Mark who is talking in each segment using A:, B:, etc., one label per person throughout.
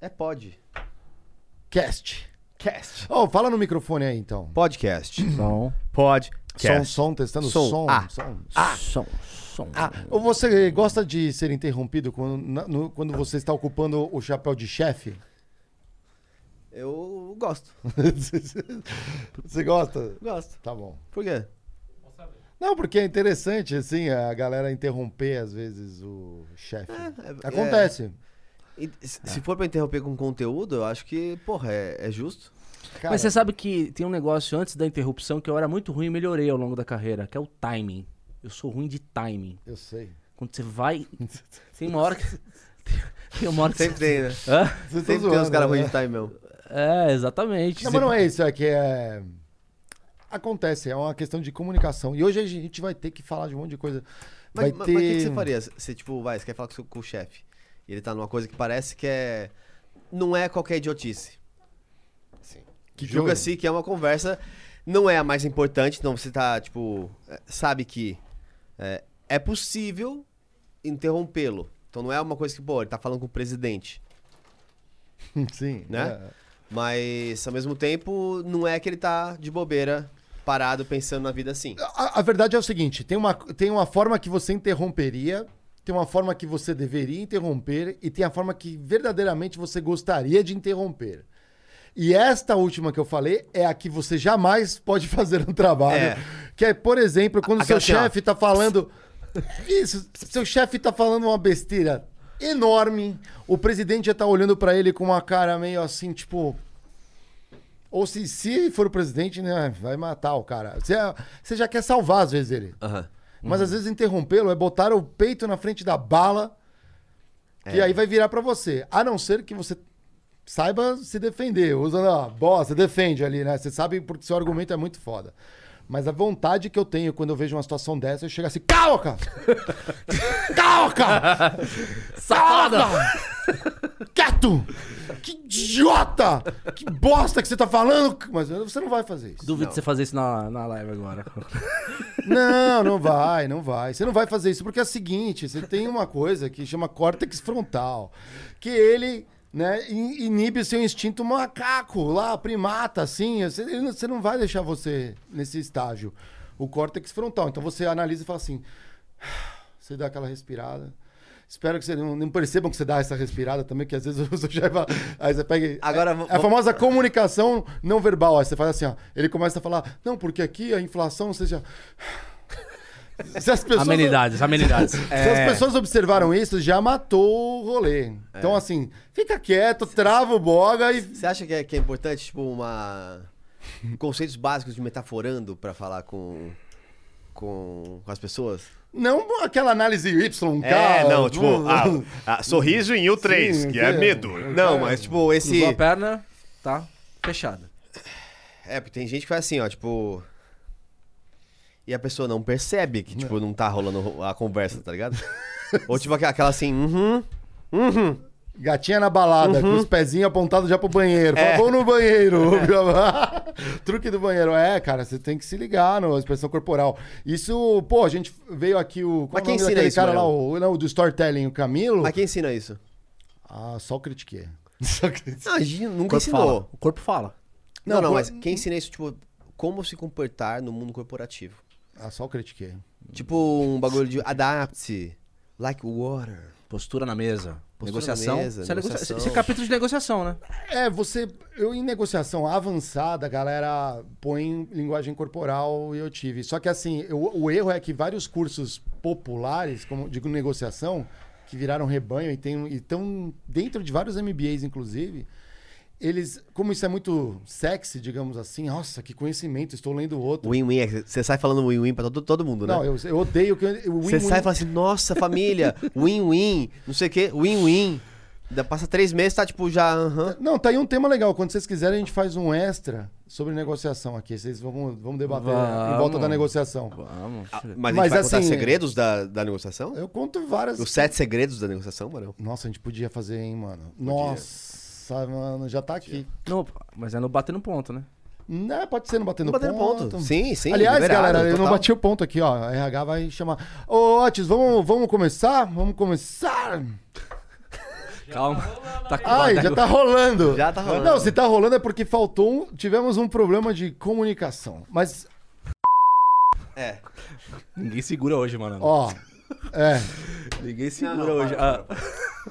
A: É pod.
B: Cast.
A: Cast.
B: Ô, fala no microfone aí então.
A: Podcast.
C: Som.
A: Pod.
B: Som, som, testando
A: Som.
B: som.
A: Ah.
B: som.
C: Som. Som.
B: Ah, ou você gosta de ser interrompido quando, na- no- quando você está ocupando o chapéu de chefe?
A: Eu gosto.
B: você gosta?
A: Gosto.
B: Tá bom.
A: Por quê?
B: Não, porque é interessante, assim, a galera interromper, às vezes, o chefe.
A: É, é-
B: Acontece.
A: E se se for pra interromper com conteúdo, eu acho que, porra, é, é justo.
B: Cara,
C: Mas você sabe que tem um negócio antes da interrupção que eu era muito ruim e melhorei ao longo da carreira, que é o timing. Eu sou ruim de timing.
B: Eu sei.
C: Quando você vai. Tem uma hora que. Tem uma hora que.
A: Sempre tem, né?
C: Você... Hã?
B: Você tá
A: Sempre tem uns
B: zoando,
A: caras
B: né?
A: ruins de time mesmo.
C: É, exatamente.
B: Não,
C: Você-
B: mas não é isso, é que é. Acontece, é uma questão de comunicação. E hoje a gente vai ter que falar de um monte de coisa.
A: Mas,
B: Vai
A: mas-
B: ter.
A: mas o que, que você faria? Você, tipo, vai, você quer falar com, o seu- com o chefe. E ele tá numa coisa que parece que é. Não é qualquer idiotice.
B: Que
A: Julga-se que é uma conversa. Não é a mais importante, então você tá, tipo. é, Sabe que é, é possível interrompê-lo. Então não é uma coisa que, pô, ele tá falando com o presidente.
B: Sim. é.
A: Né? Mas, ao mesmo tempo, não é que ele tá de bobeira, parado, pensando na vida assim.
B: é. A, a verdade é o seguinte: tem uma, tem uma forma que você interromperia, tem uma forma que você deveria interromper, e tem a forma que verdadeiramente você gostaria de interromper. E esta última que eu falei é a que você jamais pode fazer no trabalho.
A: É.
B: Que é, por exemplo, quando
A: Aquela
B: seu
A: assim, ó.
B: chefe tá falando. Isso, seu chefe tá falando uma besteira enorme. O presidente já tá olhando pra ele com uma cara meio assim, tipo. Ou se, se for o presidente, né, vai matar o cara. Você, é, você já quer salvar, às vezes, ele.
A: Aham.
B: Mas às vezes interrompê-lo é botar o peito na frente da bala e aí vai virar pra você. A não ser que você saiba se defender, usando a bola, você defende ali, né? Você sabe porque seu argumento é muito foda. Mas a vontade que eu tenho quando eu vejo uma situação dessa, eu chego assim, calma, cara! calma, cara! Safada! Quieto! Que idiota! Que bosta que você tá falando! Mas você não vai fazer isso.
C: Duvido de você fazer isso na, na live agora.
B: Não, não vai, não vai. Você não vai fazer isso, porque é o seguinte, você tem uma coisa que chama córtex frontal, que ele né, in- inibe o seu instinto macaco, lá, primata, assim. Você, ele não- você não vai deixar você nesse estágio, o córtex frontal. Então você analisa e fala assim, você dá aquela respirada. Espero que vocês não, não percebam que você dá essa respirada também, que às vezes o seu chefe fala- Aí você pega.
A: Agora,
B: é,
A: vou-
B: é a famosa comunicação não verbal. Aí você faz assim, ó. Ele começa a falar, não, porque aqui a inflação seja. Se as pessoas.
C: Amenidades, amenidades.
B: Se
A: É.
B: as pessoas observaram isso, já matou o rolê. Então, assim, fica quieto, trava o boga e.
A: Você acha que é, que é importante, tipo, uma. conceitos básicos de metaforando pra falar com. com, com as pessoas?
B: Não aquela análise um YK.
D: É, não, tipo,
B: hum, hum.
D: ah, ah, sorriso em U3,
B: Sim,
D: que é
B: que-
D: medo.
A: Não, mas, tipo, esse.
C: Cruzou a perna, tá fechada.
A: É, porque tem gente que faz assim, ó, tipo. E a pessoa não percebe que, tipo, não tá rolando a conversa, tá ligado? Ou tipo aquela- aquela assim, uhum.
B: Gatinha na balada, com os pezinhos apontados já pro banheiro.
A: É.
B: Fala, vou no banheiro. Truque do banheiro. É, cara, você tem que se ligar na expressão corporal. Isso, pô, a gente veio aqui o.
A: Mas
B: qual o
A: quem
B: nome
A: ensina
B: daquele
A: isso,
B: cara lá,
A: Magrão?
B: o, não, o do storytelling, o Camilo.
A: Mas quem ensina isso?
B: Ah, só o critiquei. Só critiquei.
A: Ah, a gente
C: O
A: nunca
C: corpo
A: ensinou.
C: fala. O corpo fala.
A: Não,
B: Não,
A: não,
B: cor-
A: mas quem ensina isso, tipo, como se comportar no mundo corporativo?
B: Ah, só o critiquei.
A: Tipo,
D: Hum.
A: um bagulho de adapte, like water.
C: Postura na mesa.
A: Postura
C: negociação.
A: na mesa,
C: isso, é nego-
A: negociação.
C: isso é capítulo de negociação, né?
B: É, você. Eu, em negociação avançada, a galera põe linguagem corporal e eu tive. Só que assim, eu- o erro é que vários cursos populares, como digo, negociação, que viraram rebanho e tem- um, e estão dentro de vários MBAs, inclusive. Eles, como isso é muito sexy, digamos assim, nossa, que conhecimento, estou lendo outro.
A: Win-win, é que você sai falando win-win pra todo, todo mundo, né?
B: Não, eu, eu odeio que. eu- o
A: Você
B: win-win-
A: sai e fala assim, nossa, família, win-win, não sei o quê, win-win. Da- Passa três meses, tá tipo já. aham.
B: Não, tá aí um tema legal. Quando vocês quiserem, a gente faz um extra sobre negociação aqui. Vocês vão, vão debater em volta
C: Vamos.
B: da negociação.
C: Vamos.
A: Mas,
B: Mas
A: a gente vai contar
B: assim,
A: segredos da, da negociação?
B: Eu conto várias.
A: Os sete segredos da negociação, Marão?
B: Nossa, a gente podia fazer, hein, mano? Nossa, mano, já tá aqui.
C: Não, mas é no bater no ponto, né?
B: Não, pode ser no Batendo,
A: No Batendo
B: ponto.
A: Ponto. Sim, sim,
B: Aliás,
A: liberado,
B: galera, eu não
A: total.
B: bati o ponto aqui, ó. A RH vai chamar. Ô, Otis, vamos, vamos começar? Vamos começar?
C: Calma. Tá com
B: Ai, já tá rolando.
A: Já tá rolando.
B: Não, se tá rolando é porque faltou um. Tivemos um problema de comunicação. Mas,
A: É.
C: Ninguém segura hoje, mano.
B: ó. É.
C: Ninguém segura
A: Não, não,
C: hoje.
A: para,
C: Ah,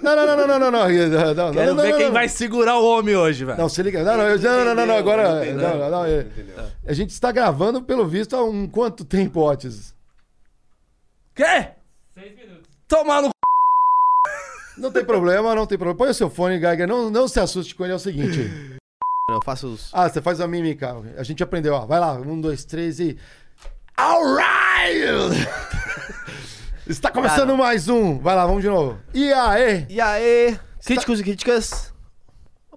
B: Não, não, não, não, não, não, não. não, não,
C: quero
B: não,
C: ver
B: não,
C: quem
B: não.
C: vai segurar o homem hoje, velho.
B: Não, se liga. Não, não, eu- não, não, não, não, agora.
A: Entendeu?
B: Não, não, não, é- a gente está gravando, pelo visto, há um quanto tempo, Otis?
C: Quê?
E: Seis minutos.
C: Tomar no c...
B: Não tem problema, não tem problema. Põe o seu fone, Geiger. Não, não se assuste com ele, é o seguinte.
A: Não, eu faço os.
B: Ah, você faz a mímica. A gente aprendeu, ó. Vai lá, um, dois, três e. Alright! Está começando mais um. Vai lá, vamos de novo. E aí?
A: E aí? Críticos e críticas?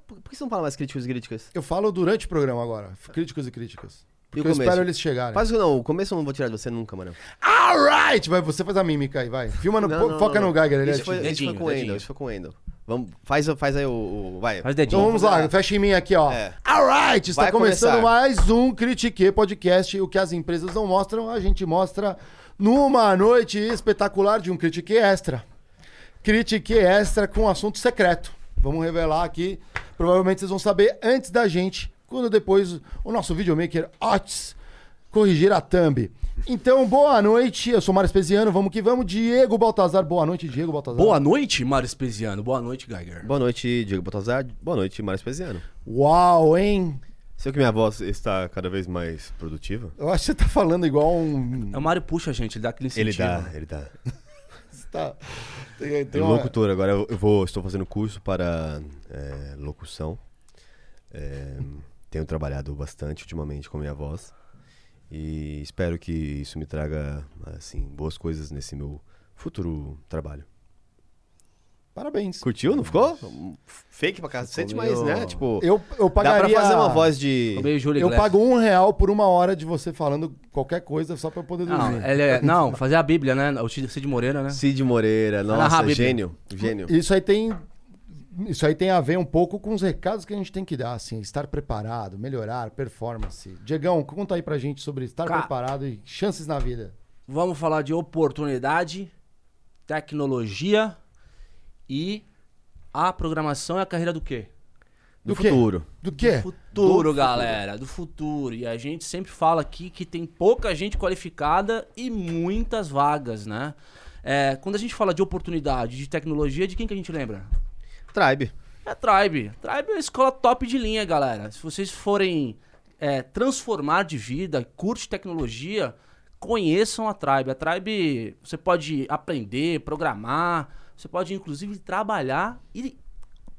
A: Por por que você não fala mais críticos e críticas?
B: Eu falo durante o programa agora. Críticos e críticas. Porque eu
A: começo?
B: espero eles chegarem.
A: Faz o que não, o começo eu não vou tirar de você nunca, mano.
B: Alright! Vai, você faz a mímica aí, vai. Filma no.
A: Não,
B: po-
A: não,
B: foca
A: não.
B: no Geiger, ele
A: Isso
B: é
A: foi, isso
C: Dedinho,
A: foi com o
C: dedinho.
A: Endo, isso foi com o Endo. Vamos, faz, faz aí o. o- vai.
C: Faz
B: Então
C: dedinho.
B: vamos lá, fecha em mim aqui, ó.
A: É.
B: Alright, está
A: Vai
B: começando
A: começar.
B: mais um Critique Podcast. O que as empresas não mostram, a gente mostra numa noite espetacular de um Critique Extra. Critique Extra com assunto secreto. Vamos revelar aqui. Provavelmente vocês vão saber antes da gente, quando depois o nosso videomaker Otis corrigir a thumb. Então, boa noite. Eu sou Mário Espesiano, vamos que vamos. Diego Baltazar, boa noite, Diego Baltazar.
C: Boa noite, Mário Espesiano. Boa noite, Geiger.
A: Boa noite, Diego Baltazar. Boa noite, Mário Speziano.
B: Uau, hein?
A: Sei que minha voz está cada vez mais produtiva.
B: Eu acho que você tá falando igual um
C: É o Mário puxa a gente, ele dá aquele incentivo.
A: Ele dá, ele dá.
B: Tá. Tem, tem
A: Eu
B: uma-
A: locutor, agora eu eu vou, estou fazendo curso para é, locução. É, tenho trabalhado bastante ultimamente com a minha voz e espero que isso me traga assim boas coisas nesse meu futuro trabalho.
B: Parabéns.
A: Curtiu? Não ficou? Fake pra cacete, mas né? Tipo,
B: Eu, eu
A: dá
B: pagaria.
A: pra fazer uma voz de né?
C: Ficou meio Júlio
B: Eu
C: Iglesias.
B: pago um real por uma hora de você falando qualquer coisa só pra eu poder
C: Não,
B: dormir.
C: ele é- não, fazer a Bíblia, né? O Cid Moreira, né?
A: Cid Moreira.
C: narrar a
A: Nossa,
C: Bíblia.
A: gênio, gênio.
B: Isso aí tem. Isso aí tem a ver um pouco com os recados que a gente tem que dar, assim, estar preparado, melhorar, performance. Diegão, conta aí pra gente sobre estar
C: Cara.
B: preparado e chances na vida.
C: Vamos falar de oportunidade, tecnologia e a programação é a carreira do quê?
A: Do,
B: Do quê?
A: futuro.
B: Do quê?
C: Futuro, galera, do futuro. E a gente sempre fala aqui que tem pouca gente qualificada e muitas vagas, né? É, quando a gente fala de oportunidade, de tecnologia, de quem que a gente lembra?
A: Tribe.
C: É a Tribe. Tribe é a escola top de linha, galera. Se vocês forem é, transformar de vida, curte tecnologia, conheçam a Tribe. A Tribe você pode aprender, programar, você pode inclusive trabalhar e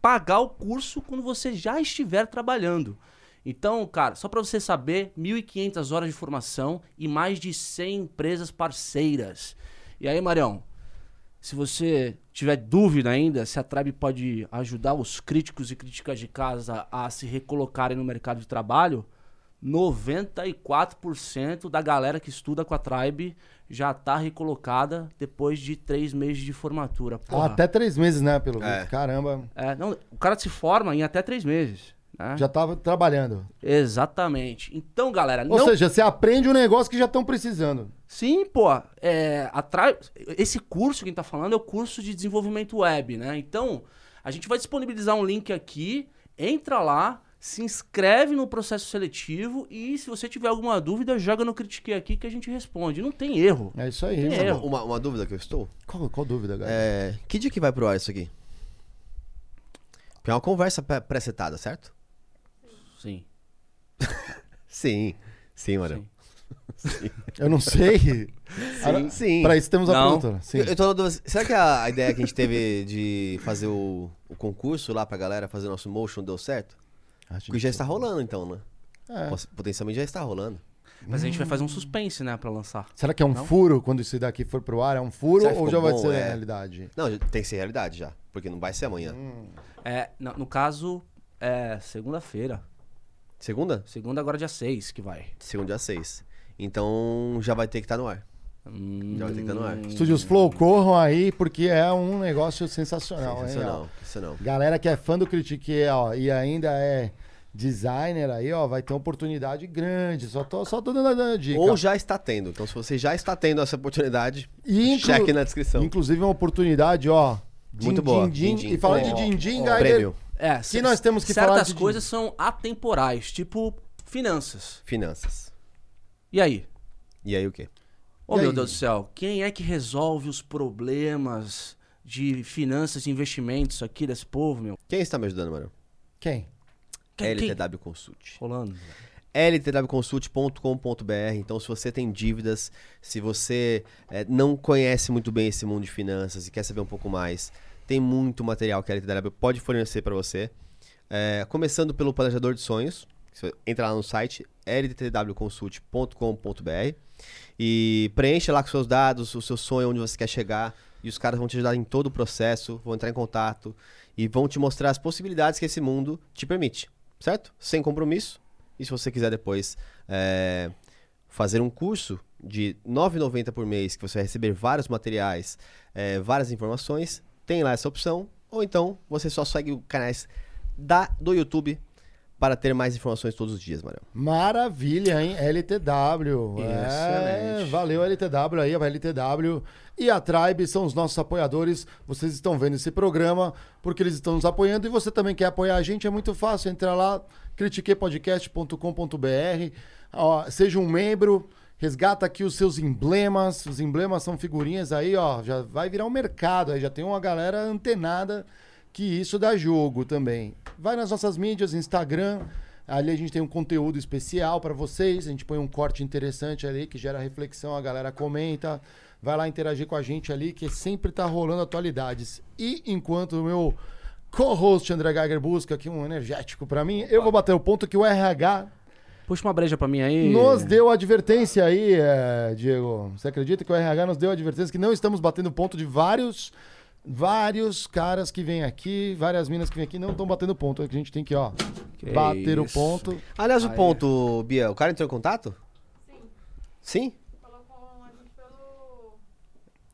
C: pagar o curso quando você já estiver trabalhando. Então, cara, só para você saber, 1.500 horas de formação e mais de 100 empresas parceiras. E aí, Marião, se você tiver dúvida ainda se a Tribe pode ajudar os críticos e críticas de casa a se recolocarem no mercado de trabalho, 94% da galera que estuda com a Tribe já está recolocada depois de três meses de formatura.
B: Ah,
C: Porra.
B: até três meses, né? Pelo
A: É.
B: Caramba.
C: É, não, o cara se forma em até três meses. né?
B: Já tava trabalhando.
C: Exatamente. Então, galera,
B: Ou
C: não
B: seja, você aprende um negócio que já estão precisando.
C: Sim, pô. É, atrai... Esse curso que a gente tá falando é o curso de desenvolvimento web, né? Então, a gente vai disponibilizar um link aqui, entra lá, se inscreve no processo seletivo e se você tiver alguma dúvida, joga no Critiquei aqui que a gente responde. Não tem erro.
B: É isso aí,
C: Tem
B: mano.
C: erro.
A: Uma, uma dúvida que eu estou.
B: Qual, qual dúvida, galera?
A: É, que dia que vai pro ar isso aqui? Porque é uma conversa pré- pré-setada, certo?
C: Sim.
A: Sim. Sim, mano.
C: Sim.
B: Eu não sei.
A: Sim. Sim.
B: Pra isso temos a
C: Não.
B: pergunta. né? Sim.
A: Eu, eu tô na dúvida, Será que a, a ideia que a gente teve de fazer o, o concurso lá pra galera fazer nosso motion deu certo? Porque já está rolando, então, né?
B: É.
A: Poss- Potencialmente já está rolando.
C: Mas a gente vai
B: Hum.
C: fazer um suspense, né, pra lançar.
B: Será que é um furo quando isso daqui for pro ar? É um furo
A: Será que
B: ou já
A: ficou
B: vai
A: bom?
B: ser
A: É.
B: realidade?
A: Não, já- tem que ser realidade já. Porque não vai ser amanhã.
C: É, na- no caso, é segunda-feira.
A: Segunda?
C: Segunda agora dia 6 que vai.
A: Segunda, dia 6. Então já vai ter que estar no ar.
C: Hum,
A: Já vai ter que estar no ar.
B: Estúdios Flow,
A: Hum.
B: corram aí, porque é um negócio sensacional,
A: Sensacional.
B: hein?
A: Sensacional.
B: ó. Galera que é fã do Critique, ó, e ainda é designer aí, ó, vai ter uma oportunidade grande. Só tô, só tô dando a dica.
A: Ou já está tendo. Então, se você já está tendo essa oportunidade,
B: E inclu-
A: cheque na descrição.
B: Inclusive, uma oportunidade, ó,
A: Muito boa.
B: Din,
A: Din,
B: din,
A: din.
B: e falando
A: Ó,
B: de din, din,
A: ó,
B: Geiger,
A: prêmio.
C: É,
B: que nós temos que falar
C: certas
B: de-
C: coisas são atemporais, tipo finanças.
A: Finanças.
C: E aí?
A: E aí o quê?
C: Ô
B: E
C: meu
B: aí?
C: Deus do céu, quem é que resolve os problemas de finanças e investimentos aqui desse povo, meu?
A: Quem está me ajudando, mano?
B: Quem?
C: Quem, quem-
A: LTW Consult.
C: Rolando.
A: ltwconsult.com.br. Então, se você tem dívidas, se você eh, não conhece muito bem esse mundo de finanças e quer saber um pouco mais, tem muito material que a LTW pode fornecer para você. Eh, começando pelo Planejador de Sonhos, você entra lá no site ltwconsult.com.br e preenche lá com seus dados, o seu sonho, onde você quer chegar. E os caras vão te ajudar em todo o processo, vão entrar em contato e vão te mostrar as possibilidades que esse mundo te permite, certo? Sem compromisso. E se você quiser depois é, fazer um curso de R$ 9,90 por mês, que você vai receber vários materiais, é, várias informações, tem lá essa opção. Ou então você só segue os canais da, do YouTube para ter mais informações todos os dias, Marão.
B: Maravilha, hein? LTW. É,
A: Excelente.
B: valeu, LTW aí, a LTW. E a Tribe são os nossos apoiadores. Vocês estão vendo esse programa porque eles estão nos apoiando e você também quer apoiar a gente. É muito fácil. Entra lá, critiquepodcast.com.br. Ó, seja um membro. Resgata aqui os seus emblemas. Os emblemas são figurinhas aí, ó. Já vai virar um mercado. Aí já tem uma galera antenada que isso dá jogo também. Vai nas nossas mídias, Instagram. Ali a gente tem um conteúdo especial para vocês. A gente põe um corte interessante ali que gera reflexão, a galera comenta. Vai lá interagir com a gente ali, que sempre tá rolando atualidades. E enquanto o meu co-host André Geiger busca aqui um energético para mim, eu vou bater o ponto que o RH
C: Puxa uma breja pra mim aí.
B: nos deu a advertência aí, eh, Diego. Você acredita que o RH nos deu a advertência que não estamos batendo ponto de vários, vários caras que vêm aqui, várias minas que vêm aqui, não estão batendo ponto. A gente tem que, ó,
C: Que
B: bater o
C: isso.
B: ponto.
A: Aliás, o
C: Aí.
A: ponto, Bia, o cara entrou em contato? Sim. Sim?
E: Colocou a gente pelo.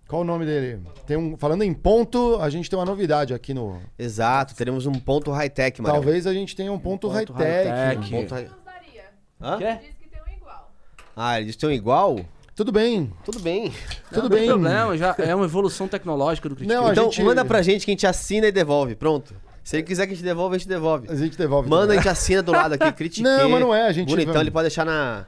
B: Qual o nome dele? Tem um, falando em ponto, a gente tem uma novidade aqui no.
A: Exato, teremos um ponto high-tech, Marão. Um
B: Talvez a gente tenha um ponto,
C: ponto
B: high-tech. Um
C: high-tech.
A: Ponto high-
E: Quem nos daria?
A: Hã?
C: Quê?
E: Diz que tem um igual.
A: Ah, eles estão igual?
B: Tudo bem,
A: Tudo bem.
B: tudo
C: Não tem
B: bem.
C: problema, já é uma evolução tecnológica do Criticando.
B: Não, a
A: então,
B: gente-
A: manda pra gente que a gente assina e devolve. Pronto. Se ele quiser que a gente devolve, a gente devolve.
B: A gente devolve.
A: Manda, a
B: também.
A: gente assina do lado aqui, critique.
B: Não, mas não é, a gente-
A: Bonitão, ele pode deixar na.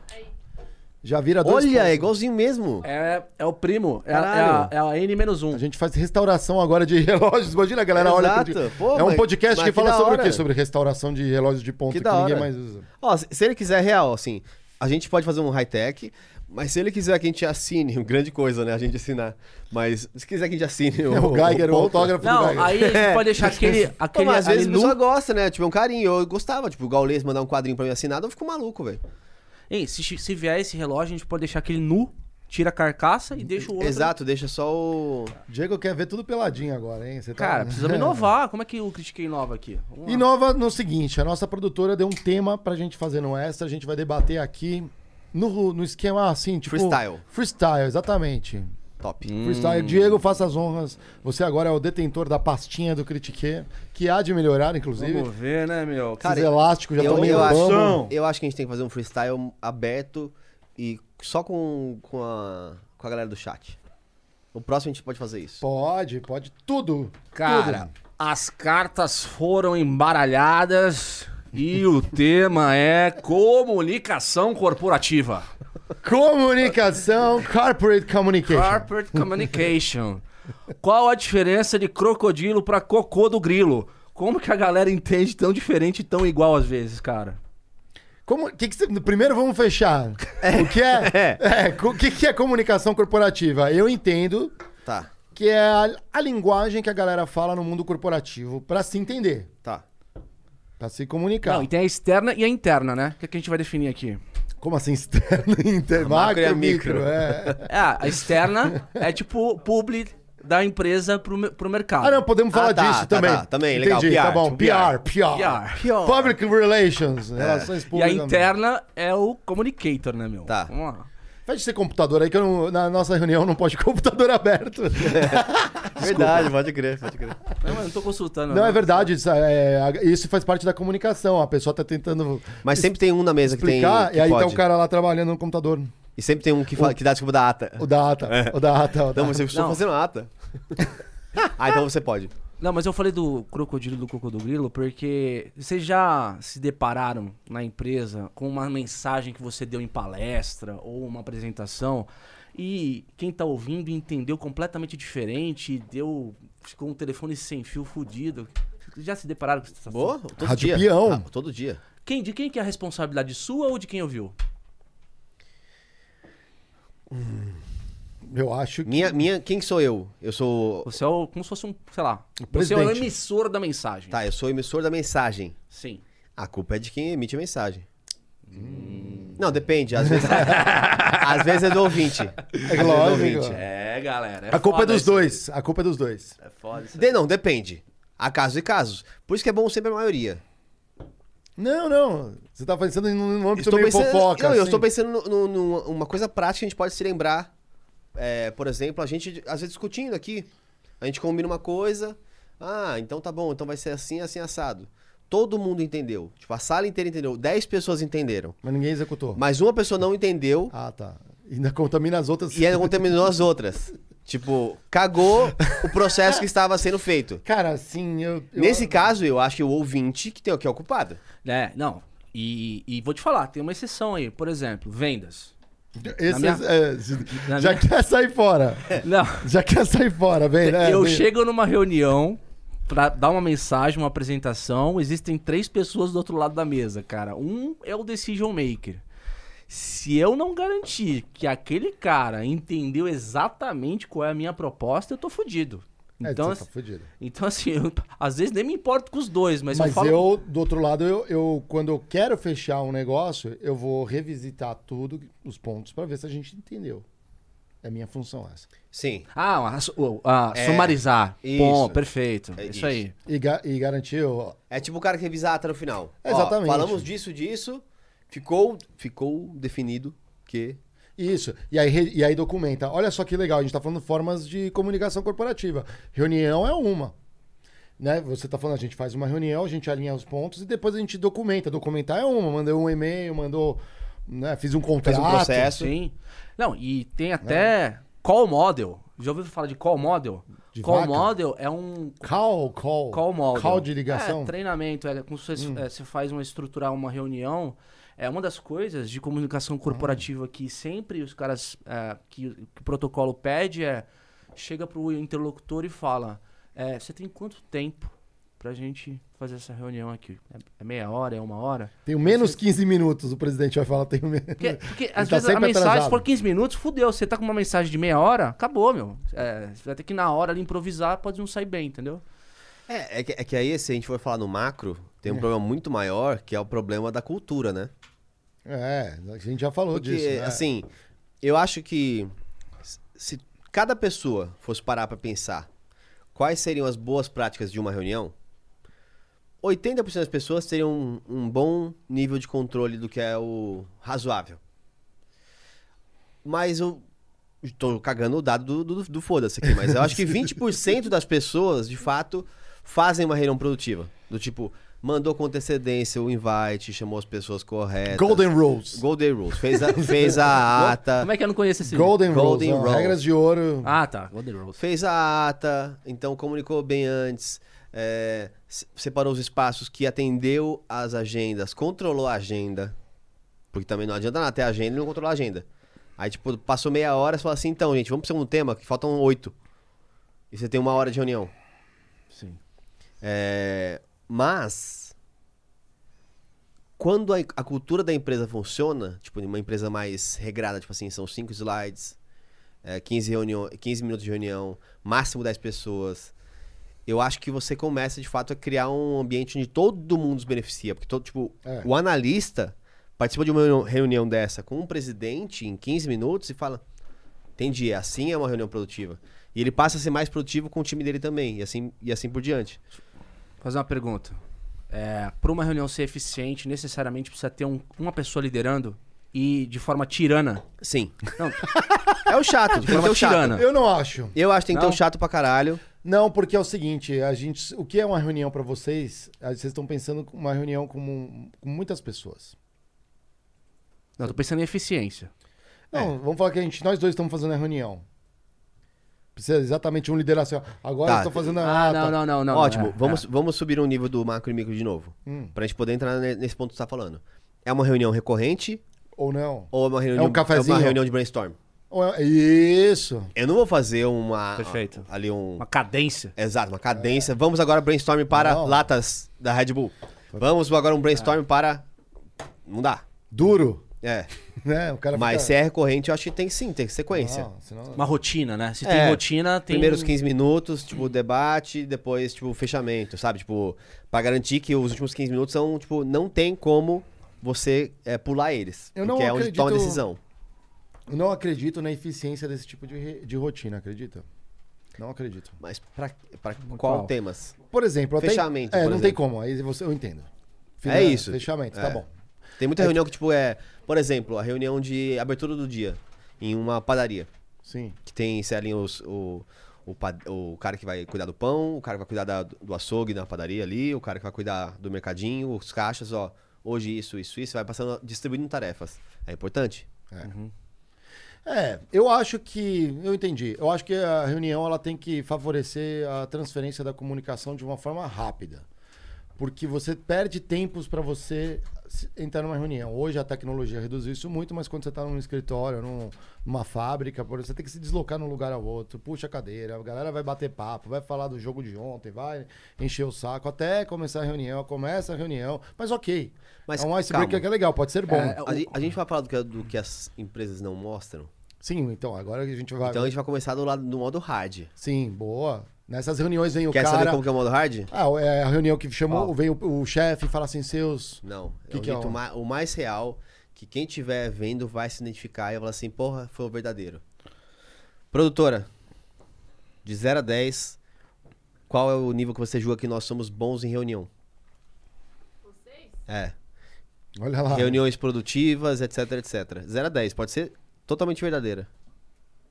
B: Já vira dois
A: Olha, é
B: pontos.
A: igualzinho mesmo.
C: É, é o primo, é, a- é a,
A: Caralho.
C: é a N-1.
B: A gente faz restauração agora de relógios. Imagina, a galera, olha.
A: Exato.
B: tudo.
A: Pô,
B: é um
A: mas-
B: podcast
A: mas
B: que
A: que
B: fala
A: da
B: sobre o
A: hora.
B: quê? Sobre restauração de relógios de ponta que,
A: Que da
B: ninguém
A: hora.
B: mais usa.
A: Ó, se se ele quiser, real, assim. A gente pode fazer um high-tech, mas se ele quiser que a gente assine, grande coisa, né? A gente assinar. Mas se quiser que a gente assine.
B: É o Geiger, o,
A: ponto-
B: autógrafo do
C: Não,
B: Geiger.
C: aí a gente
A: É.
C: pode deixar aquele.
A: Pô,
C: aquele
A: mas às
C: ali
A: vezes a
C: nu.
A: pessoa gosta, né? Tipo, é um carinho. Eu gostava. Tipo, o Gaules mandar um quadrinho pra mim assinado, eu fico maluco, velho.
C: Ei, se, se vier esse relógio, a gente pode deixar aquele nu, tira a carcaça e deixa o outro.
A: Exato, deixa só o.
B: Diego quer ver tudo peladinho agora, hein? Você tá-
C: Cara, precisamos inovar. Como é que o Critiquei inova aqui? Vamos lá.
B: Inova no seguinte, a nossa produtora deu um tema pra gente fazer no extra, a gente vai debater aqui no, no esquema assim, tipo...
A: Freestyle.
B: Freestyle, exatamente.
A: Top.
B: Freestyle. Diego, faça as honras. Você agora é o detentor da pastinha do Critique, que há de melhorar, inclusive.
C: Vamos ver, né, meu?
A: Cara,
B: Esses elásticos já
A: eu,
B: estão meio
A: eu,
B: bambo.
A: acho, eu acho que a gente tem que fazer um freestyle aberto e só com, com, a, com a galera do chat. O próximo a gente pode fazer isso.
B: Pode, pode. Tudo.
C: Cara,
B: tudo.
C: as cartas foram embaralhadas e o tema é comunicação corporativa.
B: Comunicação, corporate communication.
C: Corporate Communication. Qual a diferença de crocodilo pra cocô do grilo? Como que a galera entende tão diferente e tão igual às vezes, cara?
B: Como, que que você- primeiro vamos fechar. O que é, é, co- o que, que é comunicação corporativa? Eu entendo
A: Tá,
B: que é a, a linguagem que a galera fala no mundo corporativo pra se entender,
A: tá.
B: pra se comunicar.
C: Não, e tem a externa e a interna, né? O que, é que a gente vai definir aqui?
B: Como assim externo, interno, macro,
A: Macro e a
B: micro?
A: micro.
B: é.
C: É, a externa é tipo publi da empresa pro, me- pro mercado.
B: Ah, não, podemos falar
A: Ah, tá,
B: disso
A: tá,
B: também.
A: tá, também, legal,
B: Entendi, tá
A: PR,
B: bom.
A: tipo, É.
B: PR, PR,
C: PR.
B: Public Relations, relações
C: E a
B: públicas.
C: interna é o communicator, né, meu?
A: Tá.
C: Vamos lá.
B: Fecha esse computador aí, que eu não- na nossa reunião não pode computador aberto.
A: Verdade, pode crer, pode crer.
C: Não, mas eu não tô consultando.
B: Não,
C: né?
B: é verdade. Isso, é, a- isso faz parte da comunicação. A pessoa tá tentando
A: Mas sempre tem um na mesa que tem.
B: explicar,
A: que
B: e aí tá
A: pode.
B: o cara lá trabalhando no computador.
A: E sempre tem um que, fala, que dá desculpa da ata.
B: O da ata, o da ata. O da
A: Não, mas eu estou
C: Não. Tá
A: fazendo ata. Ah, então você pode.
C: Não, mas eu falei do crocodilo e do crocodilo porque vocês já se depararam na empresa com uma mensagem que você deu em palestra ou uma apresentação e quem tá ouvindo entendeu completamente diferente e deu ficou um telefone sem fio fudido. Vocês Já se depararam com essa
A: Boa? Todo
B: Rádio
A: dia.
B: Peão.
A: Ah, todo dia.
C: Quem de quem que é a responsabilidade sua ou de quem ouviu?
B: Eu acho que.
A: Minha, minha, quem sou eu? Eu sou.
C: Você é o, como se fosse um, sei lá, você é o
B: presidente.
C: emissor da mensagem.
A: Tá, eu sou o emissor da mensagem.
C: Sim.
A: A culpa é de quem emite a mensagem. Não, depende. Às vezes, às vezes é do ouvinte.
B: É que lógico.
C: É, galera. é
B: A culpa é
C: foda
B: dos
C: isso.
B: dois. A culpa é dos dois.
C: É foda isso.
A: De- não, depende. Há casos e casos. Por isso que é bom sempre a maioria.
B: Não, não. Você tá pensando em um âmbito meio
A: pensando,
B: fofoca.
A: não, eu
B: assim.
A: estou pensando no- no- numa uma coisa prática que a gente pode se lembrar. É, por exemplo, a gente às vezes discutindo aqui, a gente combina uma coisa. Ah, então tá bom, então vai ser assim, assim, assado. Todo mundo entendeu. Tipo, a sala inteira entendeu. Dez pessoas entenderam.
B: Mas ninguém executou.
A: Mas uma pessoa não entendeu
B: Ah, tá. Ainda contamina as outras.
A: e
C: é-
A: ainda contaminou as outras. Tipo, cagou o processo que estava sendo feito.
B: Cara, assim, eu. eu-
A: Nesse caso, eu acho que o ouvinte que, tem, que é o culpado.
C: É, não. E, e vou te falar, tem uma exceção aí. Por exemplo, vendas.
B: Esse,
C: na
B: é,
C: na
B: já
C: minha-
B: quer sair fora.
C: Não.
B: Já quer sair fora, velho. né?
C: eu
B: Vem.
C: chego numa reunião pra dar uma mensagem, uma apresentação. Existem três pessoas do outro lado da mesa, cara. Um é o decision maker. Se eu não garantir que aquele cara entendeu exatamente qual é a minha proposta, eu tô fudido.
B: É,
C: Então,
B: você
C: assim-
B: tá fudido.
C: então assim, eu, às vezes nem me importo com os dois, mas,
B: Mas,
C: eu falo.
B: eu, do outro lado, eu, eu- quando eu quero fechar um negócio, eu vou revisitar tudo, os pontos, pra ver se a gente entendeu. É minha função essa.
A: Sim.
C: Ah, a su- o- a
A: É,
C: sumarizar. Bom,
A: isso.
C: perfeito.
A: É
C: isso
A: isso.
C: aí.
B: E, ga- e garantir. o-
A: É tipo o cara que revisa a ata no final. Ó,
B: Exatamente.
A: falamos disso, disso. Ficou, ficou definido que.
B: Isso. E aí, re- e aí documenta. Olha só que legal, a gente tá falando formas de comunicação corporativa. Reunião é uma. Né? Você tá falando, a gente faz uma reunião, a gente alinha os pontos e depois a gente documenta. Documentar é uma, mandou um e-mail, mandou. Né? Fiz um contrato.
A: processo. Isso.
C: Sim. Não, e
B: Né?
C: tem até call model. Já ouviu falar de call model?
B: De
C: call
B: vaca?
C: model é um
B: Call, call.
C: call model.
B: Call de ligação. Hum.
C: É, treinamento. É, como você, é, você faz uma estruturar uma reunião. É uma das coisas de comunicação corporativa
B: Ah.
C: que sempre os caras é, que, que o protocolo pede é chega pro interlocutor e fala é, você tem quanto tempo pra gente fazer essa reunião aqui? É- é meia hora? É uma hora?
B: Tenho menos 15 minutos, o presidente vai falar, tenho menos.
C: Porque, porque às
B: tá
C: vezes a
B: sempre
C: mensagem, se
B: atrasado.
C: for 15 minutos, fudeu. Você tá com uma mensagem de meia hora, acabou, meu. É, você vai ter que, na hora, ali, improvisar, pode não sair bem, entendeu?
A: É, é que, é que aí, se a gente for falar no macro, tem um problema muito maior, que é o problema da cultura, né?
B: É, a gente já falou
A: Porque,
B: disso. né?
A: assim, eu acho que s- se cada pessoa fosse parar pra pensar quais seriam as boas práticas de uma reunião, 80% das pessoas teriam um, um bom nível de controle do que é o razoável. Mas eu tô cagando o dado do, do, do foda-se aqui, mas eu acho que 20% das pessoas, de fato, fazem uma reunião produtiva. Do tipo, mandou com antecedência o invite, chamou as pessoas corretas.
B: Golden Rules.
A: Golden Rules. Fez a, fez a ata.
C: Como é que eu não conheço esse...
B: Golden,
A: Golden
B: Rules. ó,
A: Rules.
B: Regras de ouro.
C: Ah, tá. Golden Rose.
A: Fez a ata, então comunicou bem antes. é, se- separou os espaços que atendeu as agendas, controlou a agenda. Porque também não adianta nada ter agenda e não controlar a agenda. Aí, tipo, passou meia hora e falou assim: então, gente, vamos pro segundo tema, que faltam oito. E você tem uma hora de reunião. Ah,
C: Sim.
A: É, mas quando a, a cultura da empresa funciona, tipo, uma empresa mais regrada, tipo assim, são cinco slides, é, 15, reunião, 15 minutos de reunião, máximo 10 pessoas. Eu acho que você começa de fato a criar um ambiente onde todo mundo se beneficia. Porque todo, tipo,
B: É.
A: o analista participa de uma reunião- reunião dessa com um presidente em 15 minutos e fala: Entendi, assim é uma reunião produtiva. E ele passa a ser mais produtivo com o time dele também, e assim, e assim por diante.
C: Fazer uma pergunta. É, pra uma reunião ser eficiente, necessariamente precisa ter um- uma pessoa liderando e de forma tirana.
A: Sim.
C: Não.
A: É o chato, de
C: forma
A: forma
C: tirana.
A: chato.
B: Eu não acho.
A: Eu acho que tem que ter
C: Não?
A: um chato pra caralho.
B: Não, porque é o seguinte, a gente, o que é uma reunião pra vocês? Ah, Vocês estão pensando com uma reunião com, um- com muitas pessoas.
C: Não, eu tô pensando em eficiência.
A: É.
B: Não, vamos falar que a gente, nós dois estamos fazendo a reunião. Precisa exatamente um líder assim, ó. Agora
A: Tá.
B: eu tô fazendo
C: Ah,
B: a.
C: não, não, não, não.
A: Ótimo,
C: é,
A: vamos, vamos subir um nível do macro e micro de novo.
B: Hum.
A: Pra gente poder entrar ne- nesse ponto que você tá falando. É uma reunião recorrente
B: Ou não.
A: ou é uma reunião, de,
B: um cafezinho?
A: uma reunião de brainstorm?
B: Ou é- Isso.
A: Eu não vou fazer uma.
D: Perfeito.
A: Ali um.
C: é. Uma cadência.
A: Exato, uma cadência. Vamos agora brainstorm para
B: Não. É.
A: latas da Red Bull. Vamos agora um brainstorm para. Não dá.
B: Duro.
A: É.
B: Né? O cara
A: Mas se
B: fica...
A: é recorrente, eu acho que tem sim, tem sequência.
B: Não, senão...
C: Uma rotina, né?
A: É,
C: Se tem rotina, tem.
A: Primeiros 15 minutos, tipo, debate, depois, tipo, fechamento, sabe? Tipo, pra garantir que os últimos 15 minutos são, tipo, não tem como você é, pular eles.
B: Eu não
A: que é onde toma a
B: acredito-
A: decisão.
B: Eu não acredito na eficiência desse tipo de, re- de rotina, acredita? Não acredito.
A: Mas pra, pra qual,
C: qual?
A: temas?
B: Por exemplo, até.
A: Fechamento,
B: É,
A: por
B: não
A: exemplo.
B: tem como. Aí você, eu entendo.
A: É isso.
B: Fechamento, tá
A: É.
B: bom.
A: Tem muita reunião que, tipo, é. Por exemplo, a reunião de abertura do dia em uma padaria.
B: Sim.
A: Que tem, se ali, os, o, o, pad- o cara que vai cuidar do pão, o cara que vai cuidar da- do açougue na padaria ali, o cara que vai cuidar do mercadinho, os caixas, ó. Hoje isso, isso, isso, vai passando, distribuindo tarefas. É importante.
B: É, eu acho que. Eu entendi. Eu acho que a reunião ela tem que favorecer a transferência da comunicação de uma forma rápida. Porque você perde tempos para você se- entrar numa reunião. Hoje a tecnologia reduziu isso muito, mas quando você está num escritório, num- numa fábrica, por- você tem que se deslocar de um lugar ao outro, puxa a cadeira, a galera vai bater papo, vai falar do jogo de ontem, vai encher o saco até começar a reunião, começa a reunião. Mas ok.
A: Mas
B: é um icebreaker
A: calma.
B: que é legal, pode ser bom.
A: A, gen- a gente vai falar do que, do que as empresas não mostram.
B: Sim, então agora a gente vai.
A: Então a gente vai começar do lado do modo hard.
B: Sim, boa. Nessas reuniões vem o
A: Quer
B: cara.
A: saber como que é o modo hard?
B: Ah, é a reunião que chamou, vem o, o chefe e fala assim, seus.
A: Não. é
B: Que
A: o
B: que é
A: jeito
B: o-
A: ma- o mais real que quem estiver vendo vai se identificar e vai falar assim, porra, foi o verdadeiro. Produtora, de 0 a 10, qual é o nível que você julga que nós somos bons em reunião?
E: Vocês?
A: É.
B: Olha lá.
A: Reuniões produtivas, etc, etc. 0 a 10, pode ser totalmente verdadeira.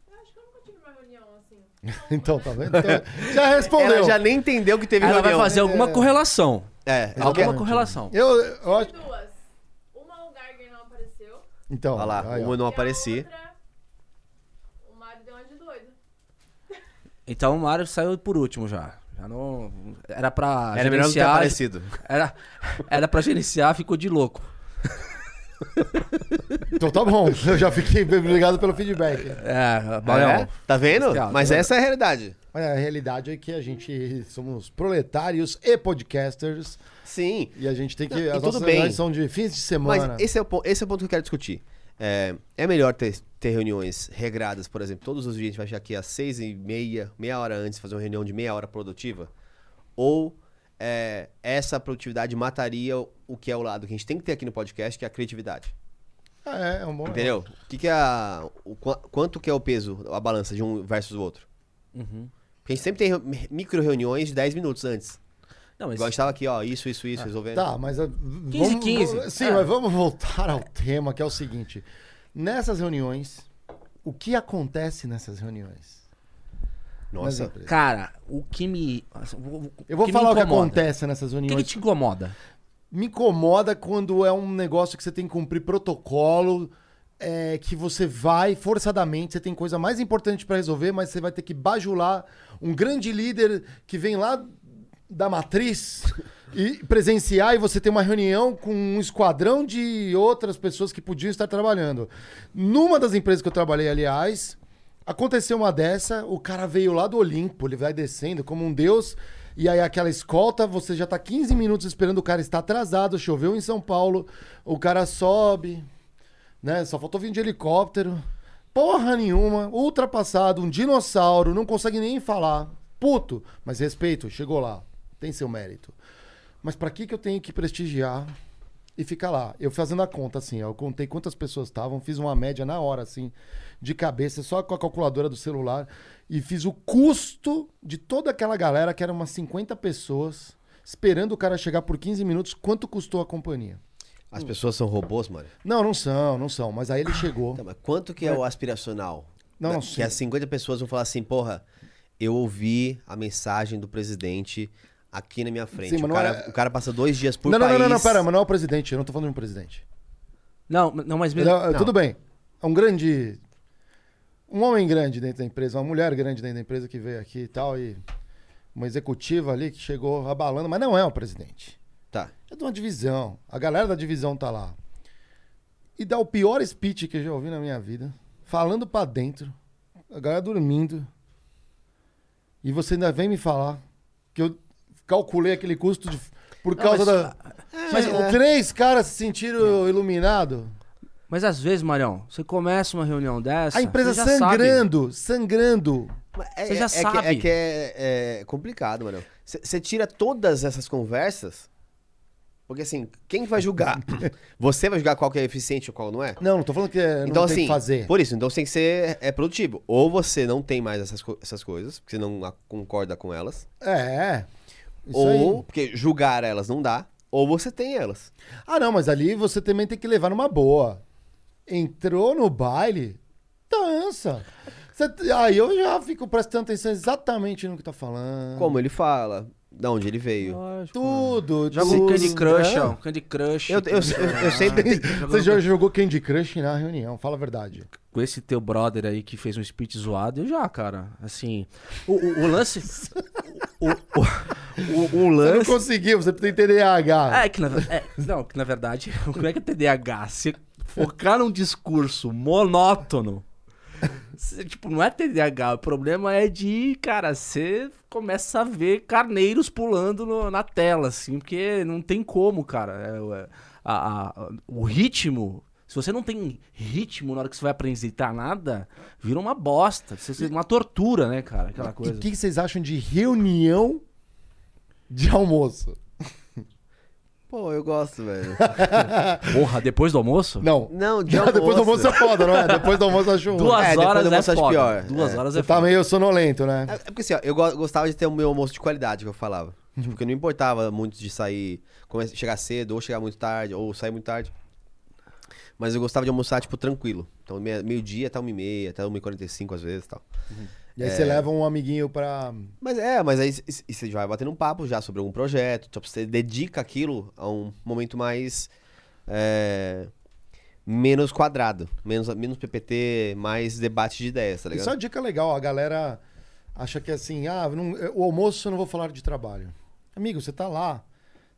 E: Eu acho que eu nunca tive uma reunião assim.
B: Então, tá vendo? Então, já respondeu.
A: Ela já nem entendeu que teve
C: Ela vai
A: reunião.
C: fazer alguma correlação.
A: É,
C: Alguma
A: alguma...
C: correlação.
B: Eu, eu acho.
E: Tive duas. Uma é o Geiger não apareceu.
B: Então.
A: Olha lá, um
B: aí, ó.
A: uma não
E: e a
A: apareci.
E: outra, o Mário deu uma de doido.
C: Então o Mário saiu por último já. Já não. Era pra
A: Era melhor não ter
C: gerenciar-
A: aparecido.
C: Era, era pra gerenciar, ficou de louco.
B: Então tá bom. Eu já fiquei obrigado pelo feedback.
C: É,
A: É?
C: Baião.
A: Tá vendo?
C: Oficial,
A: Mas
C: tá vendo?
A: essa é a realidade.
B: Mas a realidade é que a gente somos proletários e podcasters.
A: Sim.
B: E a gente tem que.
A: Não, e
B: as
A: tudo
B: nossas
A: bem.
B: reuniões são de fins de semana.
A: Mas esse é, o ponto, esse é o ponto que eu quero discutir. É, é melhor ter, ter reuniões regradas, por exemplo, todos os dias a gente vai chegar aqui às seis e meia, meia hora antes, fazer uma reunião de meia hora produtiva? Ou é, essa produtividade mataria o- o que é o lado que a gente tem que ter aqui no podcast, que é a criatividade?
B: Ah, é, é um bom.
A: Entendeu? O que, que é a, o qua- quanto que é o peso, a balança de um versus o outro?
C: Uhum.
A: Porque a gente sempre tem re- micro reuniões de 10 minutos antes.
C: Não, mas
A: Igual a gente tava aqui, ó, isso, isso, isso, resolvendo.
B: Tá, mas. 15,
C: 15.
B: Sim,
C: É.
B: mas vamos voltar ao tema, que é o seguinte. Nessas reuniões, o que acontece nessas reuniões? Nas
A: Nossa.
B: empresas?
C: Cara, o que me. assim, o-
B: Eu vou
C: que me
B: falar o que
C: incomoda.
B: acontece nessas
C: O que,
B: reuniões.
C: que te incomoda?
B: Me incomoda quando é um negócio que você tem que cumprir protocolo, é, que você vai forçadamente, você tem coisa mais importante pra resolver, mas você vai ter que bajular um grande líder que vem lá da matriz e presenciar e você tem uma reunião com um esquadrão de outras pessoas que podiam estar trabalhando. Numa das empresas que eu trabalhei, aliás, aconteceu uma dessa, o cara veio lá do Olimpo, ele vai descendo como um deus, e aí aquela escolta, você já tá 15 minutos esperando, o cara está atrasado, choveu em São Paulo, o cara sobe, né? Só faltou vir de helicóptero. Porra nenhuma, ultrapassado, um dinossauro, não consegue nem falar. Puto, mas respeito, chegou lá. Tem seu mérito. Mas pra que que eu tenho que prestigiar e ficar lá? Eu fazendo a conta assim, ó, eu contei quantas pessoas estavam, fiz uma média na hora assim, de cabeça, só com a calculadora do celular e fiz o custo de toda aquela galera, que eram umas 50 pessoas, esperando o cara chegar por 15 minutos, quanto custou a companhia?
A: As pessoas são robôs, mano.
B: Não, não são, não são, mas aí ele chegou.
A: Tá, mas quanto que é o aspiracional? Né?
B: Não, não,
A: que
B: sim.
A: as 50 pessoas vão falar assim, porra, eu ouvi a mensagem do presidente aqui na minha frente.
B: mas
A: o,
B: não
A: cara,
B: é-
A: o cara passa dois dias por
B: não, não,
A: país.
B: não, não, não, pera, mas não é o presidente, eu não tô falando de um presidente.
C: Não, não, mas
B: Ele é- Tudo bem, é um grande um homem grande dentro da empresa, uma mulher grande dentro da empresa que veio aqui e tal, e uma executiva ali que chegou abalando, mas não é o presidente.
A: Tá.
B: É de uma divisão. A galera da divisão tá lá. E dá o pior speech que eu já ouvi na minha vida. Falando pra dentro. A galera dormindo. E você ainda vem me falar que eu calculei aquele custo de- por
C: Não,
B: causa
C: mas- É.
B: da. Mas três caras se sentiram iluminados.
C: Mas às vezes, Marião, você começa uma reunião dessa.
B: A empresa
C: você já sabe.
B: sangrando, sangrando.
A: Mas É,
C: Você já
A: é que-
C: sabe.
A: é que é, é complicado, mano. Você tira todas essas conversas. Porque assim, quem vai julgar? você vai julgar qual que é eficiente ou qual não é?
B: Não, não tô falando que é, não
A: então,
B: tem
A: assim,
B: que fazer.
A: por isso, então você tem que ser é produtivo. Ou você não tem mais essas, co- essas coisas, porque você não a- concorda com elas.
B: É. Isso
A: ou,
B: aí.
A: porque julgar elas não dá. Ou você tem elas.
B: Ah, não, mas ali você também tem que levar numa boa. Entrou no baile, dança. Você- aí eu já fico prestando atenção exatamente no que tá falando.
A: Como ele fala, da onde ele veio.
C: Lógico.
B: Tudo,
C: Joga um
B: tudo.
C: Candy Crush,
B: É.
C: ó. Candy Crush.
A: Eu, eu, eu, eu sempre.
B: Você já jogou Candy Crush na reunião, fala a verdade.
C: Com esse teu brother aí que fez um speech zoado, eu já, cara. Assim. O, o- o lance. O, o- o- o
B: Você não
C: lance.
B: conseguiu, você tem
A: Ah.
B: TDAH.
C: É que, na, é, não, que na verdade, como é que é TDAH? Se focar num discurso monótono. se- tipo, não é TDAH, o problema é de, cara, você começa a ver carneiros pulando no- na tela, assim, porque não tem como, cara. É, o- é, a- a- o ritmo. Se você não tem ritmo na hora que você vai apresentar nada, vira uma bosta. Você- você- Uma tortura, né, cara? Aquela
B: E
C: coisa.
B: o que, que vocês acham de reunião de almoço?
A: Pô, eu gosto, velho.
C: Porra, depois do almoço?
B: Não.
A: Não, de
B: Não, depois do almoço é foda, não é? Depois do almoço eu acho ruim.
C: Duas
A: É, depois do
C: horas é
A: almoço acho
C: foda.
A: pior.
C: Duas
A: É.
C: horas é
B: Você tá
C: foda.
B: meio sonolento, né?
A: É é porque assim, ó, eu go- gostava de ter o meu almoço de qualidade, que eu falava.
B: Uhum.
A: Tipo, que eu não importava muito de sair, come- chegar cedo, ou chegar muito tarde, ou sair muito tarde. Mas eu gostava de almoçar, tipo, tranquilo. Então, meia- meio-dia até 1h30, até 1h45 às vezes e tal.
B: E
C: É.
B: aí você leva um amiguinho pra.
C: Tá
A: Mas é, mas aí c- c- você já vai batendo um papo já sobre algum projeto, tipo, você dedica aquilo a um momento mais. é, menos quadrado, menos, menos PPT, mais debate de ideias, tá
B: Isso é
A: ligado?
B: uma dica legal. A galera acha que é assim, ah, não- o almoço eu não vou falar de trabalho. Amigo, você tá lá.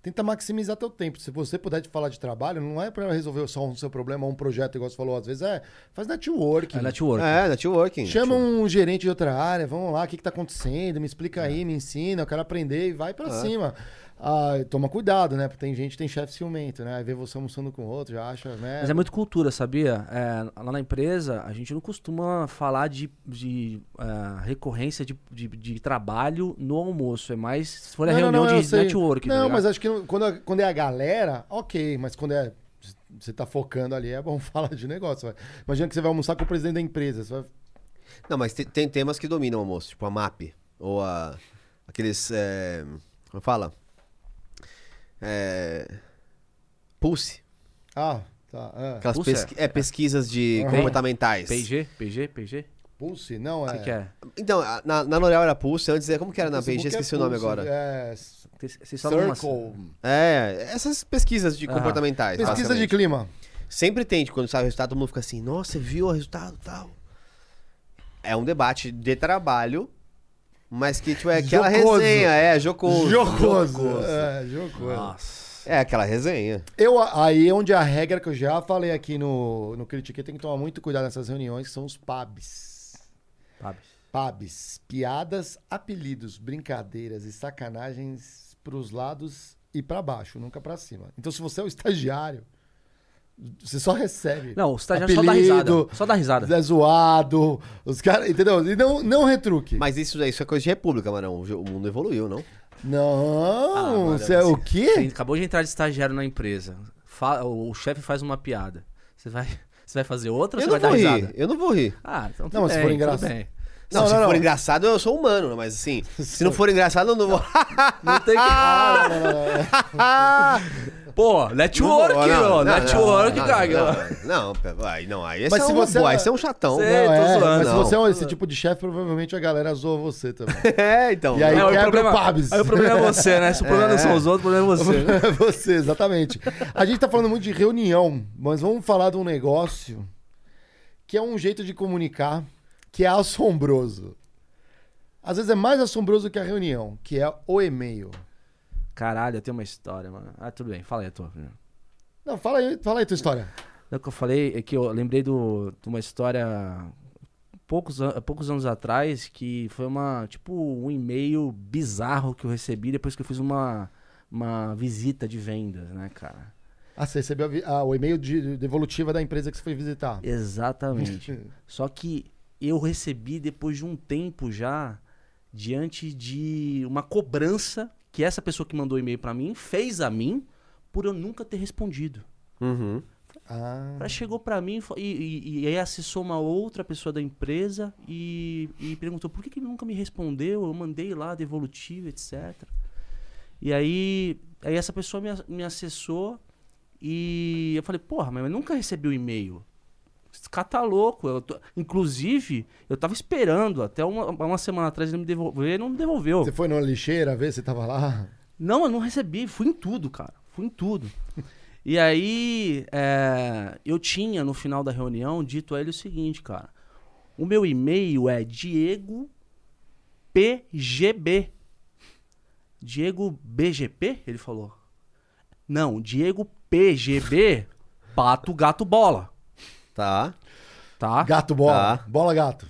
B: Tenta maximizar teu tempo. Se você puder te falar de trabalho, não é pra resolver só um seu problema ou um projeto, igual você falou às vezes. É, faz network.
C: É network.
A: É, networking.
B: Chama um gerente de outra área, vamos lá, o que, que tá acontecendo? Me
A: É.
B: explica aí, me ensina, eu quero aprender e vai pra cima. Ah, toma cuidado, né? Porque tem gente, tem chefe ciumento, né? Aí vê você almoçando com outro, já acha, né?
C: Mas é muito cultura, sabia? É, lá na empresa, a gente não costuma falar de, de, ah, recorrência de, de- de trabalho no almoço. É mais se for a reunião
B: eu
C: de
B: sei.
C: network. tá
B: Não,
C: ligado?
B: mas acho que não- quando, é- quando é a galera, ok, mas quando é. Você tá focando ali, é bom falar de negócio. vai. Imagina que você vai almoçar com o presidente da empresa. Você vai... um
A: Não, mas te- tem temas que dominam o almoço, tipo a MAP, ou a, aqueles. É, como fala? É, Pulse.
B: Ah, tá. É. Uhum.
A: Aquelas
C: Pulse é-
A: pesqui- é, pesquisas de
B: Aham. é
A: comportamentais.
C: PG, PG, PG?
B: Pulse? Não,
C: O
B: é.
C: que, que é?
A: Então, a- na, na L'Oréal era Pulse, antes era. Como que era na
B: Facebook
A: PG?
B: é
A: Esqueci o nome
B: Pulse,
A: agora.
B: É.
C: Vocês falam assim? uma-
B: Circle.
A: É, essas pesquisas de
C: Aham.
A: comportamentais.
B: Pesquisa de
A: basicamente.
B: clima.
A: Sempre tem, tipo, quando sai o resultado, todo mundo fica assim, nossa, viu o resultado e tal. É um debate de trabalho, mas que, tipo, é aquela
B: Jocoso.
A: resenha, é, jocoso.
B: Jocoso. É, jocoso.
C: Nossa.
A: É aquela resenha.
B: Eu, aí é onde a regra que eu já falei aqui no, no Critique tem que tomar muito cuidado nessas reuniões, que são os pubs.
C: Sabe?
B: Pabs, piadas, apelidos, brincadeiras e sacanagens pros lados e pra baixo, nunca pra cima. Então, se você é o estagiário, você só recebe.
C: Não, o estagiário só dá risada.
B: Apelido,
C: Só dá risada.
B: É zoado, os caras, entendeu? E não, não retruque.
A: Mas isso, isso é coisa de república, mano. O jo- o mundo evoluiu, não?
C: Ah,
B: Não,
C: mano,
B: você é o
C: você- Você
B: quê?
C: acabou de entrar de estagiário na empresa. Fa- o o chefe faz uma piada. Você vai, você vai fazer outra ou
A: eu
C: você
A: não
C: vai dar
A: vou rir,
C: risada?
A: eu não vou rir.
C: Ah, então tudo
B: Não, mas se
C: bem,
B: for
C: tudo
B: engraçado-
C: bem.
A: Não,
B: Não,
A: se
B: não,
A: for
B: não.
A: engraçado, eu sou humano, mas assim, se não for engraçado, eu não vou.
C: Ah, Não tem que... Pô, network,
A: Não, não, não,
C: ó. Network,
A: não,
C: cara.
A: não, Não, não, aí não, aí esse
B: Mas
A: é
B: se
A: um,
B: você-
A: pô, aí você é um chatão.
B: Não,
C: Você- tô
B: é,
C: zoando.
B: mas se
A: Não.
B: você é esse tipo de chefe, provavelmente a galera zoa você também.
A: É, então.
B: E aí-
C: Não, aí o
B: quebra o
C: problema,
B: Pabs.
C: aí o problema é você, né? Se o problema não são os outros, o problema é você.
B: É você, exatamente. A gente tá falando muito de reunião, mas vamos falar de um negócio que é um jeito de comunicar que é assombroso. Às vezes é mais assombroso que a reunião, que é o e-mail.
C: Caralho, eu tenho uma história, mano. Ah, tudo bem, fala aí a tua. primeiro.
B: Não, fala aí, fala aí tua história.
C: O que eu falei é que eu lembrei do, de uma história poucos, an- poucos anos atrás que foi uma tipo um e-mail bizarro que eu recebi depois que eu fiz uma, uma visita de vendas, né, cara?
B: Ah, você recebeu a vi- ah, o e-mail de, devolutiva da empresa que você foi visitar.
C: Exatamente. Só que eu recebi depois de um tempo já diante de uma cobrança que essa pessoa que mandou o e-mail pra mim fez a mim por eu nunca ter respondido.
A: Uhum.
B: Ah,
C: Ela chegou pra mim e fa- e, e, e aí acessou uma outra pessoa da empresa e, e perguntou por que, que ele nunca me respondeu, eu mandei lá, devolutivo, etc. E aí, aí essa pessoa me, ac- me acessou e eu falei, porra, mas eu nunca recebi o e-mail. Esse cara tá louco. Eu tô- Inclusive, eu tava esperando até uma, uma semana atrás ele me devolver, ele não me devolveu.
B: você foi numa lixeira ver se tava lá?
C: Não, eu não recebi. Fui em tudo, cara. Fui em tudo. E aí, é, eu tinha no final da reunião dito a ele o seguinte, cara. O meu e-mail é Diego PGB. Diego BGP? Ele falou. Não, Diego PGB, pato, gato, bola.
A: Tá.
C: Tá?
B: Gato bola.
A: Tá.
B: Bola gato.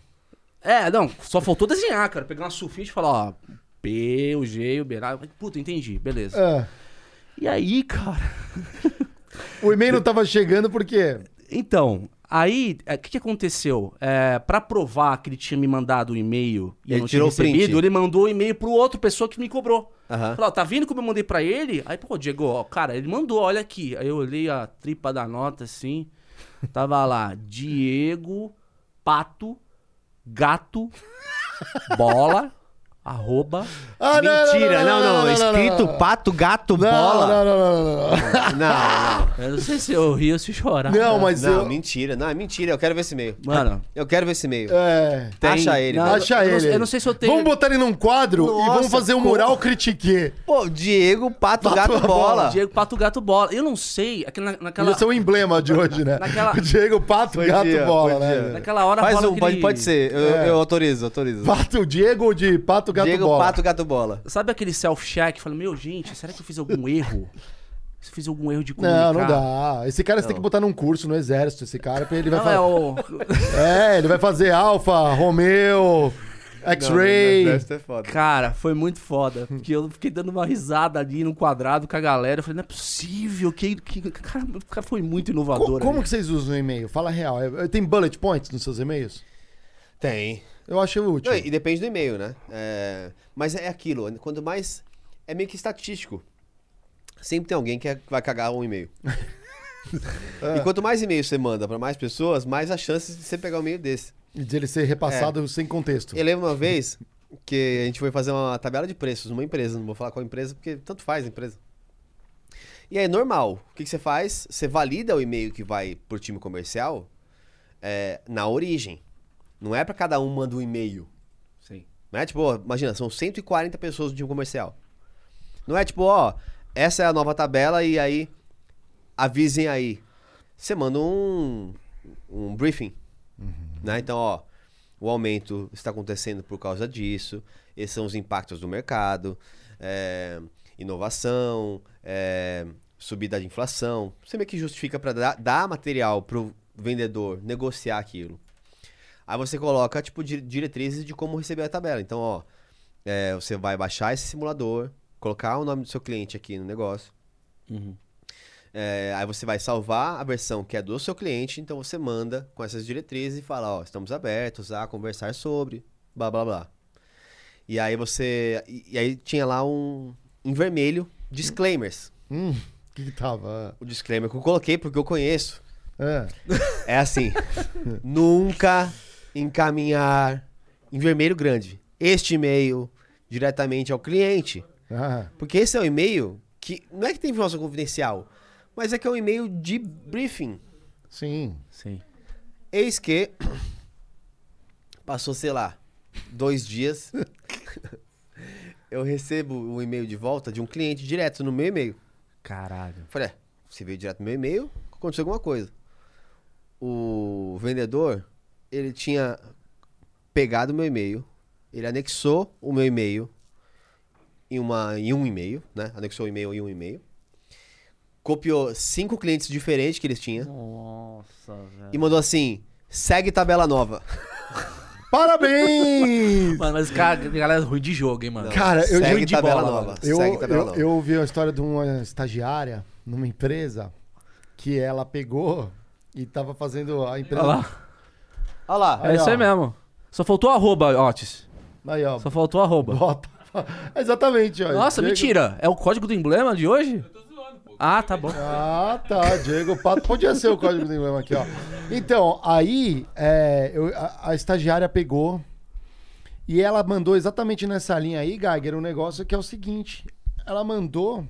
C: É, não, só faltou desenhar, cara. Pegar uma sulfite e falar, ó, P, o G, o B. lá. Puta, entendi, beleza.
B: Ah,
C: E aí, cara,
B: o e-mail não tava chegando porque.
C: Então, aí, é, o que, que aconteceu? É, para provar que ele tinha me mandado o e-mail e
A: Ele
C: eu não
A: tirou o
C: tinha recebido,
A: print.
C: ele mandou o e-mail pro outro pessoa que me cobrou.
A: Aham.
C: Falou, ó, tá vendo como eu mandei pra ele? Aí, pô, Diego, ó, cara, ele mandou, olha aqui. Aí eu olhei a tripa da nota, assim, tava lá, Diego, pato, gato, bola, arroba...
B: Ah,
A: Mentira, não, não, Escrito pato, gato,
B: Não,
A: bola.
B: não, não, não, não, não.
A: Não, não.
C: Eu não sei se eu ri ou se chorar.
B: Não, mas
A: Não,
B: eu.
A: mentira. Não, é mentira. Eu quero ver esse e-mail.
C: Mano,
A: Eu quero ver esse e-mail.
B: É.
A: Tem- Acha ele.
C: não,
A: mano.
B: Acha
C: eu não-
B: ele.
C: eu não sei se eu tenho-
B: Vamos botar ele num quadro e vamos
A: Nossa,
B: fazer um
A: como?
B: mural critique.
A: Pô, Diego, pato, gato, bola.
C: Diego, pato, gato, bola. Eu não sei, é que na- naquela...
B: Ia ser o um emblema de hoje, né?
C: Naquela-
B: O Diego Pato,
A: Foi
B: gato,
A: dia,
B: bola,
A: foi
B: né?
A: dia.
B: velho?
C: Naquela hora
A: Faz
C: rola
A: um, pode,
C: aquele-
A: pode ser. Eu,
B: É.
A: eu autorizo, autorizo.
B: Pato Diego de Pato Gato
A: Diego,
B: Bola.
A: pato, gato, bola.
C: Sabe aquele self-check? Fala, meu, gente, será que eu fiz algum erro? Se eu fiz algum erro de comunicar?
B: Não, não dá. Esse cara você tem que botar num curso no exército, esse cara, porque ele vai
C: Não, é
B: fazer.
C: o...
B: É, ele vai fazer Alfa, Romeo, X-Ray.
A: é foda.
C: Cara, foi muito foda. Porque eu fiquei dando uma risada ali no quadrado com a galera. Eu falei, não é possível. Que, que... Cara, o cara foi muito
B: Co-
C: inovador.
B: Como
C: ali.
B: que vocês usam o e-mail? Fala a real. É- Tem bullet points nos seus e-mails?
A: Tem.
B: Eu acho útil.
A: Não, e depende do e-mail, né? É, Mas é aquilo, quanto mais. É meio que estatístico. Sempre tem alguém que é- vai cagar um e-mail. E quanto mais e-mail você manda pra mais pessoas, mais a chance de você pegar um e-mail desse.
B: E de ele ser repassado sem contexto.
A: Eu lembro uma vez que a gente foi fazer uma tabela de preços numa empresa. Não vou falar qual empresa, porque tanto faz a empresa. E aí, normal. O que, que você faz? Você valida o e-mail que vai pro time comercial é, na origem. Não é pra cada um manda um e-mail.
C: Sim.
A: Não é tipo, ó, imagina, são 140 pessoas do time comercial. Não é tipo, ó, essa é a nova tabela e aí avisem aí. Você manda um, um briefing. Né? Então, ó, o aumento está acontecendo por causa disso, esses são os impactos do mercado, é, inovação, é, subida de inflação. Você meio que justifica para dar, dar material para o vendedor negociar aquilo. Aí você coloca, tipo, di- diretrizes de como receber a tabela. Então, ó, é, você vai baixar esse simulador, colocar o nome do seu cliente aqui no negócio.
C: Uhum.
A: É, aí você vai salvar a versão que é do seu cliente, então você manda com essas diretrizes e fala, ó, estamos abertos a conversar sobre, blá blá blá. E aí você. E, e aí tinha lá um em vermelho, disclaimers.
B: Hum, o que, que tava?
A: O disclaimer que eu coloquei porque eu conheço.
B: É.
A: É assim. nunca encaminhar em vermelho grande este e-mail diretamente ao cliente.
B: Ah.
A: Porque esse é o e-mail que não é que tem informação confidencial, mas é que é um e-mail de briefing.
B: Sim.
C: Sim.
A: Eis que passou, sei lá, dois dias. eu recebo um e-mail de volta de um cliente direto no meu e-mail.
C: Caralho.
A: Falei, é, você veio direto no meu e-mail, aconteceu alguma coisa. O vendedor, ele tinha pegado o meu e-mail, ele anexou o meu e-mail em, uma, em um e-mail, né? Anexou o e-mail em um e-mail. Copiou cinco clientes diferentes que eles tinham
C: Nossa, velho.
A: e mandou assim: segue tabela nova.
B: Parabéns!
C: Mano, mas cara, a galera é ruim de jogo, hein, mano.
B: Cara,
A: Então,
B: eu
A: segue
C: juro de
A: tabela
C: bola,
A: nova.
C: mano.
B: Eu,
A: segue tabela
B: eu,
A: nova.
B: eu ouvi a história de uma estagiária numa empresa que ela pegou e tava fazendo a
C: Olha
B: empresa.
C: lá.
A: Olha lá.
B: Aí,
C: É isso
B: ó.
C: aí mesmo. Só faltou arroba, Otis.
B: Aí, ó.
C: Só faltou arroba.
B: Bota. Exatamente, ó.
C: Nossa,
B: Diego-
C: mentira. É o código do emblema de hoje?
F: Eu tô zoando, pô.
C: Ah, tá bom.
B: Ah, tá. Diego Pato. Podia ser o código do emblema aqui, ó. Então, aí é, eu- a, a estagiária pegou e ela mandou exatamente nessa linha aí, Geiger, um negócio que é o seguinte. Ela mandou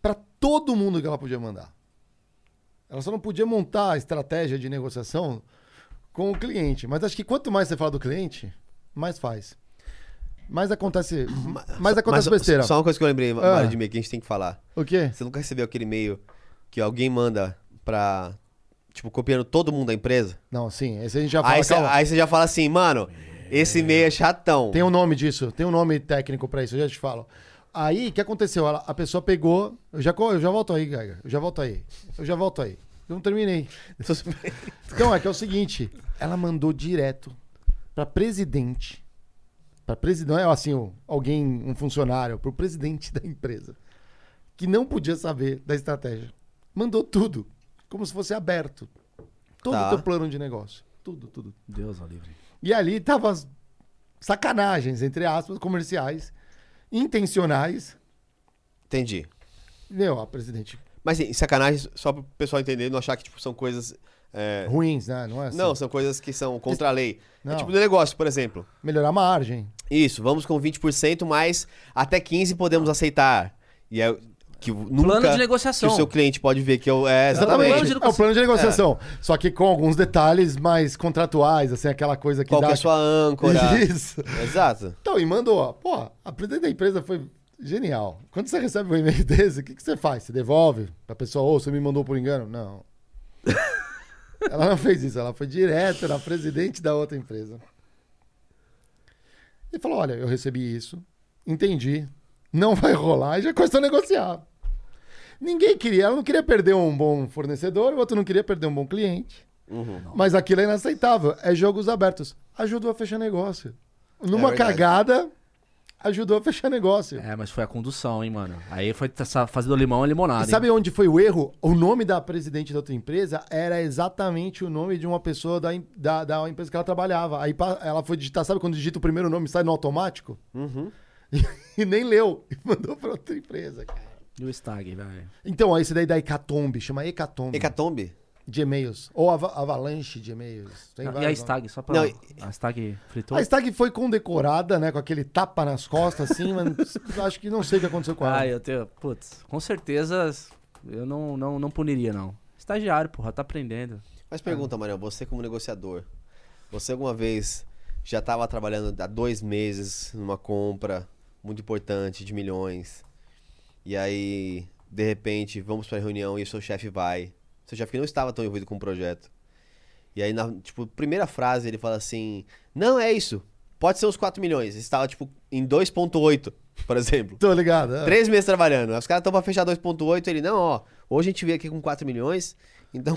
B: pra todo mundo que ela podia mandar. Ela só não podia montar a estratégia de negociação com o cliente. Mas acho que quanto mais você fala do cliente, mais faz. Mais acontece, mais acontece
A: Uhum. Mas
B: besteira.
A: Só uma coisa que eu lembrei,
B: Ah.
A: Mário de meio que a gente tem que falar.
B: O quê?
A: Você nunca recebeu aquele e-mail que alguém manda pra. Tipo, copiando todo mundo da empresa?
B: Não, sim, esse a gente já fala. é
A: Aí você,
B: calma.
A: aí você já fala assim, mano, esse e-mail é chatão.
B: Tem um nome disso, tem um nome técnico pra isso, eu já te falo. Aí, o que aconteceu? Ela- a pessoa pegou. Eu já, co- eu já volto aí, Gaga. Eu já volto aí. Eu já volto aí. Eu não terminei. Então, é que é o seguinte: ela mandou direto pra presidente. Pra presidente, não é assim, o- alguém, um funcionário, pro presidente da empresa. Que não podia saber da estratégia. Mandou tudo. Como se fosse aberto. Todo o
A: Tá.
B: teu plano de negócio. Tudo, tudo.
C: Deus, ó livre.
B: E ali tava as sacanagens, entre aspas, comerciais, intencionais.
A: Entendi.
B: Meu, a presidente.
A: Mas assim, sacanagem, só pro pessoal entender, não achar que tipo, são coisas. é,
B: Ruins, né? Não é assim.
A: Não, são coisas que são contra a lei.
B: Não.
A: É tipo do negócio, por exemplo.
B: Melhorar a margem.
A: Isso, vamos com 20%, mas até 15% podemos aceitar. E é que nunca
C: Plano de
A: que
C: negociação.
A: o seu cliente pode ver que eu. É, exatamente.
C: Plano de
B: É o plano de negociação. Só que com alguns detalhes mais contratuais, assim, aquela coisa que
A: Qual que
B: dá.
A: é a sua âncora?
B: Isso.
A: Exato.
B: Então, e mandou, ó. Pô, a presidente da empresa foi genial. Quando você recebe um e-mail desse, o que, que você faz? Você devolve pra pessoa, ou você me mandou por engano? Não. ela não fez isso, ela foi direto na presidente da outra empresa. E falou: olha, eu recebi isso, entendi, não vai rolar, e já começou a negociar. Ninguém queria, ela não queria perder um bom fornecedor, o outro não queria perder um bom cliente.
A: Uhum.
B: Mas aquilo é inaceitável. É jogos abertos. Ajudou a fechar negócio. Numa
A: É verdade.
B: cagada, ajudou a fechar negócio.
C: É, mas foi a condução, hein, mano. Aí foi traçar- fazer do limão a limonada.
B: E
C: hein?
B: sabe onde foi o erro? O nome da presidente da outra empresa era exatamente o nome de uma pessoa da, em- da, da empresa que ela trabalhava. Aí pa- ela foi digitar, sabe quando digita o primeiro nome e sai no automático?
A: Uhum.
B: E, nem leu. E mandou pra outra empresa, cara.
C: E o Stag, velho.
B: Então, ó, esse daí da Hecatombe, chama Hecatombe
A: Hecatombe?
B: de e-mails. Ou ava- Avalanche de e-mails. Tem
C: E a
B: vários nomes.
C: Stag, só pra.
A: Não, e-
C: A Stag fritou.
B: A Stag foi condecorada, né? Com aquele tapa nas costas, assim, mas acho que não sei o que aconteceu com ela.
C: Ah, eu tenho. Putz, com certeza eu não, não, não puniria, não. Estagiário, porra, tá aprendendo.
A: Mas pergunta, Marião, você como negociador, você alguma vez já estava trabalhando há dois meses numa compra muito importante de milhões, e aí, de repente, vamos para reunião e o seu chefe vai, seu chefe que não estava tão envolvido com o projeto, e aí, na tipo, primeira frase ele fala assim, não, é isso, pode ser os 4 milhões, estava, tipo, em 2.8, por exemplo.
B: Tô ligado. é.
A: Ah. Três meses trabalhando, os caras estão para fechar 2.8, ele, não, ó, hoje a gente veio aqui com 4 milhões, então...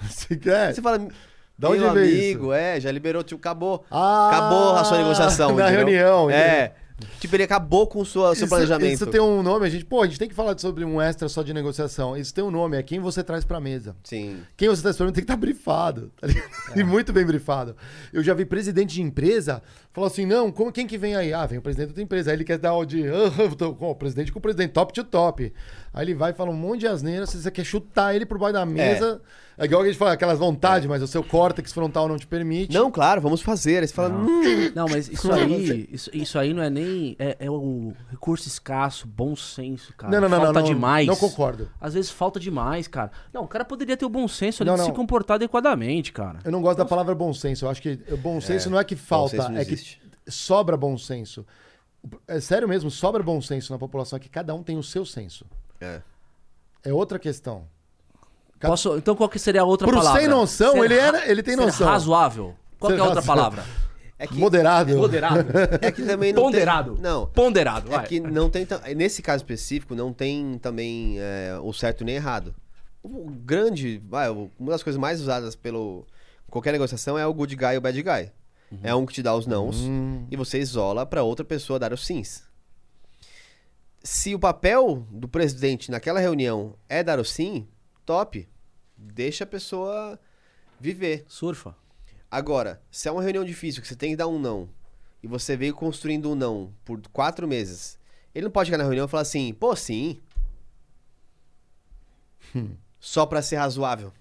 B: Você quer?
A: Você fala,
B: É. Da
A: da
B: onde
A: meu
B: veio
A: amigo, é, já liberou, tipo, acabou.
B: Ah,
A: acabou a sua negociação.
B: na
A: entendeu?
B: reunião,
A: É. Tipo, ele acabou com sua, seu
B: Isso-
A: planejamento.
B: Isso tem um nome, a gente. Pô, a gente tem que falar sobre um extra só de negociação. Isso tem um nome, é quem você traz pra mesa.
A: Sim.
B: Quem você traz pra mesa tem que estar brifado, tá ligado?
A: É.
B: E muito bem brifado. Eu já vi presidente de empresa falar assim: não, como, quem que vem aí? Ah, vem o presidente da empresa. Aí ele quer dar o de. "Ah, eu tô com o presidente com o presidente, top to top. Aí ele vai e fala um monte de asneira, você quer chutar ele por baixo da mesa. É, igual a gente fala, aquelas vontades, mas o seu córtex frontal não te permite.
A: Não, claro, vamos fazer. Aí você fala, hum,
C: Não, mas isso aí, isso, isso aí não é nem. É, é o recurso escasso, bom senso, cara.
B: não, não, não.
C: Falta
B: não,
C: demais.
B: Não concordo.
C: Às vezes falta demais, cara. Não, o cara poderia ter o bom senso ali
B: Não,
C: de se
B: não.
C: comportar adequadamente, cara.
B: Eu não gosto da palavra bom senso. Eu acho que eh, bom senso não é que falta,
A: senso não
B: é que
A: existe.
B: sobra bom senso. É sério mesmo, sobra bom senso na população, é que cada um tem o seu senso.
A: É.
B: É outra questão. Ca-
C: Posso, então qual que seria a outra
B: Pro
C: palavra?
B: sem noção,
C: Ser
B: ele
C: ra-
B: era- ele tem
C: ser
B: noção.
C: razoável. Qual que é a outra
B: Será-
C: palavra?
A: É que,
B: Moderado.
C: Moderado.
A: é que também não tem-
C: Ponderado.
A: não.
C: Ponderado, vai.
A: É que não tem. tam- Nesse caso específico, não tem também é, o certo nem errado. O grande. vai, o- uma das coisas mais usadas pelo. Qualquer negociação é o good guy e o bad guy.
C: Uhum.
A: É um que te dá os nãos
B: Hum.
A: e você isola pra outra pessoa dar os sims. Se o papel do presidente naquela reunião é dar o sim, top. Deixa a pessoa viver.
C: Surfa.
A: Agora, se é uma reunião difícil que você tem que dar um não, e você veio construindo um não por quatro meses, ele não pode chegar na reunião e falar assim, pô, sim. Só pra ser razoável.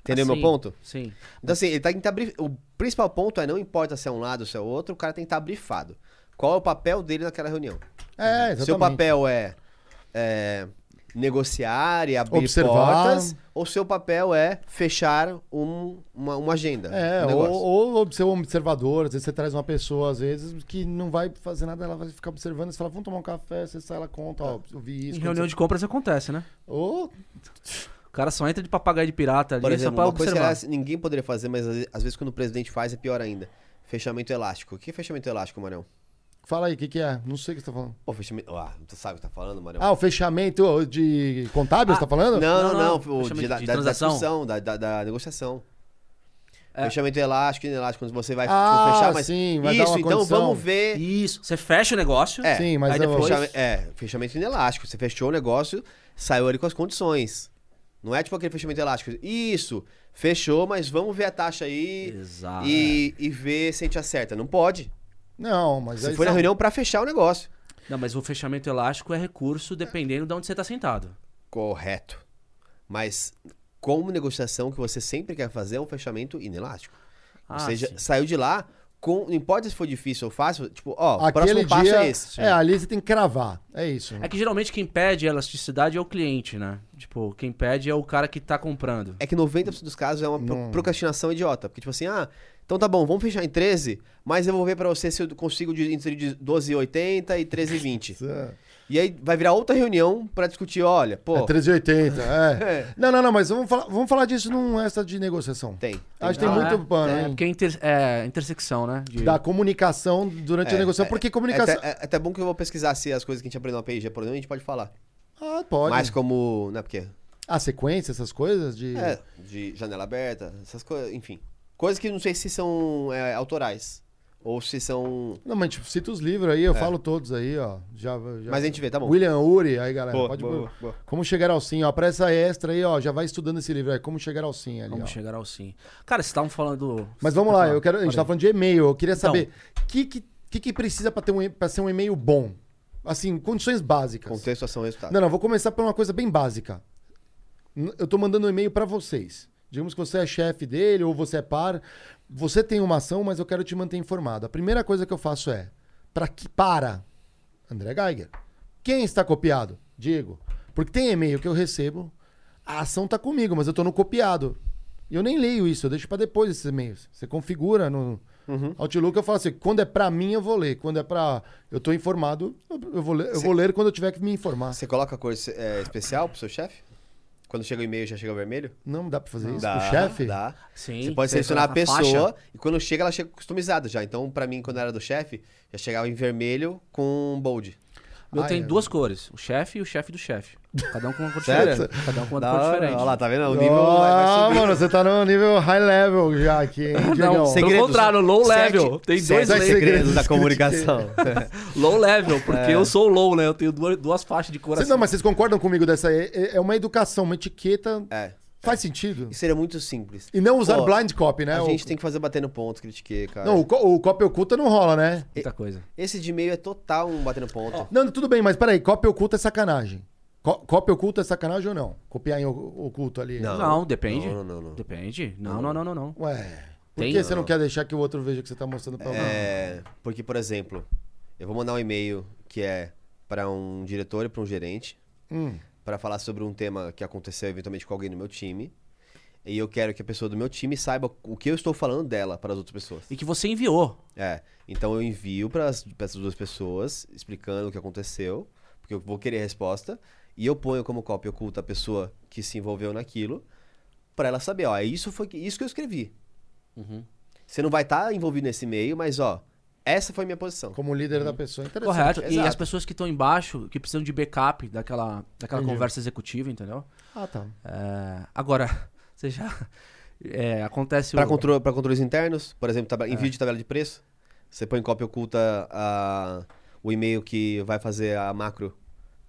A: Entendeu
C: Assim,
A: meu ponto?
C: Sim.
A: Então, assim, ele tá, tem que estar bri- O principal ponto é, não importa se é um lado ou se é outro, o cara tem que estar brifado. Qual é o papel dele naquela reunião?
B: É, exatamente.
A: Seu papel é, é, negociar e abrir
B: Observar.
A: portas, ou seu papel é fechar um- uma, uma agenda.
B: É,
A: um
B: ou,
A: negócio.
B: ou ob- ser um observador, às vezes você traz uma pessoa, às vezes, que não vai fazer nada, ela vai ficar observando, você fala, vamos tomar um café, você sai, ela conta, ó, eu vi isso.
C: Em reunião de compras acontece, né?
B: Ou
C: O cara só entra de papagaio de pirata ali
B: é
A: Por exemplo,
C: só pra
A: uma coisa que
C: observar.
A: aliás, ninguém poderia fazer, mas às ve- às vezes quando o presidente faz é pior ainda. Fechamento elástico. O que é fechamento elástico, Marão?
B: fala aí, o que que é? Não sei o que você tá falando.
A: Pô, fechamento. Ah, tu sabe o que tá falando, Marão?
B: Ah, o fechamento de contábil,
C: Ah,
B: você tá falando?
A: não, não,
C: não,
A: não.
C: não.
A: o de-
C: Fechamento
A: da,
C: de
A: da- da
C: transação?
A: discussão, da, da- da negociação.
C: É.
A: Fechamento elástico, inelástico, quando você vai tipo,
B: Ah,
A: fechar, mas.
B: sim, vai
A: Isso,
B: dar uma
A: então
B: condição.
A: vamos ver.
C: Isso. Você fecha o negócio.
A: É,
B: Sim, mas
C: aí
B: eu-
C: depois-
A: Fechame- É, fechamento inelástico. Você fechou o negócio, saiu ali com as condições. Não é tipo aquele fechamento elástico. Isso, fechou, mas vamos ver a taxa aí
C: Exato.
A: e,
C: é.
A: e ver se a gente acerta. Não pode.
B: Não, mas
A: Você
B: aí tá
A: foi na
B: são-
A: reunião pra fechar o negócio.
C: Não, mas o fechamento elástico é recurso dependendo de onde você tá sentado.
A: Correto. Mas como negociação que você sempre quer fazer é um fechamento inelástico.
C: Ah,
A: ou seja,
C: sim.
A: saiu de lá com, não importa se foi difícil ou fácil, tipo, ó, o
B: Aquele
A: próximo passo
B: dia,
A: é esse.
B: é, ali você tem que cravar, é isso.
C: É que geralmente quem pede elasticidade é o cliente, né? Tipo, quem pede é o cara que tá comprando.
A: É que 90% dos casos é uma pro-
B: Não.
A: procrastinação idiota, porque tipo assim, ah, então tá bom, vamos fechar em 13, mas eu vou ver pra você se eu consigo de- entre de 12,80 e 13,20.
B: Isso.
A: e aí vai virar outra reunião pra discutir, olha, pô,
B: É 1380, é.
A: É.
B: Não, não, não, mas vamos falar, vamos falar disso num extra de negociação.
A: tem.
B: Acho que tem
A: Tá.
C: Ah,
B: muito
C: é?
B: pano,
C: É,
B: hein?
C: porque é, inter- é intersecção, né? De-
B: Da comunicação durante a negociação, porque
A: É
B: comunicação...
A: até, é até bom que eu vou pesquisar se as coisas que a gente aprendeu na PIG, é por exemplo, a gente pode falar.
B: Ah, pode.
A: Mas como. Não é porque.
B: A sequência, essas coisas de...
A: É, de janela aberta, essas coisas, enfim. Coisas que não sei se são é, autorais. Ou se são.
B: Não, mas tipo, cita os livros aí, eu falo todos aí, ó. Já, já...
A: É. Mas a gente vê, tá bom.
B: William Uri, aí galera,
D: Boa,
B: pode...
D: boa, boa.
B: Como chegar ao sim, ó, pra essa extra aí, ó, já vai estudando esse livro aí, como chegar ao sim ali,
C: Vamos
B: ó.
C: chegar ao sim. Cara, vocês estavam falando.
B: É Mas vamos lá, eu quero, a gente
C: Olha
B: tá
C: aí.
B: falando de e-mail, eu queria
C: Então.
B: saber o que, que, que que precisa pra, ter um, e- pra ser um e-mail bom? Assim, condições básicas.
A: Contexto, ação, resultado.
B: Não, não, vou começar por uma coisa bem básica. N- Eu tô mandando um e-mail pra vocês. Digamos que você é chefe dele ou você é par. Você tem uma ação, mas eu quero te manter informado. A primeira coisa que eu faço é: para que para? André Geiger. Quem está copiado? Diego. Porque tem e-mail que eu recebo, a ação tá comigo, mas eu tô no copiado. E eu nem leio isso, eu deixo pra depois esses e-mails. Você configura no Outlook, eu falo assim, quando é pra mim eu vou ler, quando é pra eu tô informado, eu eu vou ler, eu vou ler quando eu tiver que me informar.
A: Você coloca a cor é, especial pro seu chefe? Quando chega o e-mail já chega vermelho?
B: Não dá pra fazer isso pro chefe?
A: Dá.
C: Sim,
A: Você pode
C: você
A: selecionar a
C: coloca a
A: pessoa e quando chega, ela chega customizada já. Então, pra mim, quando era do chefe, já chegava em vermelho com um bold.
C: Eu
B: Ah,
C: tenho
B: é.
C: duas cores, o chefe e o chefe do chefe. Cada um com uma cor
A: Sério?
C: diferente. Cada um com uma
A: Da
C: cor
A: hora.
C: diferente.
A: Olha lá, tá vendo? O nível vai, vai
B: Ah,
A: subindo.
B: mano, você tá no nível high level já aqui, hein, Diegão?
C: sei- Pelo contrário, low level. Tem dois
A: sete
B: layers.
A: segredos da comunicação.
C: Low level, porque
A: É.
C: eu sou low, né? Eu tenho duas, duas faixas de cor
B: Vocês-
C: assim.
B: não, é mas vocês concordam comigo dessa? É, é uma educação, uma etiqueta.
A: É.
B: Faz sentido.
A: Isso seria muito simples.
B: E não usar
A: Pô,
B: blind copy, né?
A: a
B: O-
A: gente tem que fazer batendo ponto, critiquei, cara.
B: Não, o, co- o copy oculta não rola, né?
C: Muita coisa.
A: Esse de e-mail é total um batendo ponto.
B: Não, tudo bem, mas peraí, copy oculta é sacanagem. Co copy oculta é sacanagem ou não? Copiar em o- oculto ali.
A: Não.
C: Não, depende.
A: Não, não, não.
C: Depende. Não, não, não, não, não.
B: Ué. Por
C: Tem-
B: que você não quer deixar que o outro veja que você tá mostrando pra alguém?
A: É, porque, por exemplo, eu vou mandar um e-mail que é para um diretor e para um gerente
B: Hum.
A: para falar sobre um tema que aconteceu eventualmente com alguém do meu time. E eu quero que a pessoa do meu time saiba o que eu estou falando dela para as outras pessoas.
C: E que você enviou.
A: É, então eu envio para essas duas pessoas explicando o que aconteceu, porque eu vou querer a resposta, e eu ponho como cópia oculta a pessoa que se envolveu naquilo, para ela saber, ó, é isso foi que- isso que eu escrevi. Você não vai estar envolvido nesse meio, mas ó, essa foi minha posição.
B: Como líder da pessoa. Interessante.
C: Correto. E
A: Exato.
C: as pessoas que estão embaixo, que precisam de backup daquela, daquela
B: Entendi.
C: conversa executiva, entendeu?
B: Ah, tá.
C: É, agora, você já. é, acontece
B: Tá
A: Para
C: o.
A: contro pra controles internos, por exemplo, tab- envio de tabela de preço, você põe em cópia oculta a- o e-mail que vai fazer a macro,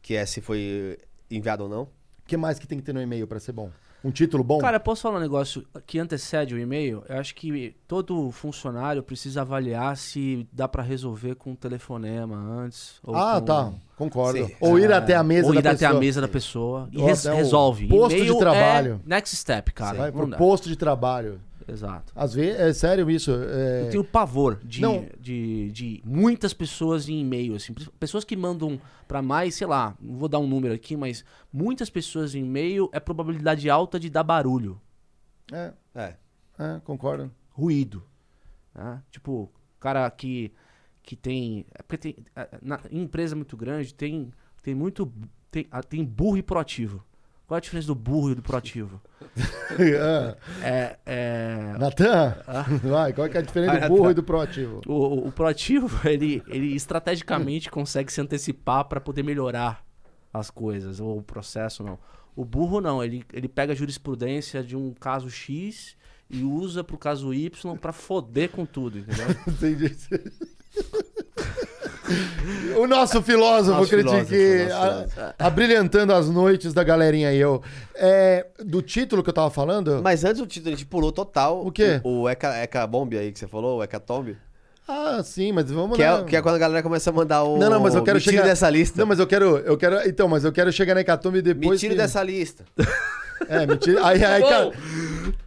A: que é se foi enviado ou não.
B: O que mais que tem que ter no e-mail pra ser bom? Um título bom?
C: Cara, eu posso falar um negócio que antecede o e-mail? Eu acho que todo funcionário precisa avaliar se dá pra resolver com um telefonema antes. Ou
B: ah,
C: com- um-
A: um
B: tá. Concordo.
A: Sim.
B: Ou ir até a mesa
C: Ou
B: da
C: ir
B: pessoa.
C: até a mesa da pessoa. E
B: Ou
C: res-
B: até o
C: resolve.
B: posto de
C: E-mail é
B: trabalho.
C: next step, cara.
B: Vai
C: Não
B: pro
C: dá.
B: posto de trabalho.
C: Exato.
B: Às vezes, é sério isso. é-
C: Eu tenho pavor de,
B: Não.
C: de, de muitas pessoas em e-mail, assim. Pessoas que mandam pra mais, sei lá, não vou dar um número aqui, mas muitas pessoas em e-mail é probabilidade alta de dar barulho,
B: É,
A: É.
B: é, concordo.
C: ruído. né? Tipo, cara que, que tem. É porque tem. é, Na, em empresa muito grande tem, tem muito. Tem, ah, tem burro e proativo. Qual é a diferença do burro e do proativo?
B: É.
C: É. é
B: Natan,
A: Ah.
B: vai, qual que é a diferença do burro e do proativo?
C: o, o- o proativo, ele, ele estrategicamente consegue se antecipar para poder melhorar as coisas, ou o processo não. O burro não, ele, ele pega a jurisprudência de um caso X e usa pro caso Y pra foder com tudo, entendeu?
B: Entendi. O nosso filósofo,
A: Nosso
B: critique,
A: filósofo, nosso
B: a- abrilhantando as noites da galerinha aí. Eu. É, do título que eu tava falando?
A: Mas antes o título, a gente pulou total.
B: O quê?
A: O, o Eca, Eca Bomb aí que você falou, o Eca Tomb.
B: Ah, sim, mas vamos
A: Que
B: lá.
A: é, que é quando a galera começa a mandar o.
B: Não, não, mas eu quero
A: Me tire
B: chegar
A: dessa lista.
B: Não, mas eu quero, eu quero, então, mas eu quero chegar na hecatombe depois.
A: Me tire
B: que-
A: dessa lista.
B: É, me tire. Aí, aí, cara,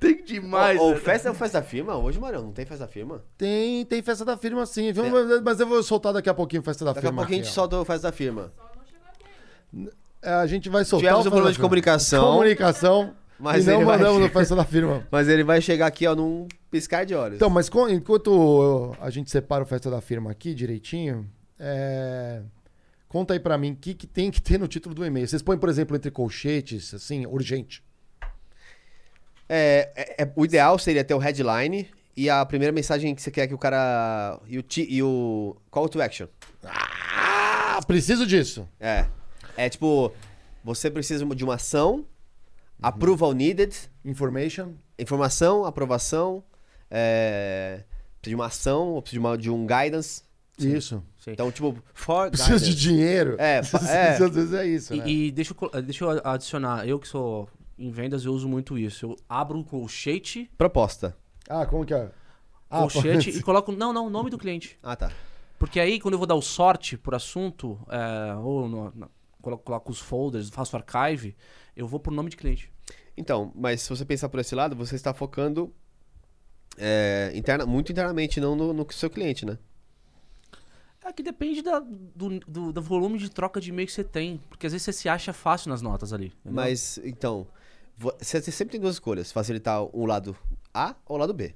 C: Tem demais.
A: ou
C: né?
A: festa ou festa firma? Hoje, Marão, não tem festa firma?
B: tem, tem festa da firma sim. viu? Mas- Mas eu vou soltar daqui a pouquinho festa da
A: Daqui a
B: firma.
A: pouquinho a gente
B: aqui, ó.
A: solta o festa firma.
E: Só não chegou até aí.
B: É, a gente vai soltar.
A: Tivemos
B: o
A: um problema
B: festa
A: de
B: da
A: comunicação,
B: firma. Comunicação.
A: Mas
B: e não
A: ele vai
B: mandamos no
A: chegar.
B: festa da firma.
A: mas ele vai chegar aqui, ó, num piscar de olhos.
B: Então, mas co- enquanto eu- a gente separa o Festa da Firma aqui direitinho, é, conta aí pra mim o que, que tem que ter no título do e-mail. Vocês põem, por exemplo, entre colchetes, assim, urgente.
A: É, é- é- o ideal seria ter o headline e a primeira mensagem que você quer que o cara. E o, ti- e o call to action.
B: Ah, preciso disso.
A: É. É tipo, você precisa de uma ação,
B: Uhum.
A: approval needed,
B: Information.
A: informação, aprovação, é, precisa de uma ação, ou precisa de, uma- de um guidance.
B: Isso.
C: Sim.
A: Então, tipo, for
B: Preciso de
A: guidance.
B: dinheiro.
A: É, pa- é.
B: Às vezes é isso,
C: E,
B: né?
C: e deixa, eu, col- deixa eu adicionar, eu que sou em vendas, eu uso muito isso. Eu abro o colchete,
A: Proposta.
B: Ah, como que é? Ah,
C: colchete e coloco. Não, não, o nome do cliente.
A: Ah, tá.
C: Porque aí, quando eu vou dar o sorte por assunto, é, ou no- na- colo- coloco os folders, faço archive, eu vou por nome de cliente.
A: Então, mas se você pensar por esse lado, você está focando é, interna- muito internamente, não no, no seu cliente, né?
C: É que depende da- do, do- do volume de troca de e-mail que você tem. Porque às vezes você se acha fácil nas notas ali. entendeu?
A: Mas, então, vo- você você sempre tem duas escolhas: facilitar o lado A ou o lado B.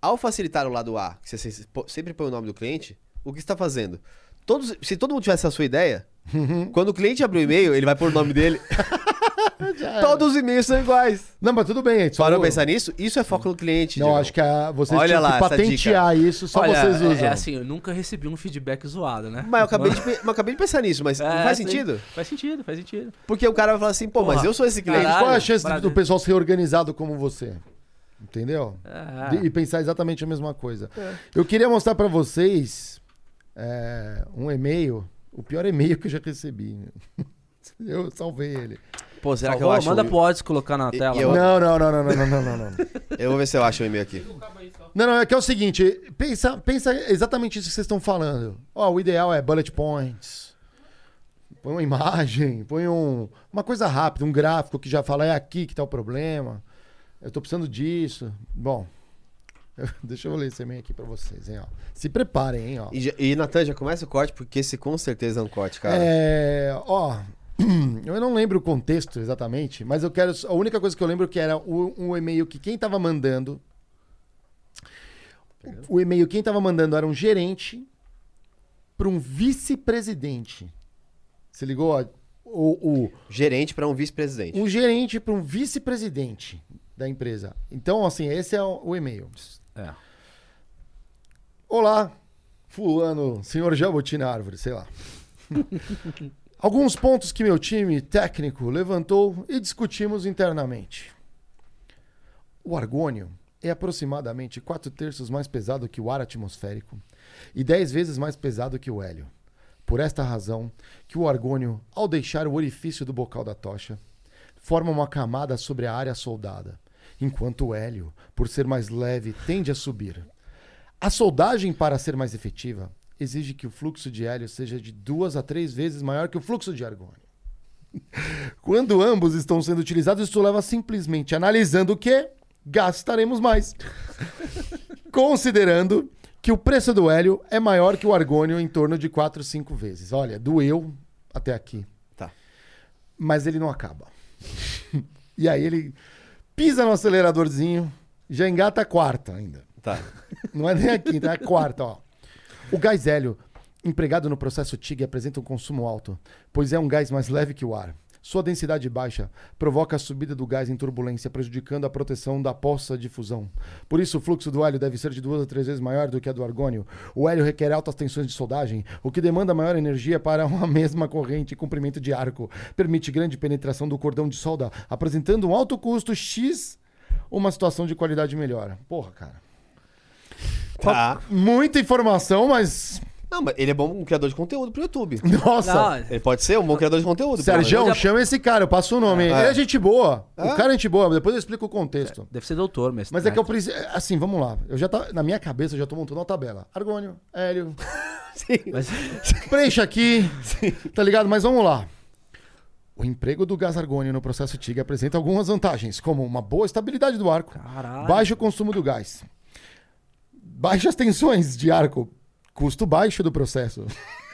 A: Ao facilitar o lado A, que você se- po- sempre põe o nome do cliente, o que você está fazendo? Todos, se todo mundo tivesse a sua ideia, quando o cliente abrir o e-mail, ele vai pôr o nome dele. Todos os e-mails são iguais.
B: Não, mas tudo bem. Só
A: Parou pra pensar nisso? Isso é foco no cliente.
B: Não,
A: Diego.
B: acho que a, vocês
A: Olha
B: tinham
A: lá
B: que
A: essa
B: patentear isso, só
C: Olha,
B: vocês
C: é-
B: usam.
C: É, assim, eu nunca recebi um feedback zoado, né?
A: Mas eu acabei, de, pe- mas eu acabei de pensar nisso, mas
C: É,
A: não faz
C: sim.
A: sentido?
C: Faz sentido, faz sentido.
A: Porque o cara vai falar assim, pô, mas
C: Porra,
A: eu sou esse cliente.
C: caralho.
B: Qual é a chance
C: parada.
B: do pessoal ser organizado como você? Entendeu?
C: É.
B: De- e pensar exatamente a mesma coisa. Eu queria mostrar pra vocês é, um e-mail, o pior e-mail que eu já recebi. Eu salvei ele.
A: Pô, será que eu
C: Salvou?
A: acho?
C: Manda
A: um-
C: pro Odds colocar na
A: E-
C: tela.
A: e eu-
B: Não, não, não, não, não, não, não, não.
A: Eu vou ver se eu acho o e-mail aqui.
B: Não, não, é que é o seguinte, pensa, pensa exatamente isso que vocês estão falando. Ó, o ideal é bullet points. Põe uma imagem, põe um, uma coisa rápida, um gráfico que já fala, é aqui que tá o problema. Eu tô precisando disso. Bom, eu- deixa eu ler esse e-mail aqui pra vocês, hein, ó. Se preparem, hein, ó.
A: E, já- e Natan, já começa o corte, porque esse com certeza é um corte, cara.
B: É, ó, eu não lembro o contexto exatamente, mas eu quero. A única coisa que eu lembro que era o, um e-mail que quem tava mandando. O e-mail quem tava mandando era um gerente para um vice-presidente. Se ligou? ó? O, o,
A: Gerente pra um vice-presidente.
B: Hum, um gerente para um vice-presidente da empresa. Então, assim, esse é o, o e-mail.
C: É.
B: Olá, fulano, senhor Jabuti na árvore, sei lá. Alguns pontos que meu time técnico levantou e discutimos internamente. O argônio é aproximadamente 4 terços mais pesado que o ar atmosférico e 10 vezes mais pesado que o hélio. Por esta razão, que o argônio, ao deixar o orifício do bocal da tocha, forma uma camada sobre a área soldada, enquanto o hélio, por ser mais leve, tende a subir. A soldagem, para ser mais efetiva, exige que o fluxo de hélio seja de duas a três vezes maior que o fluxo de argônio. Quando ambos estão sendo utilizados, isso leva simplesmente analisando o que gastaremos mais. Considerando que o preço do hélio é maior que o argônio em torno de 4, 5 vezes. Olha, doeu até aqui.
A: Tá.
B: Mas ele não acaba. e aí ele pisa no aceleradorzinho, já engata a quarta ainda.
A: Tá.
B: Não é nem a quinta, é a quarta, ó. O gás hélio, empregado no processo TIG, apresenta um consumo alto, pois é um gás mais leve que o ar. Sua densidade baixa provoca a subida do gás em turbulência, prejudicando a proteção da poça de fusão. Por isso, o fluxo do hélio deve ser de duas a três vezes maior do que a do argônio. O hélio requer altas tensões de soldagem, o que demanda maior energia para uma mesma corrente e comprimento de arco. Permite grande penetração do cordão de solda, apresentando um alto custo X, uma situação de qualidade melhor. Porra, cara.
A: Tá.
B: Muita informação, mas.
A: Não, mas ele é bom um criador de conteúdo pro YouTube.
B: Nossa!
C: Não,
A: Ele pode ser um bom criador de conteúdo. pelo
B: Sérgio,
A: menos.
C: Mas-
B: chama esse cara, eu passo o nome. Ele é gente boa.
A: É?
B: O cara é gente boa, depois eu explico o contexto.
C: deve ser doutor, mestre.
B: Mas é que eu preciso. Assim, vamos lá. Eu já tá, na minha cabeça eu já tô montando uma tabela. Argônio, hélio.
C: Mas-
B: Preencha aqui. Tá ligado? Mas vamos lá. O emprego do gás argônio no processo TIG apresenta algumas vantagens, como uma boa estabilidade do arco,
C: Caralho.
B: baixo consumo do gás, baixas tensões de arco, custo baixo do processo.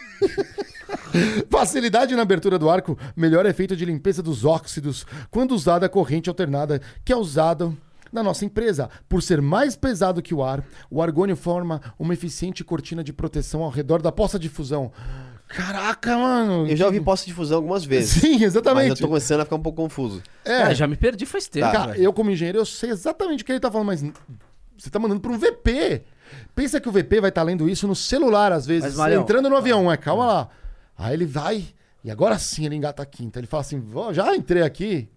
B: Facilidade na abertura do arco, melhor efeito de limpeza dos óxidos quando usada a corrente alternada, que é usada na nossa empresa. Por ser mais pesado que o ar, o argônio forma uma eficiente cortina de proteção ao redor da poça de fusão. Caraca, mano!
A: Eu já ouvi posse de fusão algumas vezes.
B: Sim,
A: Mas eu
B: exatamente.
A: tô começando a ficar um pouco confuso.
B: É.
C: Ah, já me perdi faz tempo.
B: Cara,
C: velho.
B: eu como engenheiro, eu sei exatamente o que ele tá falando, mas você tá mandando pra um VP. Pensa que o VP vai estar lendo isso no celular, às vezes,
C: Mas, Marião, tá.
B: entrando no avião, é, calma lá. Aí ele vai, e agora sim ele engata a quinta. Ele fala assim, "Vó, já entrei aqui,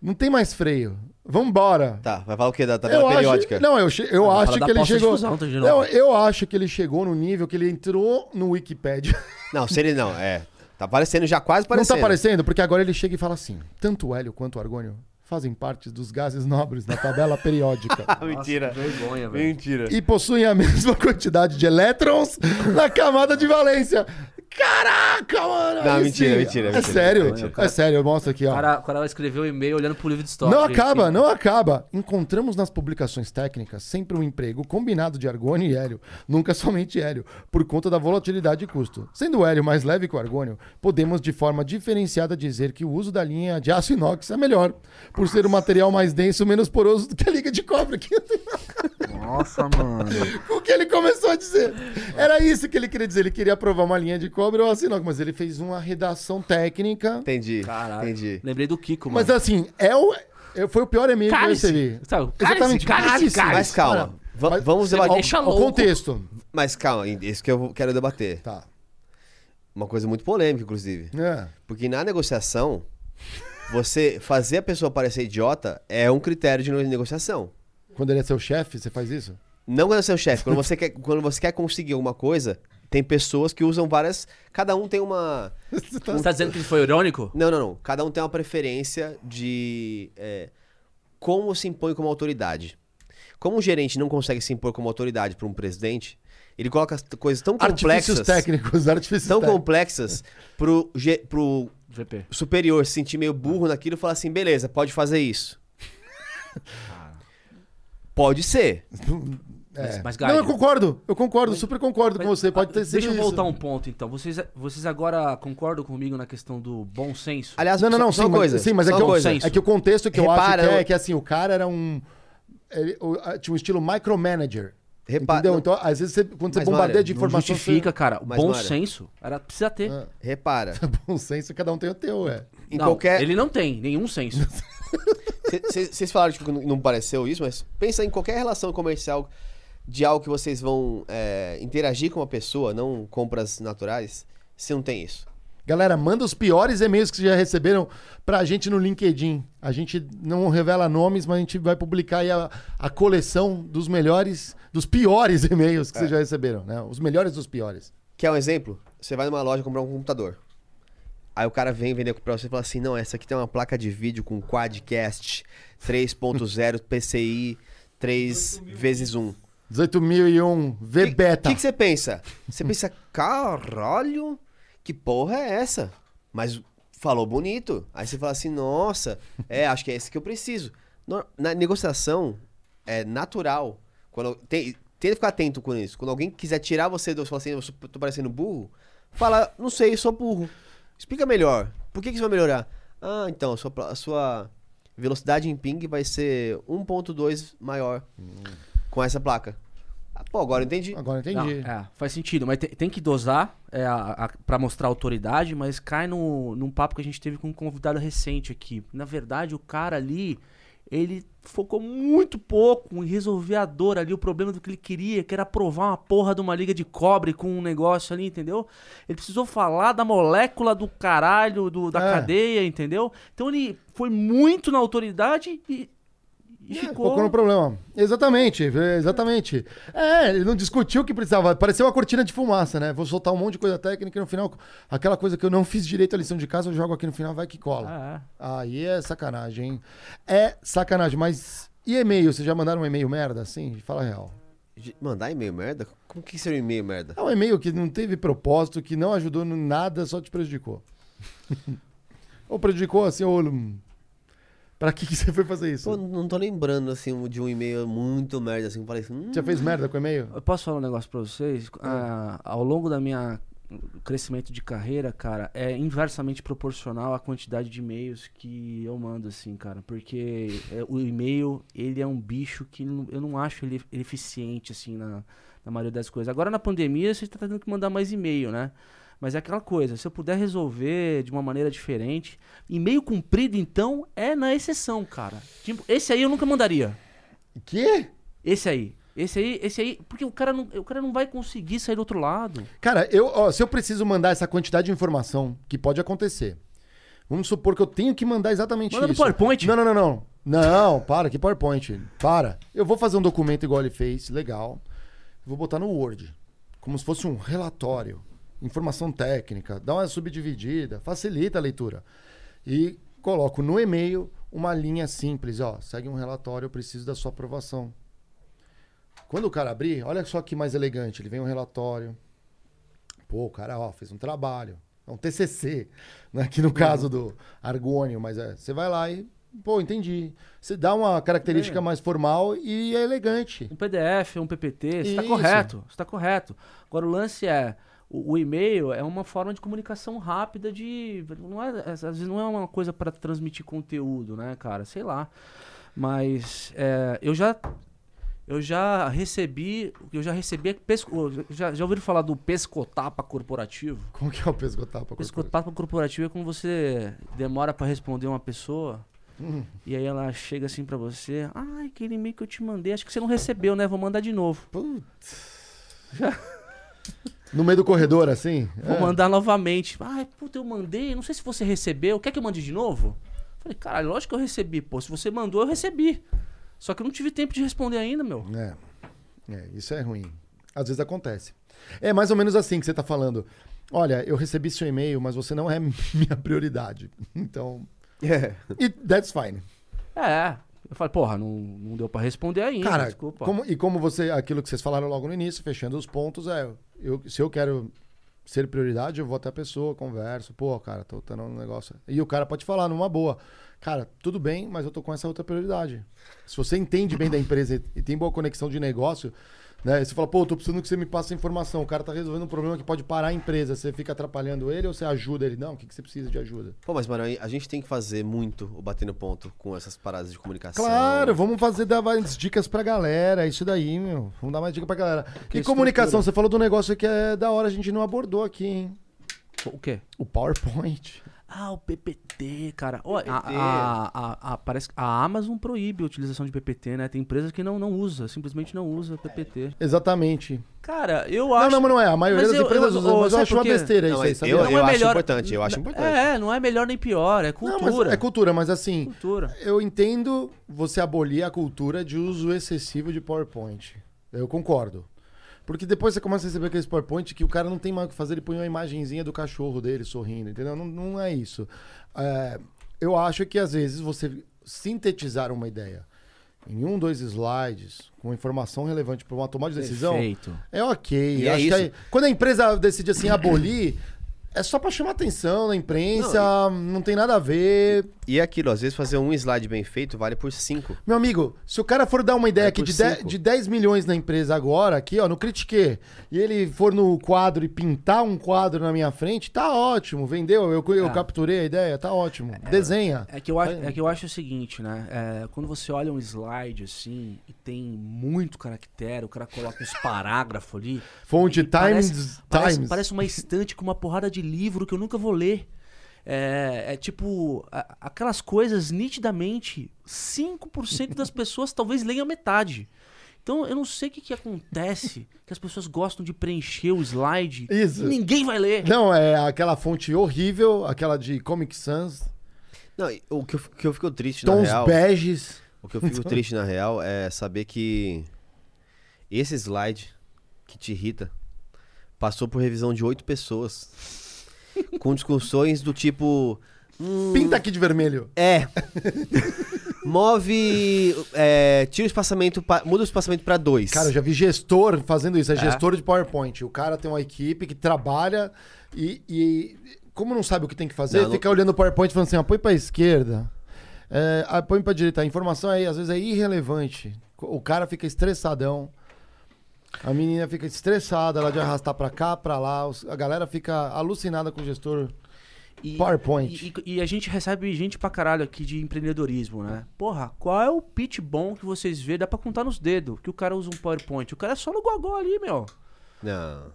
B: não tem mais freio, vambora.
A: Tá, vai falar o quê? Da tabela
B: Eu acho,
A: periódica?
B: não, eu, che- eu
C: Ah,
B: acho
C: fala da
B: que ele
C: posse de
B: chegou.
C: fusão, tá de novo.
B: eu, eu acho que ele chegou no nível que ele entrou no Wikipedia. tá
A: Não, se ele não, é. Tá parecendo já quase parecendo.
B: Não tá parecendo? Porque agora ele chega e fala assim: tanto o hélio quanto o argônio fazem parte dos gases nobres da tabela periódica.
D: Ah, mentira.
C: Que vergonha, velho.
D: Mentira.
B: e possuem a mesma quantidade de elétrons na camada de valência. Caraca, mano!
A: Não,
B: aí
A: mentira,
B: sim.
A: mentira,
B: É
A: mentira,
B: sério,
A: mentira.
B: é sério, eu mostro aqui, ó.
C: O cara, o cara lá escreveu um e-mail olhando pro livro de história. né?
B: Não acaba, não acaba. Encontramos nas publicações técnicas sempre um emprego combinado de argônio e hélio, nunca somente hélio, por conta da volatilidade e custo. Sendo o hélio mais leve que o argônio, podemos de forma diferenciada dizer que o uso da linha de aço inox é melhor, por ser o material mais denso, menos poroso do que a liga de cobre. Que...
C: Nossa, mano.
B: o que ele começou a dizer? Era isso que ele queria dizer. Ele queria provar uma linha de cobre ou aço inox, mas ele fez uma redação técnica.
A: Entendi.
C: Caralho.
A: Entendi.
C: Lembrei do Kiko, mano.
B: Mas assim, é o... é- Foi o pior e-mail que eu
C: Cálice.
B: recebi.
C: Sabe,
B: Exatamente,
C: cálice, cálice,
B: cálice.
C: cálice.
A: Mas calma. va-
B: mas-
A: vamos debater.
C: deixa
B: O
C: louco.
B: contexto.
A: Mas calma, isso que eu quero debater.
B: Tá.
A: Uma coisa muito polêmica, inclusive.
B: É.
A: Porque na negociação, você fazer a pessoa parecer idiota é um critério de negociação.
B: Quando ele é seu chefe, você faz isso?
A: Não quando é seu chefe. Quando você, quer, quando você quer conseguir alguma coisa, tem pessoas que usam várias. Cada um tem uma.
B: Você tá-
C: Você tá dizendo que ele foi irônico?
A: Não, não, não. Cada um tem uma preferência de é, como se impõe como autoridade. Como um gerente não consegue se impor como autoridade para um presidente, ele coloca as t- coisas tão
B: Artifícios
A: complexas,
B: técnicos, tá? artifícios
A: tão
B: técnicos.
A: complexas pro, ge- pro
C: VP.
A: superior se sentir meio burro naquilo e falar assim, beleza, pode fazer isso. pode ser.
B: É.
C: Mas,
B: Não, eu
C: Gaio,
B: concordo. Eu concordo, super concordo com
C: Mas,
B: você. Pode
C: ah,
B: ter sido
C: Deixa eu
B: isso.
C: voltar um ponto, então. Vocês, vocês agora concordam comigo na questão do bom senso?
A: Aliás,
B: Não, não, não.
A: só
B: Sim,
A: uma coisa.
B: mas, sim, mas é,
A: só
B: que
A: uma
B: eu-
A: coisa.
C: senso.
B: é que o contexto que
A: Repara,
B: eu acho que é,
A: eu-
B: é que assim, o cara era um... ele- o- a- tinha um estilo micromanager.
A: Repa-
B: Entendeu?
A: não.
B: Então, às vezes, você- quando você
A: Mas,
B: bombardeia
A: Mário,
B: de
C: Não
B: informação...
C: justifica, cara. O
A: Mas,
C: bom
A: Mário-
C: senso era, precisa ter.
B: Ah.
A: Repara,
B: Você... Bom senso, cada um tem o teu, é.
A: em
C: Não,
A: qualquer...
C: Ele não tem nenhum senso.
A: Vocês falaram tipo, que não- não pareceu isso, mas pensa em qualquer relação comercial de algo que vocês vão é, interagir com uma pessoa, não compras naturais, se não tem isso.
B: Galera, manda os piores e-mails que vocês já receberam pra gente no LinkedIn. A gente não revela nomes, mas a gente vai publicar aí a, a coleção dos melhores, dos piores e-mails que vocês
C: É.
B: já receberam, né? Os melhores dos piores.
A: Quer um exemplo? Você vai numa loja comprar um computador. Aí o cara vem vender pra você e fala assim: não, essa aqui tem uma placa de vídeo com quadcast 3.0 PCI 3 vezes 1.
B: 18.001
A: O
B: V-Beta.
A: que que você pensa? Você pensa, caralho, que porra é essa? Mas falou bonito. Aí você fala assim, nossa, é, acho que é esse que eu preciso. No- Na negociação, é natural. Quando tem, tem que ficar atento com isso. Quando alguém quiser tirar você do, falar assim, eu sou- tô parecendo burro, fala, não sei, eu sou burro. Explica melhor. Por que, que isso vai melhorar? Ah, então, a sua, pla- a sua velocidade em ping vai ser 1.2 maior com essa placa. Ah, pô, agora eu entendi.
B: Agora
C: Não,
B: entendi.
C: é, faz sentido, mas te- tem que dosar é, a- a- pra mostrar autoridade, mas cai no, num papo que a gente teve com um convidado recente aqui. Na verdade, o cara ali, ele focou muito pouco em resolver a dor ali, o problema do que ele queria, que era provar uma porra de uma liga de cobre com um negócio ali, entendeu? Ele precisou falar da molécula do caralho, do- da
B: É.
C: cadeia, entendeu? Então ele foi muito na autoridade e, e ficou...
B: É, Focou no problema. Exatamente, é, exatamente. É, ele não discutiu o que precisava. Pareceu uma cortina de fumaça, né? Vou soltar um monte de coisa técnica e no final, aquela coisa que eu não fiz direito a lição de casa, eu jogo aqui no final, vai que cola.
C: Ah, é.
B: Aí é sacanagem, hein? É sacanagem, mas. E e-mail? Vocês já mandaram um e-mail merda assim? Fala a real.
A: Ge- Mandar e-mail merda? Como que seria um e-mail merda?
B: É um e-mail que não teve propósito, que não ajudou em nada, só te prejudicou. ou prejudicou assim, ou. hum, Pra que, que você foi fazer isso?
A: Pô, não tô lembrando, assim, de um e-mail muito merda, assim, que eu falei assim... Hum,
B: Já fez merda com e-mail?
C: Eu posso falar um negócio pra vocês? Ah, ao longo da minha crescimento de carreira, cara, é inversamente proporcional à quantidade de e-mails que eu mando, assim, cara. Porque é, o e-mail, ele é um bicho que não- eu não acho ele, ele eficiente, assim, na, na maioria das coisas. Agora, na pandemia, você tá tendo que mandar mais e-mail, né? Mas é aquela coisa, se eu puder resolver de uma maneira diferente... E-mail comprido, então, é na exceção, cara. Tipo, esse aí eu nunca mandaria.
B: Quê?
C: Esse aí. Esse aí, esse aí. Porque o cara não, o cara não vai conseguir sair do outro lado.
B: Cara, eu, ó, se eu preciso mandar essa quantidade de informação, que pode acontecer. Vamos supor que eu tenho que mandar exatamente
C: Manda no
B: isso.
C: PowerPoint.
B: Não, não, não, não. Não, para, que PowerPoint. Para. Eu vou fazer um documento igual ele fez, legal. Vou botar no Word. Como se fosse um relatório. Informação técnica. Dá uma subdividida. Facilita a leitura. E coloco no e-mail uma linha simples. Ó, segue um relatório, eu preciso da sua aprovação. Quando o cara abrir, olha só que mais elegante. Ele vem um relatório. Pô, o cara ó, fez um trabalho. É um TCC, né? aqui no caso do Argônio, mas é, você vai lá e, pô, entendi. Você dá uma característica mais formal e é elegante.
C: Um PDF, um PPT, você tá
B: Isso.
C: correto. Você tá correto. Agora o lance é. O, o e-mail é uma forma de comunicação rápida de. Não é, às vezes não é uma coisa pra transmitir conteúdo, né, cara? Sei lá. Mas é, eu já. Eu já recebi. Eu já recebi. pesco- Já, já ouviram falar do pescotapa corporativo?
B: Como que é o pescotapa?
C: Pescotapa corporativo é quando você demora pra responder uma pessoa
B: Hum.
C: e aí ela chega assim pra você: Ah, aquele e-mail que eu te mandei, acho que você não recebeu, né? Vou mandar de novo.
B: Putz. No meio do corredor, assim?
C: Vou
B: É.
C: mandar novamente. Ah, puta, eu mandei, não sei se você recebeu, quer que eu mande de novo? Falei, caralho, lógico que eu recebi, pô. Se você mandou, eu recebi. Só que eu não tive tempo de responder ainda, meu.
B: É. É, isso é ruim. Às vezes acontece. É mais ou menos assim que você tá falando. Olha, eu recebi seu e-mail, mas você não é minha prioridade. Então.
A: É.
B: E that's fine.
C: É. Eu falei, porra, não, não deu pra responder ainda.
B: Cara,
C: né? desculpa.
B: como- e como você. Aquilo que vocês falaram logo no início, fechando os pontos, é. Eu, se eu quero ser prioridade, eu vou até a pessoa, converso. Pô, cara, tô tendo um negócio. E o cara pode falar numa boa. Cara, tudo bem, mas eu tô com essa outra prioridade. Se você entende bem da empresa e- e tem boa conexão de negócio, né? Você fala, pô, eu tô precisando que você me passe essa informação. O cara tá resolvendo um problema que pode parar a empresa. Você fica atrapalhando ele ou você ajuda ele? Não, o que, que você precisa de ajuda?
A: Pô, mas, mano, a gente tem que fazer muito o bater no ponto com essas paradas de comunicação.
B: Claro, vamos fazer dar mais dicas pra galera, é isso daí, meu. Vamos dar mais dica pra galera. e
C: estrutura.
B: comunicação, você um falou do negócio que é da hora, a gente não abordou aqui, hein?
C: O quê?
B: O PowerPoint.
C: Ah, o PPT, cara. Ó, é, a, a- a- a- parece que a Amazon proíbe a utilização de PPT, né? Tem empresas que não, não usa, simplesmente não usa PPT.
B: Exatamente.
C: Cara, eu
B: Não,
C: acho.
B: não, mas não é. A maioria
C: Mas
B: das
C: eu-
B: empresas
C: eu-
B: usa,
C: ô,
B: mas eu
C: sabe
B: acho
C: por
B: uma
C: quê?
B: besteira isso
A: Não,
B: aí,
A: eu-
B: sabe?
A: eu-
C: não é
A: acho
C: melhor-
A: importante, eu acho importante.
C: É, não é melhor nem pior, é
B: Não,
C: cultura.
B: mas é cultura, mas assim,
C: cultura.
B: eu entendo você abolir a cultura de uso excessivo de PowerPoint. Eu concordo. Porque depois você começa a receber aqueles PowerPoint que o cara não tem mais o que fazer, ele põe uma imagenzinha do cachorro dele sorrindo, entendeu? Não, não é isso. É, eu acho que às vezes você sintetizar uma ideia em um, dois slides, com informação relevante para uma tomada de decisão,
C: Perfeito.
B: é ok.
A: E é
B: Acho que
A: isso.
B: aí- quando a empresa decide assim abolir, é só pra chamar atenção na imprensa, não, tem nada a ver.
A: E é aquilo, às vezes fazer um slide bem feito vale por cinco.
B: Meu amigo, se o cara for dar uma ideia
A: É
B: aqui
A: por
B: de 10,
A: cinco.
B: de 10 milhões na empresa agora, aqui, ó, no Critique, e ele for no quadro e pintar um quadro na minha frente, tá ótimo, vendeu, eu, eu
C: É.
B: capturei a ideia, tá ótimo. Desenha.
C: É que, eu acho, é que eu acho o seguinte, né? É, quando você olha um slide assim e tem muito caractere, o cara coloca uns parágrafos ali.
B: Fonte
C: e parece-
B: Times.
C: Parece,
B: Times.
C: parece uma estante com uma porrada de livro que eu nunca vou ler. É, é tipo, a- aquelas coisas nitidamente, 5% das pessoas talvez leiam a metade. Então eu não sei o que, que acontece, que as pessoas gostam de preencher o slide
B: Isso.
C: e ninguém vai ler.
B: Não, é aquela fonte horrível, aquela de Comic Sans,
A: Não, e o que eu, o que eu fico triste, na
B: tons
A: real.
B: beges.
A: O que eu fico triste, na real, é saber que esse slide que te irrita passou por revisão de oito pessoas. Com discussões do tipo.
C: Hum.
B: Pinta aqui de vermelho.
A: É. Move. É, tira o espaçamento. pa- muda o espaçamento pra dois.
B: Cara, eu já vi gestor fazendo isso, é gestor de PowerPoint. O cara tem uma equipe que trabalha e, e como não sabe o que tem que fazer,
C: é
A: Não, não-
B: fica olhando o PowerPoint e falando assim, apoio pra esquerda, é, ah, põe pra direita. A informação aí, às vezes, é irrelevante. O cara fica estressadão. A menina fica estressada, ela de arrastar pra cá, pra lá. Os- A galera fica alucinada com o gestor.
C: E-
B: PowerPoint.
C: E, e- e a gente recebe gente pra caralho aqui de empreendedorismo, né? Porra, qual é o pitch bom que vocês vê? Dá pra contar nos dedos que o cara usa um PowerPoint. O cara é só no gogó ali, meu.
A: Não.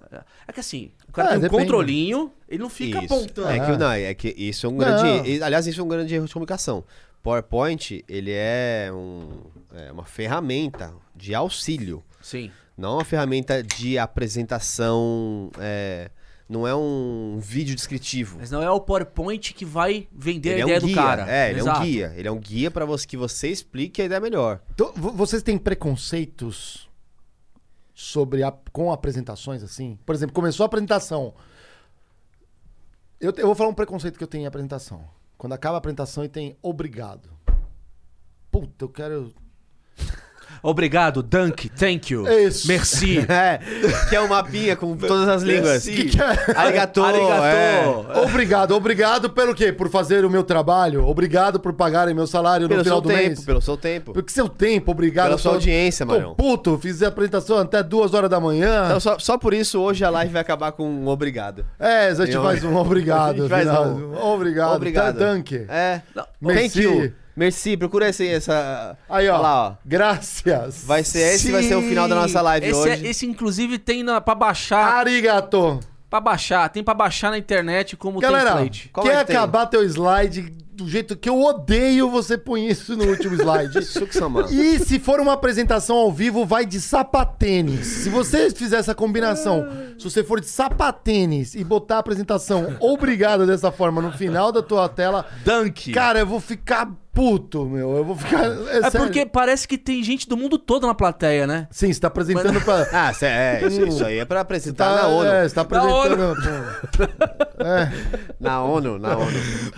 C: É que assim, o cara
B: É,
C: tem um
B: depende.
C: controlinho, ele não fica
A: isso.
C: apontando.
A: É que, não, é que isso é um
B: Não.
A: grande. e- Aliás, isso é um grande erro de comunicação. PowerPoint, ele é, um, é uma ferramenta de auxílio.
C: Sim.
A: Não é uma ferramenta de apresentação. é, não é um vídeo descritivo.
C: Mas não é o PowerPoint que vai vender
A: Ele
C: a
A: é um
C: ideia
A: guia.
C: do cara.
A: É, ele é
C: Exato.
A: um guia. Ele é um guia pra você, que você explique a ideia melhor.
B: Então, vo- vocês têm preconceitos sobre a- com apresentações assim? Por exemplo, começou a apresentação. Eu, te- eu vou falar um preconceito que eu tenho em apresentação. Quando acaba a apresentação e tem obrigado. Puta, eu quero.
C: Obrigado, Dunk, thank you.
B: É isso.
C: Merci.
A: É, que é um mapinha com todas as línguas. é.
B: Que que é?
A: Arigatou.
C: Arigatou.
B: Obrigado, obrigado pelo quê? Por fazer o meu trabalho? Obrigado por pagarem meu salário
A: Pelo
B: no final
A: seu
B: do
A: tempo,
B: mês?
A: pelo seu tempo.
B: Pelo seu tempo, obrigado.
A: Pela
B: Eu
A: sua
B: tô-
A: audiência,
B: tô
A: Marão.
B: Puto, fiz a apresentação até duas horas da manhã.
A: Então, só, só por isso, hoje a live vai acabar com um obrigado.
B: É, a gente
A: Eu-
B: faz um obrigado.
A: A gente faz
B: final.
A: um.
B: Obrigado.
A: Obrigado.
B: Tá, Danke.
A: É. Thank
B: Merci.
A: you. Merci. Procura esse, essa...
B: Aí, ó.
A: Olha lá, ó.
B: Graças.
A: Vai ser esse, vai ser o final da nossa live
C: esse, é-
A: hoje. Ah.
C: esse, inclusive, tem na, pra baixar.
B: Arigato.
C: Pra baixar. Tem pra baixar na internet como
B: Galera,
C: template.
A: Qual
B: quer
A: é que tem?
B: acabar teu slide do jeito que eu odeio, você põe isso no último slide.
A: Sucção, mano.
B: E se for uma apresentação ao vivo, vai de sapatênis. Se você fizer essa combinação, se você for de sapatênis e botar a apresentação obrigado dessa forma no final da tua tela,
C: Dunk.
B: cara, eu vou ficar puto, meu. Eu vou ficar. É,
C: É
B: sério.
C: porque parece que tem gente do mundo todo na plateia, né?
B: Sim, você tá apresentando pra.
A: Ah, cê- é, isso, isso aí é pra apresentar na ONU.
B: É, você tá
C: Da ONU.
B: apresentando. pô. É.
A: Na ONU, na ONU.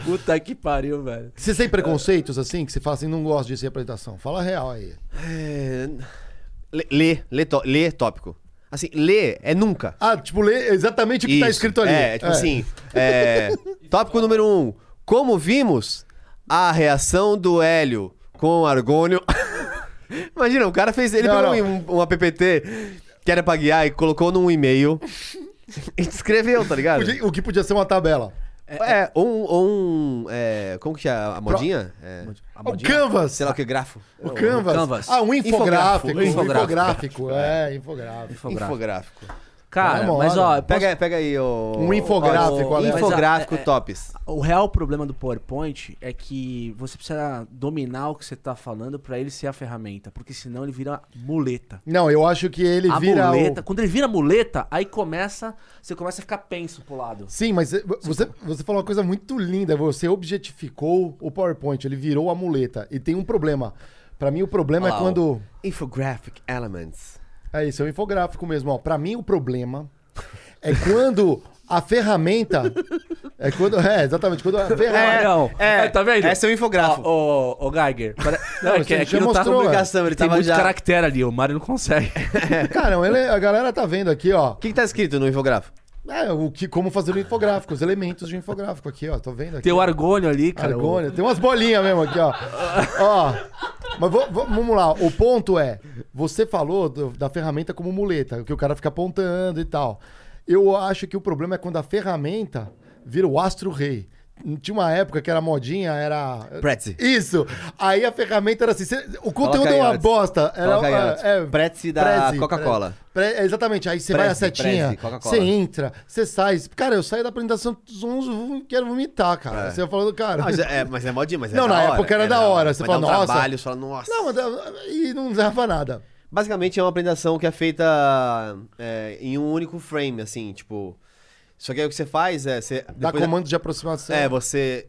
C: Puta que pariu, velho.
B: Você tem preconceitos assim? Que você fala assim, não gosto disso em apresentação. Fala a real aí.
A: É, lê- Lê, lê, tó- lê tópico. Assim, lê é nunca.
B: Ah, tipo, lê exatamente o que tá
A: Isso,
B: escrito ali.
A: É, tipo assim. é, tópico número um. Como vimos a reação do hélio com o argônio. Imagina, o cara fez. Ele
B: Não,
A: pegou
B: não.
A: Um, uma PPT que era pra guiar e colocou num e-mail e escreveu, tá ligado?
B: Podia- O que podia ser uma tabela.
A: É, ou um. Ou um é, como que é a modinha? É,
B: O Canvas.
A: sei lá o que, grafo.
B: O Canvas.
C: Canvas.
B: Ah, um infográfico.
C: Infográfico,
B: Infográfico.
C: infográfico.
B: É, infográfico.
C: Infográfico.
A: Infográfico.
C: Cara,
B: Vamos
C: mas
B: embora.
C: ó, pega
A: Pega, pega aí o...
B: Um infográfico,
A: o-
B: Alex.
A: Infográfico
C: Mas, é, é,
A: tops.
C: O real problema do PowerPoint é que você precisa dominar o que você tá falando pra ele ser a ferramenta, porque senão ele vira muleta.
B: Não, eu acho que ele
C: a
B: vira. o-
C: muleta, quando ele vira muleta, aí começa, você começa a ficar penso pro lado.
B: Sim, mas eh, você, você falou uma coisa muito linda. Você objetificou o PowerPoint, ele virou a muleta. E tem um problema. Pra mim, o problema
A: Olha
B: é
A: lá,
B: quando.
A: Infographic Elements.
B: É isso, é um infográfico mesmo. Ó. Pra mim, o problema é quando a ferramenta. É quando. É, exatamente. Quando a ferramenta.
C: não.
A: é,
C: tá vendo?
A: esse é o infográfico.
C: Ô, ô, ô, Geiger. pare- Não, é
B: você
C: que
B: já
C: aqui não tá
B: mostrou,
C: com
A: ué.
C: Tem
A: Tava
C: muito
A: já-
C: caractere ali, o Mário não consegue.
B: Cara, ele- a galera tá vendo aqui, ó.
A: O que, que tá escrito no infográfico?
B: É, o que, como fazer o infográfico, os elementos de infográfico aqui, ó. Tô vendo aqui.
C: Tem o argônio ali, cara. o-
B: Argônia. Tem umas bolinhas mesmo aqui, ó. ó. Mas vo- vo- vamos lá. O ponto é, você falou do- da ferramenta como muleta, que o cara fica apontando e tal. Eu acho que o problema é quando a ferramenta vira o astro rei. Tinha uma época que era modinha, era.
A: Pretzi.
B: Isso. Aí a ferramenta era assim. cê- o conteúdo
A: Coloca aí,
B: é uma
A: Alex.
B: bosta. Era,
A: Coloca aí, Alex.
B: é,
A: Pretzi da
B: Prezi,
A: Coca-Cola.
B: Prezi. Pre- é, exatamente. Aí você vai a
A: Prezi,
B: setinha,
A: Prezi, Coca-Cola.
B: você entra, você sai. Cara, eu saio da apresentação zonzo, quero vomitar, cara. Você falando, cara.
A: Não, mas é, mas é modinho, mas é
B: Não,
A: da
B: na
A: hora.
B: época era
A: é
B: da hora, você
A: Mas
B: fala,
A: dá um
B: nossa.
A: trabalho, você fala, nossa.
B: Não, mas dava- e não dava nada.
A: Basicamente é uma apresentação que é feita é, em um único frame, assim, tipo... Só que aí o que você faz é... Você,
B: Dá
A: depois-
B: comando né? de aproximação.
A: É, você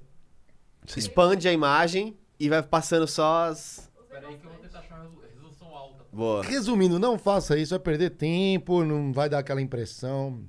A: expande a imagem e vai passando só as...
F: Peraí que eu vou tentar achar uma resolu- resolução alta.
A: Boa.
B: Resumindo, não faça isso, vai perder tempo, não vai dar aquela impressão.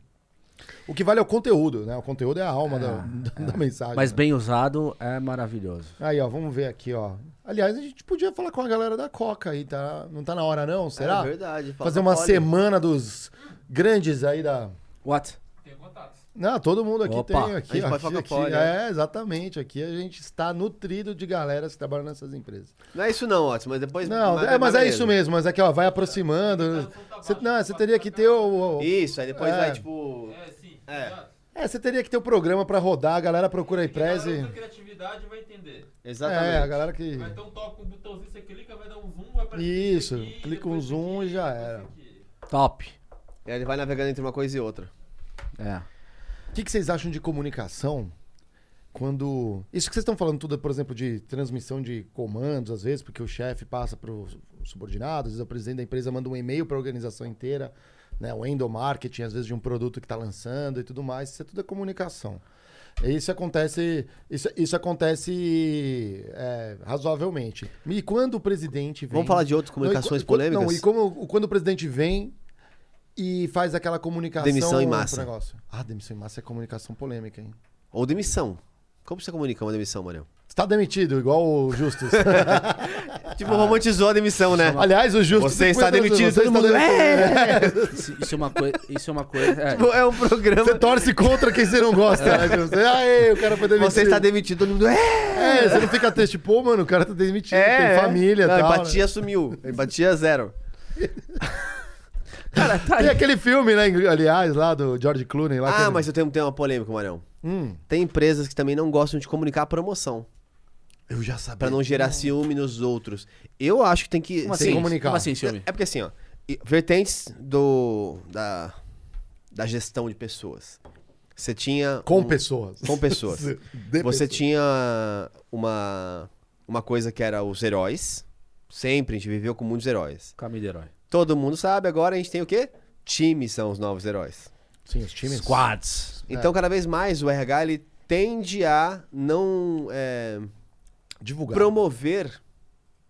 B: O que vale é o conteúdo, né? O conteúdo é a alma da, da mensagem.
C: Mas
B: né?
C: bem usado é maravilhoso.
B: Aí, ó, vamos ver aqui, ó. Aliás, a gente podia falar com a galera da Coca aí, tá? Não tá na hora, não? Será?
A: É verdade. fala
B: Fazer
A: pra
B: uma
A: Polly.
B: semana dos grandes aí da.
C: What?
F: Tenho contatos.
B: Não, todo mundo aqui
C: Opa,
B: tem. Aqui,
A: a gente
B: ó,
A: pode falar
B: aqui,
A: com a
B: aqui.
A: Polly, né?
B: É, exatamente. Aqui a gente está nutrido de galera que trabalha nessas empresas.
A: Não é isso não, ótimo, mas depois...
B: Não,
A: vai-
B: é, mas
A: vai
B: é isso mesmo. Mas é que, ó, vai aproximando.
F: Então tá
B: Você, não, você teria que ter o. o-
A: Isso, aí depois
B: É.
A: vai, tipo...
F: É, sim.
A: É.
F: exato.
B: É, você teria que ter o programa pra rodar. A galera procura aí,
F: Porque cada um
B: preze.
F: com sua criatividade vai entender.
A: Exatamente.
B: É, a galera que.
F: Vai ter um top com um botãozinho, você clica, vai dar um zoom, vai aparecer
B: Isso,
F: isso aqui,
B: clica um
F: depois isso
B: zoom
F: aqui,
B: e já
F: depois
B: era.
F: isso aqui.
C: Top.
A: E aí ele vai navegando entre uma coisa e outra.
C: É.
B: O que, que vocês acham de comunicação quando. Isso que vocês estão falando tudo, por exemplo, de transmissão de comandos, às vezes, porque o chefe passa para o subordinado, às vezes o presidente da empresa manda um e-mail para a organização inteira, né? o endomarketing, às vezes, de um produto que está lançando e tudo mais. Isso é tudo é comunicação. Isso acontece, isso, isso acontece é, razoavelmente. E quando o presidente vem.
A: Vamos falar de outras
B: Não, e co-
A: comunicações
B: e co-
A: polêmicas?
B: Não, e como, quando o presidente vem e faz aquela comunicação.
A: Demissão em
B: pro
A: massa.
B: Negócio. Ah, demissão em massa é comunicação polêmica, hein?
A: Ou demissão. Como você comunica uma demissão, Marião?
B: Está tá demitido, igual o Justus.
C: Ah,
A: Tipo, romantizou a demissão, né?
B: Aliás, o Justus.
A: Você está demitido,
B: você
A: todo mundo.
B: está demitido.
C: Isso, isso é uma coisa. Isso é uma coisa. é.
A: É um
B: Você
A: programa.
B: torce contra quem você não gosta, né, Justus? Aê, o cara foi demitido.
A: Você está demitido, todo mundo. É,
B: É, você não fica triste, pô, mano, o cara tá demitido, tem família e
A: Não,
B: tal. né?
A: empatia sumiu. Empatia zero.
C: Cara, tá aí.
B: Tem aquele filme, né, aliás, lá do George Clooney. Lá que
A: Ah,
B: ele-
A: mas eu tenho um tema polêmico, Marião.
B: Hum,
A: Tem empresas que também não gostam de comunicar a promoção.
B: eu já sabia.
A: Pra não gerar ciúme nos outros. Eu acho que tem que.
C: É. Como
B: Sem
C: assim?
B: comunicar.
C: Como assim, ciúme?
A: É porque assim, ó. e- Vertentes do. da. da gestão de pessoas. Você tinha.
B: Com
A: um-
B: pessoas.
A: Com pessoas.
B: De
A: Você
B: pessoas.
A: tinha uma, uma coisa que era os heróis. Sempre a gente viveu com muitos heróis.
C: Caminho do herói.
A: Todo mundo sabe, agora a gente tem o quê? Times são os novos heróis.
B: Sim, os times.
C: Squads.
B: É.
A: Então, cada vez mais, o RH ele tende a não é,
B: Divulgar.
A: promover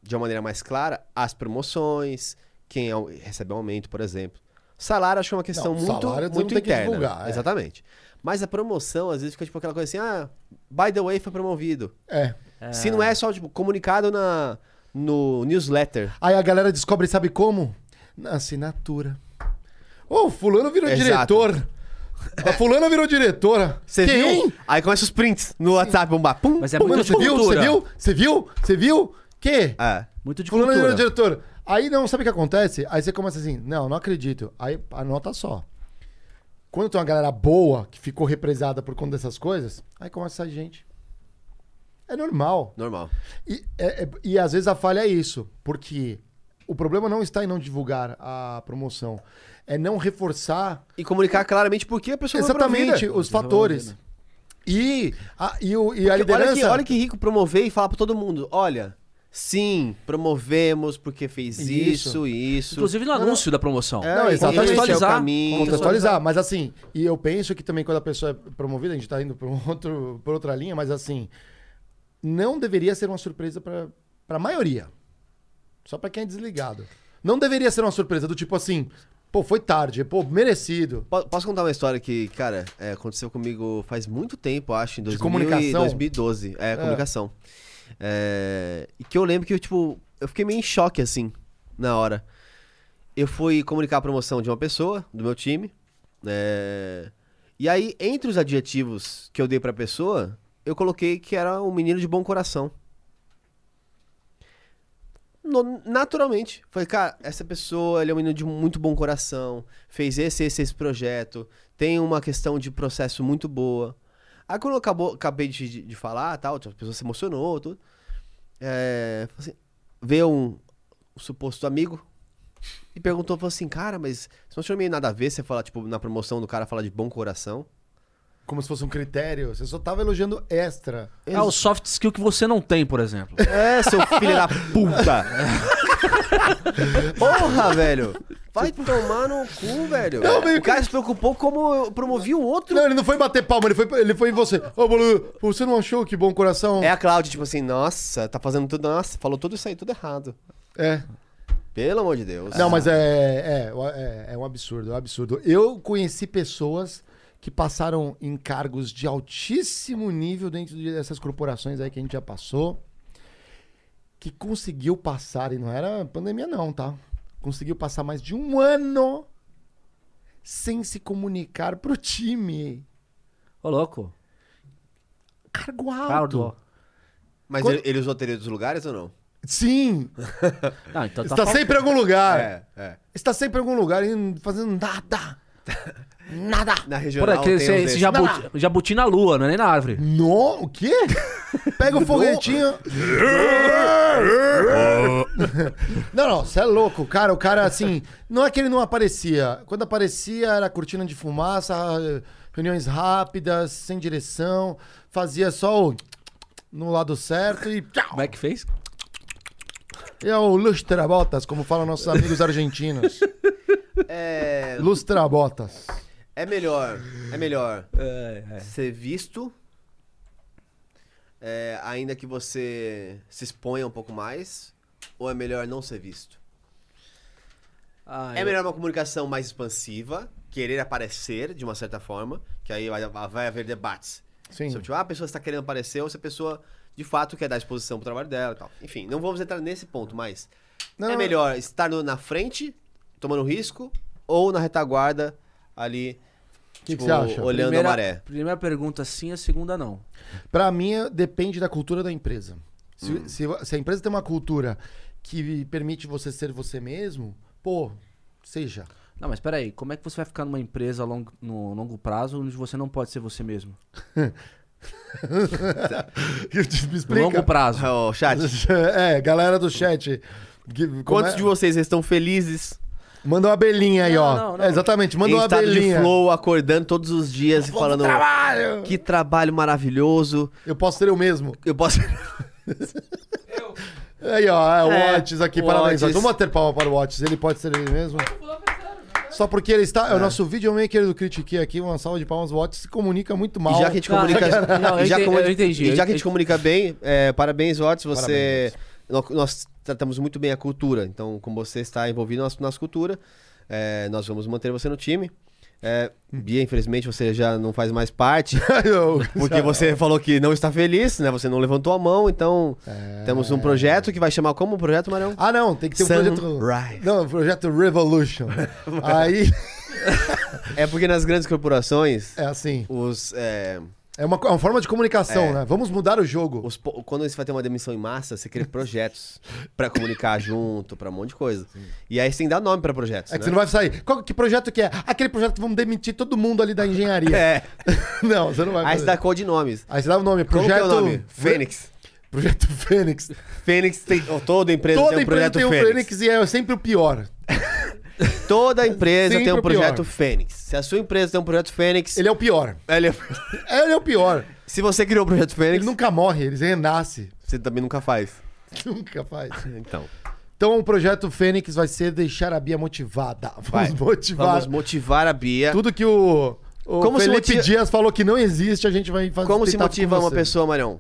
A: de uma maneira mais clara as promoções, quem au- recebe um aumento, por exemplo. Salário acho que é uma questão
B: Não,
A: muito,
B: salário todo
A: muito
B: mundo tem que
A: interna.
B: divulgar, é.
A: Exatamente. Mas a promoção, às vezes, fica tipo aquela coisa assim: ah, by the way, foi promovido.
B: É.
A: Se não é só, tipo, comunicado na, no newsletter.
B: Aí a galera descobre, sabe como? Na assinatura. Ô, fulano virou
A: Exato.
B: diretor. A fulana virou diretora.
A: Você
B: Quem?
A: viu? Aí começa os prints no WhatsApp, um pum.
C: Mas é
B: Pô,
C: muito
B: mano,
C: de
B: você viu? Você
C: cultura.
B: viu? Você viu? Você viu? Que?
A: É.
C: Muito de
B: fulano virou
C: cultura.
B: diretor. Aí não, sabe o que acontece? Aí você começa assim, não, não acredito. Aí anota só. Quando tem uma galera boa que ficou represada por conta dessas coisas, aí começa a sair gente. É normal.
A: Normal.
B: E, é- é- e às vezes a falha é isso, porque o- o problema não está em não divulgar a promoção, é não reforçar
A: E comunicar claramente por que a pessoa não é
B: exatamente
A: promovida.
B: os fatores. E a, e o- e a
A: Porque
B: liderança.
A: Olha que, olha que rico promover e falar pra todo mundo: olha, sim, promovemos porque fez
B: Isso.
A: isso e isso.
C: Inclusive no anúncio da promoção.
A: É,
B: Não,
A: e
B: exatamente,
A: contextualizar.
C: é o
A: caminho.
B: contextualizar, mas assim, e eu penso que também quando a pessoa é promovida, a gente tá indo por, um outro, por outra linha, mas assim, não deveria ser uma surpresa pra pra maioria. Só pra quem é desligado. Não deveria ser uma surpresa do tipo assim, pô, foi tarde, pô, merecido.
A: Po- Posso contar uma história que, cara, é, aconteceu comigo faz muito tempo, acho, em 2000
B: De
A: e
B: comunicação?
A: 2012. É, comunicação. É, e que eu lembro que, eu, tipo, eu fiquei meio em choque, assim, na hora. Eu fui comunicar a promoção de uma pessoa, do meu time. é, e aí, entre os adjetivos que eu dei pra pessoa, eu coloquei que era um menino de bom coração. No- naturalmente. Falei, cara, essa pessoa, ele é um menino de muito bom coração, fez esse, esse, esse projeto, tem uma questão de processo muito boa. Aí quando eu acabou, acabei de, de falar, tal, tipo, a pessoa se emocionou, tudo. É, falou assim, veio um, um suposto amigo e perguntou, falou assim, cara, mas você não tinha meio nada a ver você falar, tipo, na promoção do cara falar de bom coração?
B: Como se fosse um critério. Você só tava elogiando extra.
C: É o soft skill que você não tem, por exemplo.
A: É, seu filho da puta! Porra, velho! Vai tomar no cu, velho!
B: Tipo Não, meio
A: o cara se preocupou como eu promovi o outro.
B: Não, ele não foi bater palma, ele foi, ele foi em você. Ô, boludo, você não achou que bom coração?
A: É a Cláudia, tipo assim, nossa, tá fazendo tudo, nossa, falou tudo isso aí, tudo errado.
B: é.
A: Pelo amor de Deus.
B: Não, mas é, é, é, é um absurdo, é um absurdo. Eu conheci pessoas que passaram em cargos de altíssimo nível dentro de- dessas corporações aí que a gente já passou, que conseguiu passar, e não era pandemia não, tá? Conseguiu passar mais de um ano sem se comunicar pro time.
C: Ô, louco.
B: Cargo alto.
C: Cardo.
A: Mas
B: Quando-
A: ele, ele usou a teoria dos lugares ou não?
B: Sim,
C: Não, então tá
B: está
C: fal-
B: sempre em algum lugar.
A: É, é.
B: Está sempre em algum lugar e não fazendo nada. Nada.
A: Na
C: Por
A: regional
C: aqui,
A: tem
C: é esse,
A: uns
C: esse
A: desses.
C: jabuti, jabuti na lua, não é nem na árvore.
B: No, o quê? Pega o foguetinho. não, não, você é louco, cara. O cara assim. Não é que ele não aparecia. Quando aparecia, era cortina de fumaça, reuniões rápidas, sem direção. Fazia só o no lado certo e. tchau.
C: Como é que fez?
B: E é o lustrabotas, como falam nossos amigos argentinos.
A: É,
B: Lustrabotas.
A: é melhor, é melhor
C: É,
A: ser visto, é, ainda que você se exponha um pouco mais, ou é melhor não ser visto?
C: Ah,
A: É melhor uma comunicação mais expansiva, querer aparecer de uma certa forma, que aí vai, vai haver debates.
B: Sim.
A: Sobre, tipo, ah, a pessoa está querendo aparecer ou se a pessoa de fato quer dar exposição pro trabalho dela e tal. Enfim, não vamos entrar nesse ponto, mas
B: Não,
A: é
B: não.
A: melhor estar no- na frente, tomando risco, ou na retaguarda ali,
B: que
A: tipo,
B: você acha?
A: olhando
C: primeira,
A: a maré.
C: Primeira pergunta sim, a segunda não.
B: Pra mim, é- depende da cultura da empresa. Se,
A: Hum.
B: se- se a empresa tem uma cultura que permite você ser você mesmo, pô, seja.
C: Não, mas peraí, como é que você vai ficar numa empresa a longo, no longo prazo onde você não pode ser você mesmo?
B: Me
C: No longo prazo.
A: Ô, chat,
B: É, galera do chat. que- como
A: quantos
B: é?
A: de vocês estão felizes
B: Manda uma abelhinha aí,
C: Não,
B: ó.
C: não, não.
B: É, exatamente, manda
A: em
B: uma
A: estado de
B: abelhinha.
A: flow, acordando todos os dias e falando
B: Trabalho!
A: que trabalho maravilhoso,
B: Eu posso ser eu mesmo.
A: eu posso...
F: Eu,
B: Aí, ó, é, o
A: É,
B: Watts aqui,
A: o
B: parabéns.
A: Otis.
B: Vamos bater palma para o Watts, ele pode ser ele mesmo.
F: eu vou pra sério.
B: Só porque ele está. É o nosso videomaker do Critique aqui, uma salva de palmas. O Watts se comunica muito mal.
A: E já que a gente
C: Não,
A: comunica.
C: não, eu
A: e já
C: entendi,
A: comu-
C: eu entendi.
A: E já que a
C: Eu-
A: gente comunica bem, é, parabéns, Otis. Você. nó- Nós tratamos muito bem a cultura. Então, como você está envolvido na nossa, nossa cultura, é, nós vamos manter você no time. É, Bia, infelizmente, você já não faz mais parte. Porque você falou que não está feliz, né? Você não levantou a mão, então temos um projeto que vai chamar como o projeto, Marão?
B: Ah, não, tem que ter um projeto.
A: Sunrise.
B: Não, um projeto Revolution. Aí
A: É porque nas grandes corporações,
B: é assim.
A: os, é,
B: É uma, co- é uma forma de comunicação, né? Vamos mudar o jogo.
A: os po- quando você vai ter uma demissão em massa, você cria projetos pra comunicar junto, pra um monte de coisa. E aí você tem que dar nome pra projetos,
B: É que
A: né?
B: você não vai sair. Qual que projeto que é? Aquele projeto que vamos demitir todo mundo ali da engenharia.
A: É.
B: Não, você não vai.
A: Aí
B: fazer.
A: você dá codinomes.
B: Aí você dá o nome.
A: Como que
B: Projeto.
A: é o nome?
B: Re-
A: Fênix.
B: Projeto Fênix.
A: Fênix tem. oh, Toda empresa
B: Toda
A: tem um
B: empresa
A: projeto
B: tem um
A: Fênix.
B: Fênix e é sempre o pior.
A: Toda empresa
B: Sempre
A: tem um
B: o pior.
A: projeto Fênix. Se a sua empresa tem um projeto Fênix.
B: Ele é o pior.
A: ele é-
B: Ele é o pior.
A: Se você criou o projeto Fênix,
B: Ele nunca morre, ele renasce.
A: você também nunca faz.
B: Nunca faz.
A: Então.
B: Então o projeto Fênix vai ser deixar a Bia motivada. Vamos
A: Vai.
B: motivar.
A: Vamos motivar a Bia.
B: Tudo que o, o
A: É. Como se
B: Felipe
A: motiva-
B: Dias falou que não existe, a gente vai fazer.
A: Como se
B: tentar
A: motiva
B: com
A: uma
B: você.
A: pessoa, Marion?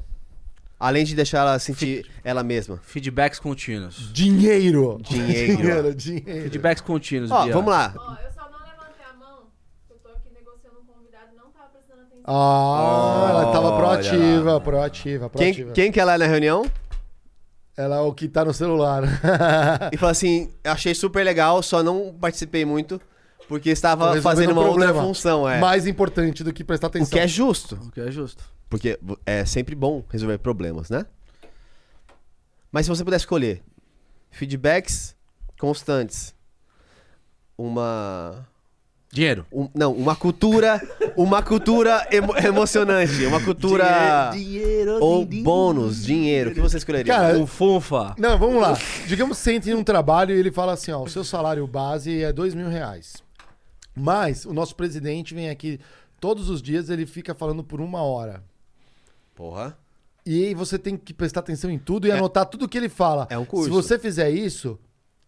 A: Além de deixar ela sentir ela mesma.
C: Feedbacks contínuos.
B: Dinheiro.
A: Dinheiro.
B: Dinheiro, dinheiro.
C: Feedbacks contínuos,
A: Ó,
C: Bia.
A: vamos lá.
E: Ó, eu só não levantei a mão. Eu tô aqui negociando um convidado e não tava prestando atenção.
B: Ah, ela tava
A: Olha
B: proativa, proativa,
A: Quem,
B: proativa.
A: quem que ela é na reunião?
B: Ela é o que tá no celular.
A: E fala assim: achei super legal, só não participei muito, porque estava
B: Resolvendo
A: fazendo
B: um
A: uma outra
B: problema.
A: função. É.
B: Mais importante do que prestar
A: O
B: atenção.
A: que é justo.
C: O que é justo.
A: Porque é sempre bom resolver problemas, né? Mas se você puder escolher feedbacks constantes, uma.
C: Dinheiro.
A: um- não, uma cultura. Uma cultura emo- emocionante. Uma cultura.
C: Dinheiro.
A: ou bônus, dinheiro. O que você escolheria?
B: Cara,
C: O Funfa.
B: Não, vamos lá. Digamos que você entra em um trabalho e ele fala assim: ó, o seu salário base é dois mil reais. Mas o nosso presidente vem aqui todos os dias, ele fica falando por uma hora.
A: Porra.
B: E aí você tem que prestar atenção em tudo e anotar tudo que ele fala.
A: é um curso.
B: Se você fizer isso,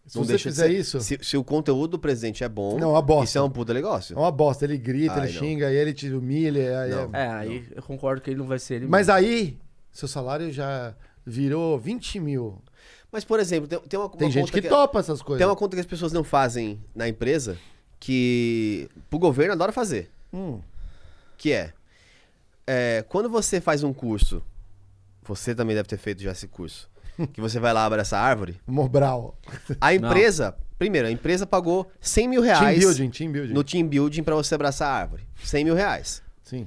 B: se
A: não
B: você
A: deixa de
B: fizer
A: ser-
B: isso,
A: Se, se o conteúdo do presidente é bom,
B: Não, é uma bosta.
A: isso é um puta negócio.
B: é uma bosta. Ele grita,
A: Ai,
B: ele
A: não.
B: xinga, aí ele te humilha. aí
A: Não.
B: é-
C: É, aí eu concordo que ele não vai ser ele.
B: Mas aí, seu salário já virou 20 mil.
A: Mas, por exemplo, tem, tem uma, uma
B: Tem gente
A: conta é-
B: que, topa essas coisas.
A: Tem uma conta que as pessoas não fazem na empresa que o governo adora fazer.
B: Hum.
A: Que é, é, quando você faz um curso, você também deve ter feito já esse curso, que você vai lá abraçar a árvore.
B: Mobral.
A: A empresa, primeiro, a empresa pagou 100 mil
B: Team
A: reais
B: building, team building.
A: É, no team building pra você abraçar a árvore. 100 mil reais.
B: Sim.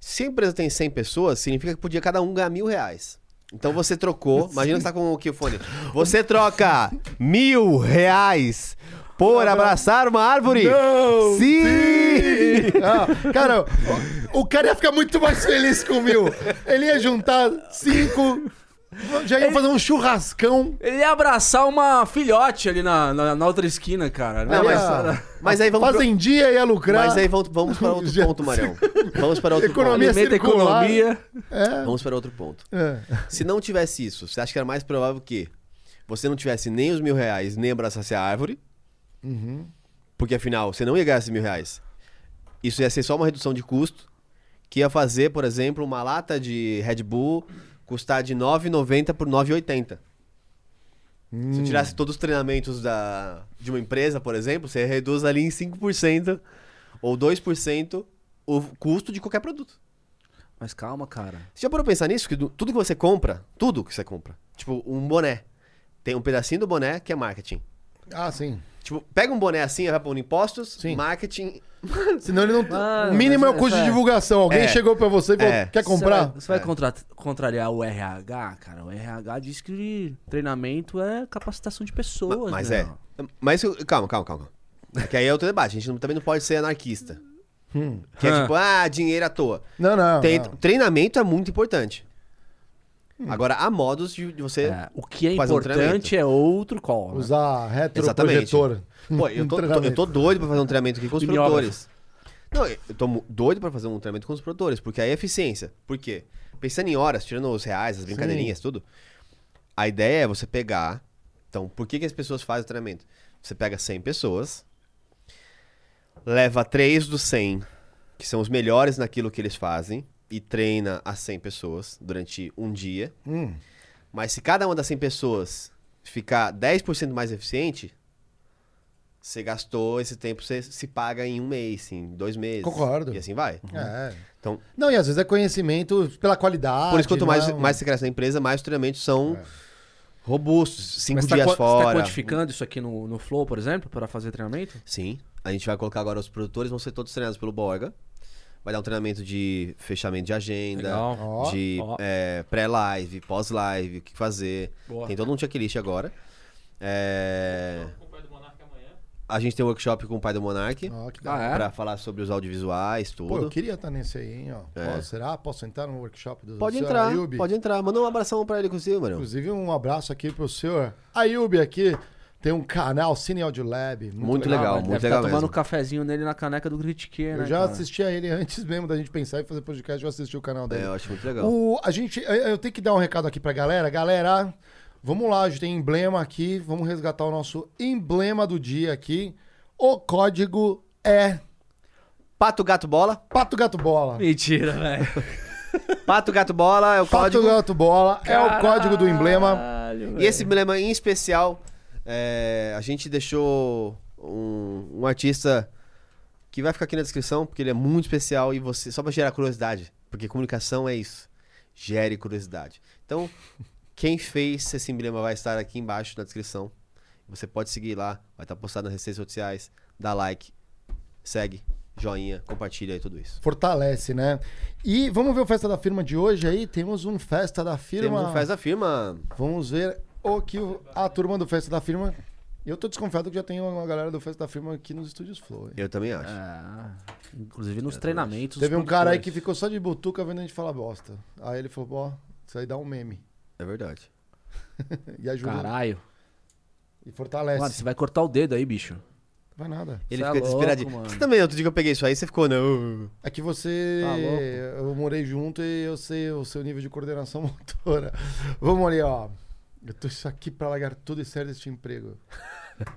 A: Se a empresa tem 100 pessoas, significa que podia cada um ganhar mil reais. Então você trocou. Imagina que você tá com o que o fone. Você troca mil reais por abraçar uma árvore?
B: Não!
A: Sim!
B: Ah, cara, o, o cara ia ficar muito mais feliz com o mil. Ele ia juntar cinco. Já ia fazer um churrascão.
C: Ele ia abraçar uma filhote ali na, na, na outra esquina, cara.
A: Não, mas,
B: Ah.
A: mas aí vamos. Pro,
B: Fazem dia ia lucrar.
A: mas aí vamos, vamos para outro
B: Já-
A: ponto, Marião. Vamos para outro
B: Economia.
C: Alimenta a
B: circular.
C: economia.
B: É.
A: ponto. Vamos para outro ponto.
B: É.
A: Se não tivesse isso, você acha que era mais provável que você não tivesse nem os mil reais, nem abraçasse a árvore? Porque afinal, você não ia ganhar esses mil reais. Isso ia ser só uma redução de custo, que ia fazer, por exemplo, uma lata de Red Bull custar de 9,90 por 9,80. Se
B: Hum.
A: eu tirasse todos os treinamentos da, de uma empresa, por exemplo, você reduz ali em 5% ou 2% o custo de qualquer produto.
C: Mas calma, cara.
A: Você já parou pra pensar nisso? Que do- tudo que você compra, tudo que você compra, tipo um boné, tem um pedacinho do boné que é marketing.
B: Ah, sim.
A: Tipo, pega um boné assim, vai pondo impostos,
B: Sim.
A: marketing.
B: Senão ele não.
C: Mano,
B: o mínimo é o
C: mas
B: custo
C: é-
B: de divulgação. Alguém
A: É.
B: chegou pra você e falou:
A: É.
B: quer comprar?
C: Você vai, você vai contra- contrariar o RH, cara? O RH diz que treinamento é capacitação de
A: ma-
C: pessoas,
A: Mas
C: né?
A: é. Mas eu- calma, calma, calma. É que aí é outro debate. A gente não- também não pode ser anarquista. Que é
C: Ah.
A: tipo, ah, dinheiro à toa.
B: Não, não.
A: Tem-
B: não.
A: Treinamento é muito importante. Agora, há modos de, de você.
C: Hum. É, o que é
A: Fazer um
C: importante é outro call. né?
B: Usar
A: Exatamente.
B: retroprojetor.
A: Pô, eu tô,
B: Um
A: tô-
B: treinamento.
A: eu tô doido pra fazer um treinamento aqui com os
C: Mimeógrafo.
A: produtores. Não, eu tô mu- doido pra fazer um treinamento com os produtores, porque aí é eficiência. Por quê? Pensando em horas, tirando os reais, as brincadeirinhas, tudo. A ideia é você pegar. Então, por que, que as pessoas fazem o treinamento? Você pega 100 pessoas, leva 3 dos 100, que são os melhores naquilo que eles fazem, e treina as 100 pessoas durante um dia.
B: Hum.
A: Mas se cada uma das 100 pessoas ficar 10% mais eficiente, você gastou esse tempo, você se paga em um mês, em dois meses.
B: Concordo.
A: E assim vai.
B: É.
A: Então-
B: Não, e às vezes é conhecimento pela qualidade. né?
A: Por isso, quanto mais,
B: não- É.
A: mais você cresce na empresa, mais os treinamentos são robustos. Cinco
C: Mas tá
A: dias
C: quan- Você tá
A: fora.
C: quantificando isso aqui no, no Flow, por exemplo, para fazer treinamento?
A: Sim. A gente vai colocar agora os produtores, vão ser todos treinados pelo Borga. Vai dar um treinamento de fechamento de agenda,
C: Legal.
B: Ó.
A: de
C: Ó.
A: é, pré-live, pós-live, o que fazer.
C: Boa.
A: Tem todo um checklist agora. É...
F: Acompanha do Monarca amanhã.
A: a gente tem um workshop com o pai do Monark
B: Ó, que da...
C: Ah,
B: hora.
C: é?
A: pra falar sobre os audiovisuais, tudo.
B: Pô, eu queria estar nesse aí, hein? Ó.
A: É.
B: Ó, será? Posso entrar no workshop do
A: Pode
B: senhor
A: entrar,
B: Ayub?
A: pode entrar. Manda um abração pra ele, inclusive, mano.
B: Inclusive, um abraço aqui pro senhor Ayub aqui. Tem um canal Cine Audio Lab. Muito,
A: Muito
B: legal.
A: legal,
C: Deve
A: muito
C: tá
A: legal
C: tomando
A: mesmo.
C: um cafezinho nele na caneca do Critique, né?
B: Eu já
C: cara?
B: assisti a ele antes mesmo da gente pensar em fazer podcast, eu assisti o canal
A: É,
B: dele.
A: eu acho muito legal.
B: O, a gente, eu- eu tenho que dar um recado aqui pra galera. Galera, vamos lá, a gente tem emblema aqui. Vamos resgatar o nosso emblema do dia aqui. O código é
A: Pato Gato Bola.
B: Pato Gato Bola.
C: Mentira, velho.
A: Pato Gato Bola é o
B: Pato
A: código.
B: Gato Bola é o código do emblema.
C: Caralho,
A: E esse emblema em especial, é, a gente deixou um, um artista que vai ficar aqui na descrição, porque ele é muito especial e você. Só pra gerar curiosidade, porque comunicação é isso. Gere curiosidade. Então, quem fez esse emblema vai estar aqui embaixo na descrição. Você pode seguir lá, vai estar postado nas redes sociais, dá like, segue, joinha, compartilha e tudo isso.
B: Fortalece, né? E vamos ver o Festa da Firma de hoje aí. Temos um Festa da Firma.
A: Temos um Faz a Firma.
B: Vamos ver o que o- a turma do Festa da Firma. Eu tô desconfiado que já tem uma galera do Festa da Firma aqui nos estúdios Flow. hein?
A: Eu também acho.
C: Ah, inclusive nos treinamentos.
B: Teve
C: os
B: um cara aí que
C: produtores.
B: ficou só de butuca vendo a gente falar bosta. Aí ele falou, ó, isso aí dá um meme.
A: É verdade.
B: E ajuda.
C: Caralho.
B: E fortalece.
C: Mano, você vai cortar o dedo aí, bicho.
B: Vai nada.
A: Ele
C: Cê
A: fica
C: é louco,
A: desesperadinho.
C: mano.
A: Você também, outro dia que eu peguei isso aí, você ficou, não.
B: É que você.
C: Tá louco.
B: eu morei junto e eu sei o seu nível de coordenação motora. Vamos ali, ó. Eu tô isso aqui pra largar tudo e sério deste emprego.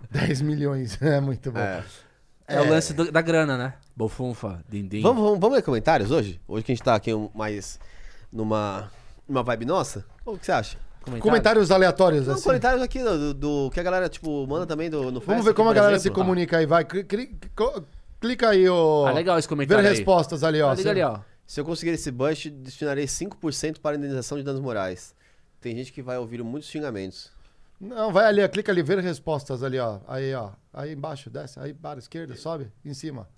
B: 10 milhões. É muito bom.
A: É.
C: É, o lance do- da grana, né? Bofunfa, dindim.
A: Vamos, vamos, vamos ler comentários hoje? Hoje que a gente tá aqui um- mais numa uma vibe nossa? O que você acha?
C: comentário.
B: Comentários aleatórios,
A: Não,
B: assim.
A: comentários aqui do, do- do que a galera, tipo, manda também do, no
B: Vamos
A: Festa
B: ver como a
A: aqui, por
B: galera se
A: exemplo.
B: comunica aí, vai. Cli- cli- co- clica aí, ô.
C: Ah, legal esse
B: Ver
C: comentário aí.
B: respostas ali, ó.
C: Ah, liga ali, ó.
A: Se eu conseguir esse bust, destinarei 5% para indenização de danos morais. Tem gente que vai ouvir muitos xingamentos.
B: Não, vai ali, ó. clica ali, ver respostas ali, ó. Aí, ó. Aí embaixo, desce. Aí, para, esquerda, sobe, em cima.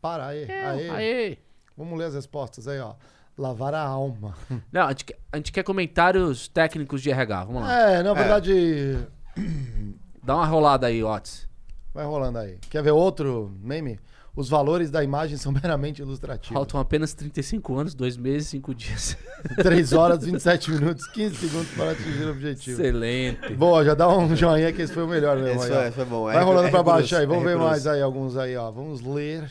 B: Para, aí, aí.
C: Aê.
B: Vamos ler as respostas aí, ó. Lavar a alma.
C: Não, a gente, quer- a gente quer comentários técnicos de RH. Vamos lá.
B: É, na verdade,
C: Dá uma rolada aí, Otis.
B: vai rolando aí. Quer ver outro meme? Os valores da imagem são meramente ilustrativos.
C: Faltam apenas 35 anos, 2 meses, 5 dias.
B: 3 horas, 27 minutos, 15 segundos para atingir o
C: Tipo.
B: objetivo.
C: Excelente.
B: Boa, já dá um joinha que esse foi o melhor, né?
A: Esse
B: aí,
A: foi-
B: ó.
A: foi bom, é
B: Vai rolando
A: recru-
B: pra
A: é
B: baixo
A: recruz,
B: aí, vamos
A: é
B: ver
A: recruz.
B: mais ah, aí alguns aí, ó. Vamos ler.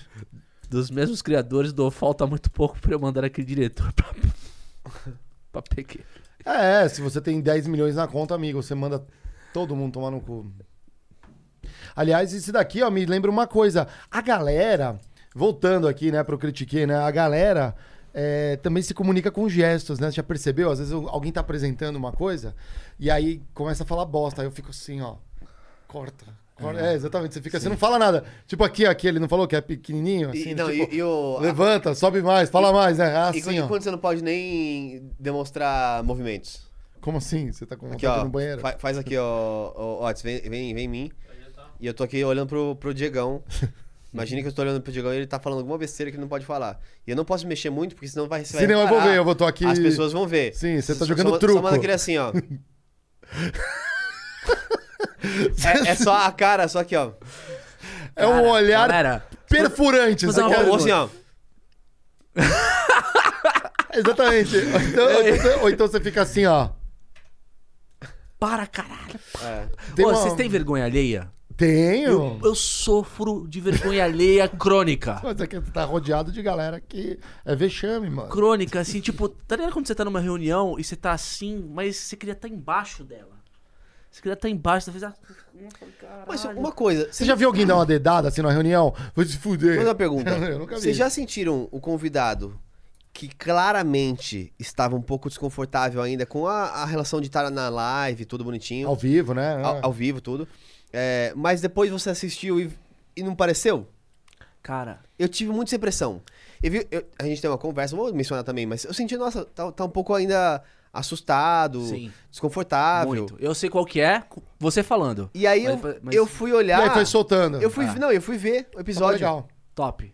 C: Dos mesmos criadores do Falta Muito Pouco pra eu mandar aquele diretor pra, pra PQ.
B: É, é, se você tem 10 milhões na conta, amigo, você manda todo mundo tomar no cu. Aliás, esse daqui, ó, me lembra uma coisa. A galera, voltando aqui, né, pro Critiquei, né? A galera é, também se comunica com gestos, né? Você já percebeu? Às vezes alguém tá apresentando uma coisa e aí começa a falar bosta. Aí eu fico assim, ó. Corta. corta.
A: Uhum.
B: É, exatamente. Você fica, você não fala nada. Tipo aqui, aqui, ele não falou que é pequenininho,
A: E-
B: assim.
A: não, e-
B: tipo,
A: e o-
B: Levanta, sobe mais, fala mais, né? Ah,
A: e
B: Assim,
A: quando,
B: ó.
A: quando você não pode nem demonstrar movimentos?
B: Como assim? Você tá com
A: Aqui,
B: vontade
A: ó,
B: no banheiro?
A: fa- faz aqui, ó, ó, Otis, vem, vem, vem em mim.
F: tá.
A: E eu tô aqui olhando pro, pro Diegão. Imagina que eu tô olhando pro Diegão e ele tá falando alguma besteira que ele não pode falar. E eu não posso mexer muito, porque senão vai... você vai
B: Senão eu vou
A: reparar.
B: ver, eu vou tô aqui-
A: As pessoas vão ver.
B: Sim, você tá
A: Só-
B: jogando
A: só,
B: truco.
A: Só manda aquele assim, ó. é, é só a cara, só aqui, ó.
B: É um
C: Cara,
B: olhar
C: Galera,
B: perfurante.
C: Fazer
B: você
C: uma
B: quer-
A: Ou assim, ó.
B: Exatamente. Ou então, ou então- ou então você fica assim, ó.
C: para caralho.
A: É.
B: Tem
C: Ô,
B: uma- um.
C: Vocês têm vergonha alheia?
B: Tenho.
C: Eu sofro de vergonha alheia crônica.
B: Mas é que você tá rodeado de galera que é vexame, mano.
C: Crônica, assim, tipo, tá ligado quando você tá numa reunião e você tá assim, mas você queria estar embaixo dela. Você queria estar embaixo, você fez a.
A: Mas uma coisa...
B: Você já viu alguém dar uma dedada assim numa reunião? Vou te fuder.
A: Vou fazer uma pergunta.
B: Eu nunca vi.
A: Vocês já sentiram o convidado que claramente estava um pouco desconfortável ainda com a, a relação de estar na live, tudo bonitinho,
B: Ao
A: ao,
B: vivo, né?
A: ao vivo, tudo. É, mas depois você assistiu e, e não pareceu?
C: Cara,
A: Eu tive muita essa impressão. Eu vi- eu- a gente tem uma conversa, vou mencionar também, mas eu senti, nossa, tá, tá um pouco ainda assustado,
C: Sim.
A: desconfortável.
C: muito. Eu sei qual que é, você falando.
A: E aí
C: Mas-
A: eu,
C: mas-
A: eu fui
B: E
A: olhar.
B: aí foi soltando.
A: eu fui,
C: Ah.
A: não, eu fui ver o
B: Tá
A: episódio
B: legal.
C: Top.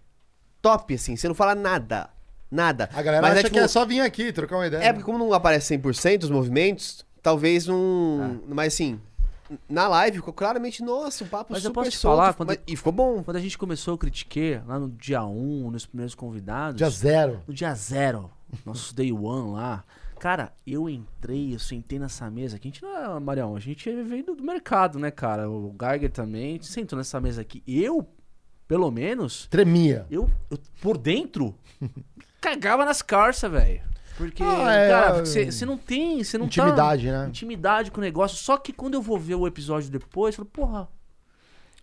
A: top, assim, você não fala nada. Nada.
B: A galera
A: Mas
B: acha
A: tipo,
B: que é só um vir aqui, trocar uma ideia.
C: Ah.
A: É, porque como não aparece 100% os movimentos, talvez não... Mas assim, na live ficou claramente, nossa, um papo
C: Mas eu
A: super
C: posso te
A: solto,
C: falar, quando-
A: mas- E ficou bom.
C: Quando a gente começou, eu critiquei lá no dia 1, nos primeiros convidados.
B: Dia zero.
C: No dia zero, nosso day one lá. Cara, eu entrei, eu sentei nessa mesa aqui. A gente não é, Marião, a gente veio do do mercado, né, cara? O Geiger também, a gente sentou nessa mesa aqui. Eu, pelo menos,
B: Tremia.
C: eu, eu por dentro, cagava nas carças, velho. Porque,
B: Ah, é,
C: cara,
B: é,
C: você não tem, você não tá-
B: Intimidade, né?
C: Intimidade com o negócio. Só que quando eu vou ver o episódio depois, eu falo, porra,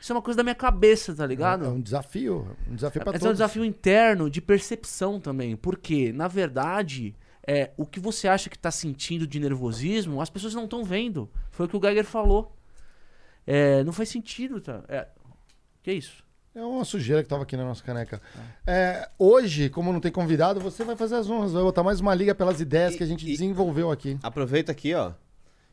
C: isso é uma coisa da minha cabeça, tá ligado?
B: É um desafio. Um desafio pra
C: Mas é um
B: todos.
C: desafio interno de percepção também, porque, na verdade, é, o que você acha que tá sentindo de nervosismo, as pessoas não estão vendo. Foi o que o Geiger falou. É, não faz sentido, tá? É, que isso?
B: É uma sujeira que tava aqui na nossa caneca. É, hoje, como não tem convidado, você vai fazer as honras. Vai botar mais uma liga pelas ideias
A: E-
B: que a gente
A: e-
B: desenvolveu aqui.
A: Aproveita aqui, ó.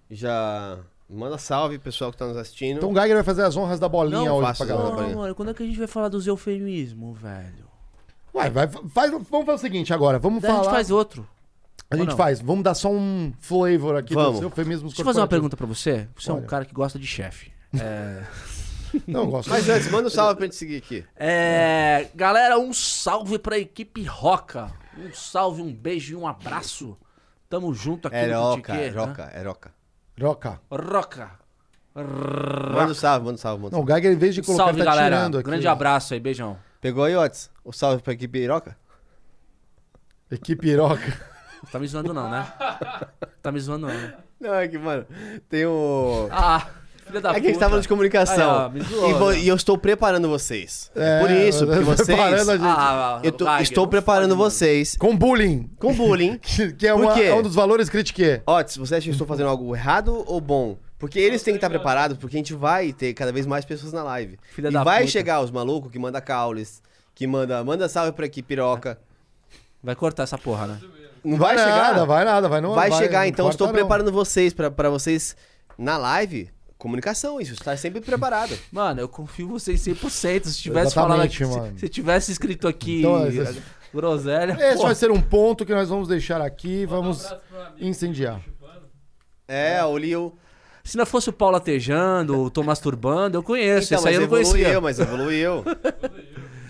A: Já manda salve, pessoal que tá nos assistindo.
B: Então o Geiger vai fazer as honras da bolinha
A: Não,
B: hoje
A: faço
B: pra
A: as
B: galera.
A: honras. Bahia.
C: Não, mano, quando é que a gente vai falar dos eufemismos, velho?
B: Ué, vai, faz, vamos fazer o seguinte agora. Vamos
C: Daí a
B: falar.
C: gente faz outro.
B: A
C: Ou
B: gente
C: não?
B: faz. Vamos dar só um flavor aqui
A: Vamos.
B: dos eufemismos
C: Deixa eu fazer uma
B: corporativos.
C: pergunta pra você. Você é um
B: Olha.
C: cara que gosta de chefe. É...
B: Não, eu gosto.
A: Mas antes, manda um salve pra gente seguir aqui.
C: É, galera, um salve pra equipe Roca. Um salve, um beijo e um abraço. Tamo junto aqui
A: É
C: no
A: Roca,
C: Tiquê,
A: é
C: né?
A: Roca, é Roca.
B: Roca.
C: Roca.
A: Manda um salve, manda um salve, manda um
B: Não, o
A: salve.
B: Geiger, em vez de colocar,
C: salve,
B: ele tá
C: galera.
B: tirando aqui.
C: Grande abraço aí, beijão.
A: Pegou aí, Otis? O salve pra equipe Roca?
B: Equipe Roca.
C: Tá me zoando não, né? Tá me zoando não. né?
A: Não, é que, mano, tem o...
C: Ah, filha da
A: É
C: puta.
A: que a gente tá falando de comunicação.
C: Aí, ó, me zoou,
A: e, vo-
C: né?
A: e eu estou preparando vocês.
B: É,
A: Por isso, porque vocês.
B: preparando a gente.
C: Ah,
A: Eu tô-
C: Wagner,
A: estou
C: não
A: preparando
C: fode,
A: vocês
B: Com bullying.
A: com bullying.
B: Que, que é,
A: Por
B: uma-
A: quê?
B: é um dos valores critique.
A: Otis, você acha que eu estou fazendo algo errado ou bom? Porque eles têm que estar preparados, porque a gente vai ter cada vez mais pessoas na live.
C: Filha
A: e
C: da
A: vai
C: puta.
A: chegar os malucos que manda caules, que manda, manda salve pra aqui, piroca.
C: mano. Vai cortar essa porra, né?
A: Não vai chegar?
B: Nada, vai nada, vai não.
A: vai, chegar,
B: não
A: então eu estou
B: corta, não.
A: preparando vocês pra pra vocês na live. Comunicação, isso, estar sempre preparado.
C: Mano, eu confio em vocês 100%. Se tivesse falado
B: Exatamente,
C: aqui, se,
B: mano.
C: se tivesse escrito aqui
B: Então, esse-
C: groselha,
B: Esse
C: pô,
B: vai ser um ponto que nós vamos deixar aqui. Vamos
F: Um abraço pro meu amigo
B: incendiar.
F: Chupano.
A: É, o Lio.
C: se não fosse o Paulo atejando, o Tomás turbando, eu conheço. Isso aí
A: Então, mas
C: eu não conhecia.
A: evoluiu, mas evoluiu.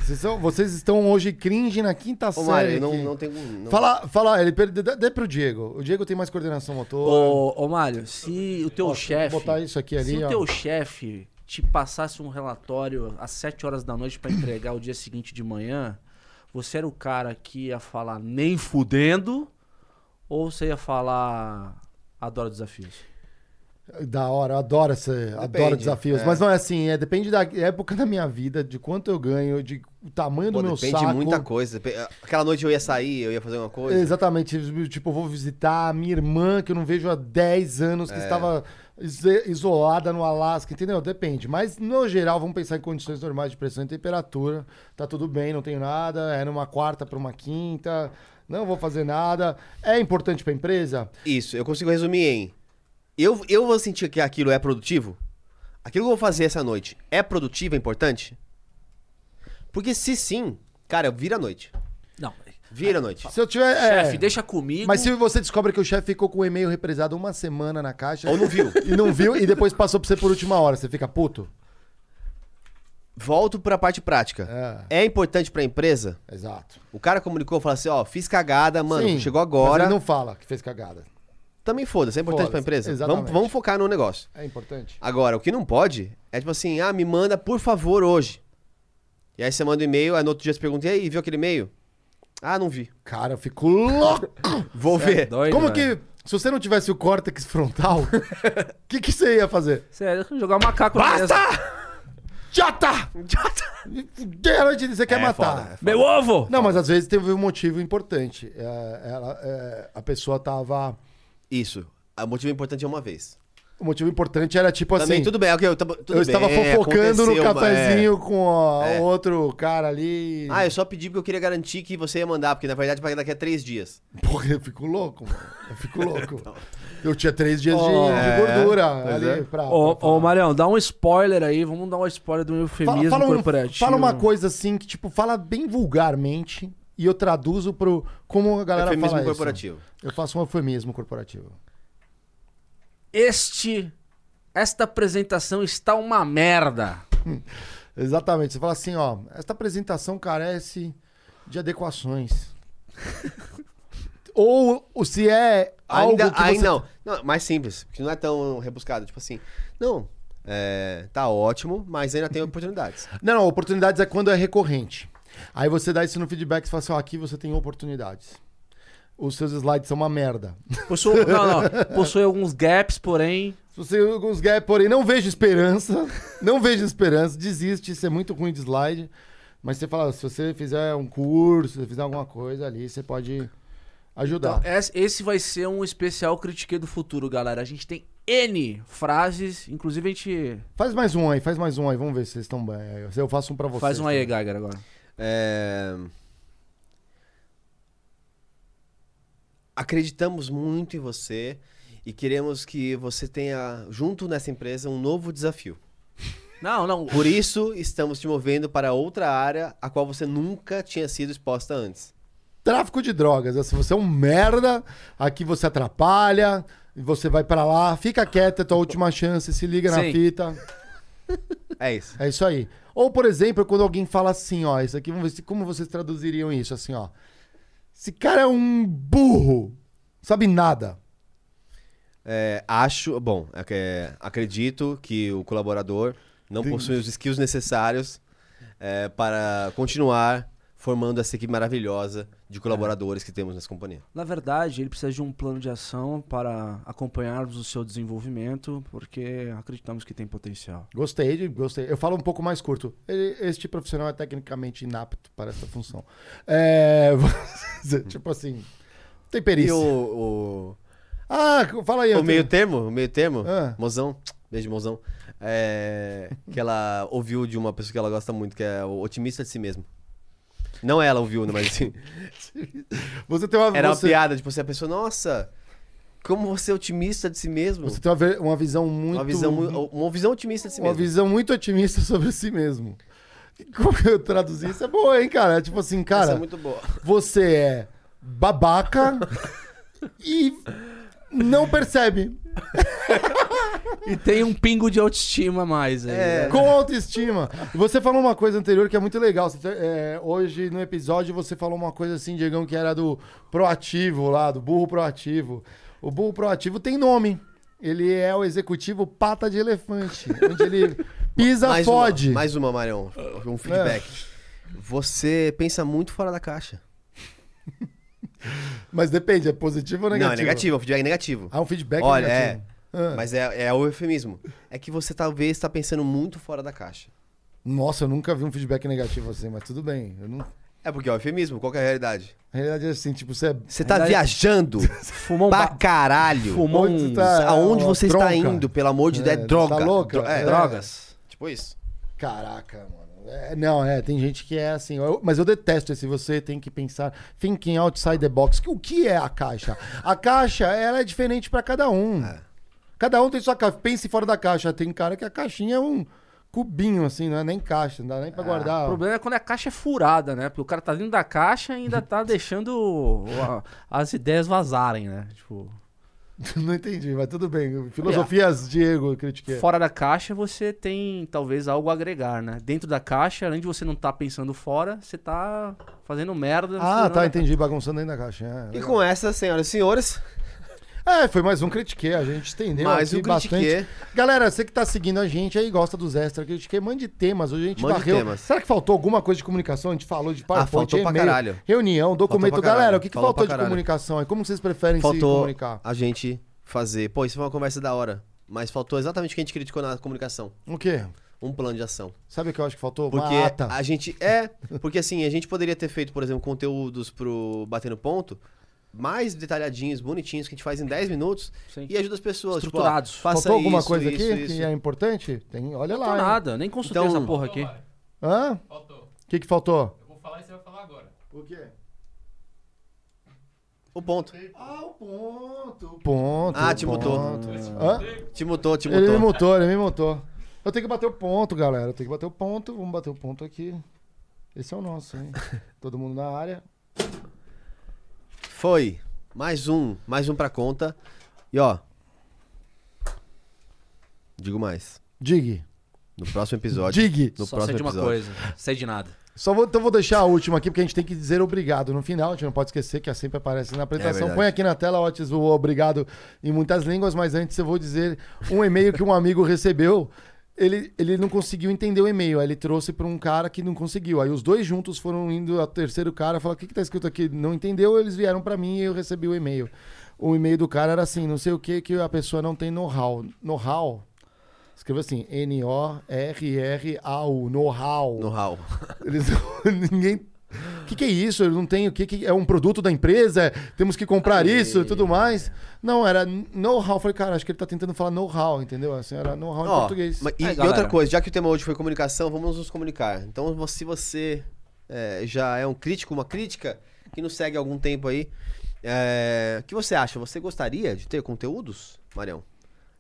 B: Vocês, são- vocês estão hoje cringe na quinta
A: Ô,
B: série.
A: Mário, não,
B: aqui.
A: não tem. Não...
B: é Fala, fala, ele perde, dê, dê pro Diego. O Diego tem mais coordenação motor.
C: Ô, ô Mário, se o teu
B: Ó,
C: chefe.
B: Vou botar isso aqui
C: se
B: ali,
C: o
B: ó.
C: teu chefe te passasse um relatório às 7 horas da noite pra entregar o dia seguinte de manhã, você era o cara que ia falar nem fudendo ou você ia falar adoro desafios?
B: Da hora, eu adoro, essa, adoro desafios.
A: é.
B: Mas não é assim, é, depende da época da minha vida, de quanto eu ganho, de o tamanho
A: Pô,
B: do meu
A: depende
B: saco.
A: de muita coisa. Depe- Aquela noite eu ia sair, eu ia fazer uma coisa.
B: Exatamente. Tipo, eu vou visitar a minha irmã, que eu não vejo há 10 anos,
A: É.
B: que estava iso- isolada no Alasca, entendeu? Depende. Mas, no geral, vamos pensar em condições normais de pressão e temperatura. Tá tudo bem, não tenho nada. É numa quarta para uma quinta. Não vou fazer nada. É importante para empresa?
A: Isso, eu consigo resumir em. Eu, eu vou sentir que aquilo é produtivo? Aquilo que eu vou fazer essa noite é produtivo, é importante? Porque se sim, cara, vira a noite.
C: Não.
A: Vira a noite.
B: Se eu tiver. é.
C: Chefe, deixa comigo.
B: Mas se você descobre que o chefe ficou com o e-mail represado uma semana na caixa.
A: Ou não viu.
B: E não viu, e depois passou pra você por última hora. Você fica puto?
A: Volto pra parte prática. É importante pra empresa?
B: É, exato.
A: O cara comunicou, falou assim, ó, fiz cagada, mano,
B: Sim,
A: chegou
B: mas
A: agora.
B: ele não fala que fez cagada.
A: Também foda-se, é importante pra
B: Foda-se,
A: empresa. Vamos,
B: exatamente.
A: vamos focar no negócio.
B: É importante.
A: Agora, o que não pode é tipo assim, ah, me manda por favor hoje. E aí você manda um e-mail, aí no outro dia você pergunta, e aí, viu aquele e-mail? Ah, não vi.
B: Cara, eu fico louco.
A: Vou ver.
C: Doido,
B: Como
C: velho.
B: que, se você não tivesse o córtex frontal, o que, que você ia fazer?
C: Sério, jogar um macaco na mesa.
B: Jota! Jota! Você quer
A: É
B: matar.
A: foda, é
C: Meu ovo!
B: Não, mas às vezes teve um motivo importante. É, ela, é, a pessoa tava...
A: Isso. O motivo importante é uma vez.
B: O motivo importante era tipo
A: Também
B: assim...
A: tudo bem. ok, Eu, tava- tudo
B: eu estava
A: bem, é,
B: fofocando no
A: aconteceu, mas-
B: cafezinho com o
A: É.
B: outro cara ali.
A: é. Ah, eu só pedi porque eu queria garantir que você ia mandar, porque na verdade vai daqui a três dias.
B: Porra, eu fico louco, mano. Eu fico louco. eu tinha três dias de, de
A: é,
B: gordura
A: pois
B: ali
A: Então. é.
B: pra,
C: Ô,
B: pra falar.
C: ô Marião, dá um spoiler aí, vamos dar um spoiler do
B: Fala,
C: eufemismo
B: fala, um-
C: corporativo.
B: fala uma coisa assim que, tipo, fala bem vulgarmente e eu traduzo pro. Como a galera
A: Eufemismo
B: fala.
A: É corporativo.
B: Isso. Eu faço um eufemismo corporativo.
C: Este Esta apresentação está uma merda.
B: Exatamente. Você fala assim, ó, esta apresentação carece de adequações. Ou, ou se é algo
A: Ainda,
B: que
A: aí
B: você...
A: não. não. Mais simples, que não é tão rebuscado. Tipo assim, não, é, tá ótimo, mas ainda tem oportunidades.
B: Não, não, oportunidades é quando é recorrente. Aí você dá isso no feedback e fala assim, ó, aqui você tem oportunidades. Os seus slides são uma merda.
C: Possui, não, não, possui alguns gaps, porém.
B: Se você os gap, porém, não vejo esperança, não vejo esperança, desiste, isso é muito ruim de slide. Mas você fala, se você fizer um curso, se você fizer alguma coisa ali, você pode ajudar.
C: Então, es- esse vai ser um especial Critiquei do Futuro, galera. A gente tem N frases, inclusive a gente
B: Faz mais um aí, faz mais um aí, vamos ver se vocês estão bem. aí. Eu faço um pra vocês.
C: faz um aí,
B: também.
C: Geiger, agora.
A: É, Acreditamos muito em você e queremos que você tenha, junto nessa empresa, um novo desafio.
C: Não, não.
A: Por isso, estamos te movendo para outra área a qual você nunca tinha sido exposta antes.
B: Tráfico de drogas, se você é um merda, aqui você atrapalha, e você vai pra lá, fica quieto, é tua última chance, se liga na
C: Sim.
B: fita.
A: É isso.
B: É isso aí. Ou, por exemplo, quando alguém fala assim, ó, isso aqui, vamos ver se, como vocês traduziriam isso, assim, ó. Esse cara é um burro, sabe nada.
A: É, acho, bom, é que- é, acredito que o colaborador não possui os skills necessários é, para continuar formando essa equipe maravilhosa de colaboradores que temos nessa companhia.
C: Na verdade, ele precisa de um plano de ação para acompanharmos o seu desenvolvimento, porque acreditamos que tem potencial.
B: Gostei, de- gostei. Eu falo um pouco mais curto. Ele- Este profissional é tecnicamente inapto para essa função. É, tipo assim, tem
A: E
B: perícia.
A: o,
B: Ah, fala aí.
A: o, o
B: Antônio.
A: meio termo, o meio termo,
B: Ah.
A: mozão, beijo mozão, é, que ela ouviu de uma pessoa que ela gosta muito, que é o otimista de si mesmo. Não ela ouviu, né, mas assim,
B: Você tem uma,
A: era uma
B: você,
A: piada, tipo assim, a pessoa, nossa, como você é otimista de si mesmo.
B: você tem uma, ve- uma visão muito...
A: Uma visão, mu- uma visão otimista de si
B: uma
A: mesmo.
B: visão muito otimista sobre si mesmo. Como eu traduzi isso? É boa, hein, cara? É tipo assim, cara,
A: Essa é muito boa.
B: você é babaca e não percebe.
C: E tem um pingo de autoestima a mais aí.
A: É.
C: né?
B: Com autoestima. E Você falou uma coisa anterior que é muito legal. Você, é, hoje, no episódio, você falou uma coisa assim, Diegão, que era do proativo lá, do burro proativo. O burro proativo tem nome. Ele é o executivo pata de elefante. onde ele pisa,
A: mais
B: fode. É.
A: Uma, mais uma, Marion. Um feedback. Você pensa muito fora da caixa.
B: Mas depende, é positivo ou negativo?
A: Não, é negativo. É um feedback negativo.
B: Ah, um feedback
A: Olha,
B: negativo. Ah.
A: é. Mas é, é o eufemismo. É que você talvez está pensando muito fora da caixa.
B: Nossa, eu nunca vi um feedback negativo assim, mas tudo bem. Eu não...
A: É porque é o eufemismo. Qual que é a realidade?
B: Na realidade é assim, tipo, você é...
A: Você tá
C: Ainda-
A: viajando
C: Fumou um
A: pra
C: ba-
A: caralho.
C: Fumou
B: Onde
C: um-
B: você tá?
A: Aonde
B: É uma
A: você está
B: tronca.
A: indo, pelo amor de Deus. É,
B: É,
A: droga.
B: tá louca?
A: Dro- é,
B: É.
A: drogas. Tipo isso.
B: Caraca, mano. É, não, é, tem gente que é assim. eu- mas eu detesto esse você tem que pensar, thinking outside the box. que- O que é a caixa? A caixa, ela é diferente pra cada um.
A: É.
B: Cada um tem sua caixa. Pense fora da caixa. Tem cara que a caixinha é um cubinho, assim, não é nem caixa, não dá nem pra guardar.
C: O problema é quando a caixa é furada, né? Porque o cara tá dentro da caixa e ainda tá deixando o- a- as ideias vazarem, né? Tipo,
B: não entendi, mas tudo bem. Filosofias,
A: É.
B: Diego, eu critiquei.
C: fora da caixa você tem talvez algo a agregar, né? Dentro da caixa, além de você não tá pensando fora, você tá fazendo merda.
B: Ah,
C: furando
B: tá,
C: a-
B: entendi. Bagunçando dentro da caixa. é,
A: E
B: legal.
A: com essa, senhoras e senhores,
B: É, foi mais um Critique, a gente entendeu
A: mais
B: aqui
A: um
B: bastante.
A: critique.
B: Galera, você que tá seguindo a gente aí, gosta dos extras Critique, mande temas, hoje a gente
A: Mande
B: varreu.
A: temas. Ah,
B: Será que faltou alguma coisa de comunicação? A gente falou de PowerPoint,
A: faltou pra
B: e-mail,
A: caralho.
B: reunião, documento.
A: pra caralho.
B: Galera, o que, que
A: Falou pra
B: faltou de
A: caralho.
B: comunicação aí? Como vocês preferem se
A: faltou
B: comunicar?
A: a gente fazer. Pô, isso foi uma conversa da hora. Mas faltou exatamente o que a gente criticou na comunicação.
B: O quê?
A: Um plano de ação.
B: Sabe o que eu acho que faltou?
A: Porque
B: Uma ata.
A: a gente. É, porque assim, a gente poderia ter feito, por exemplo, conteúdos pro Batendo Ponto mais detalhadinhos, bonitinhos, que a gente faz em 10 minutos
C: Sim.
A: e ajuda as pessoas. tipo,
C: Estruturados.
A: ó, faça
B: Faltou alguma
A: isso,
B: coisa
A: isso,
B: aqui
A: isso.
B: que é importante? Tem, olha
C: Não tô
B: lá. hein?
C: nada, nem consultei
A: Então-
C: essa porra aqui.
B: Hã?
F: Faltou.
B: O que, que faltou?
F: Eu vou falar e você vai falar agora.
B: O quê?
A: O ponto.
B: Ah, o ponto. Ponto.
A: Ah, te mutou.
B: ponto. Hã?
A: Te mutou, te
B: Ele me
A: mutou.
B: montou, ele me montou. Eu tenho que bater o ponto, galera. Eu tenho que bater o ponto. Vamos bater o ponto aqui. Esse é o nosso, hein? Todo mundo na área.
A: Foi. Mais um, mais um pra conta. E ó. Digo mais.
B: Dig.
A: No próximo episódio.
B: Dig.
A: No
C: Só sei
A: próximo
C: de uma
A: episódio.
C: coisa, sei de nada.
B: Só vou, então vou deixar a última aqui, porque a gente tem que dizer obrigado no final. A gente não pode esquecer que sempre aparece na apresentação.
A: verdade.
B: Põe aqui na tela, Otis, o obrigado em muitas línguas, mas antes eu vou dizer um e-mail que um amigo recebeu. Ele, ele não conseguiu entender o e-mail, aí ele trouxe para um cara que não conseguiu. Aí os dois juntos foram indo ao terceiro cara e falaram: O que, que tá escrito aqui? Não entendeu? Eles vieram para mim e eu recebi o e-mail. O e-mail do cara era assim: Não sei o que que a pessoa não tem know-how. Know-how? Escreva assim: N-O-R-R-A-U. Know-how.
A: No Hall.
B: Eles ninguém. O que, que é isso? Eu não tenho. O que, que é um produto da empresa? Temos que comprar isso e tudo mais. Não, era know-how. Falei, cara, acho que ele tá tentando falar know-how, entendeu? Assim, era know-how em
A: Ó,
B: português.
A: mas- e,
C: Aí,
A: e
C: É, galera.
A: outra coisa, já que o tema hoje foi comunicação, vamos nos comunicar. Então, vo- se você é, já é um crítico, uma crítica, que nos segue há algum tempo aí, é, o que você acha? Você gostaria de ter conteúdos, Marião?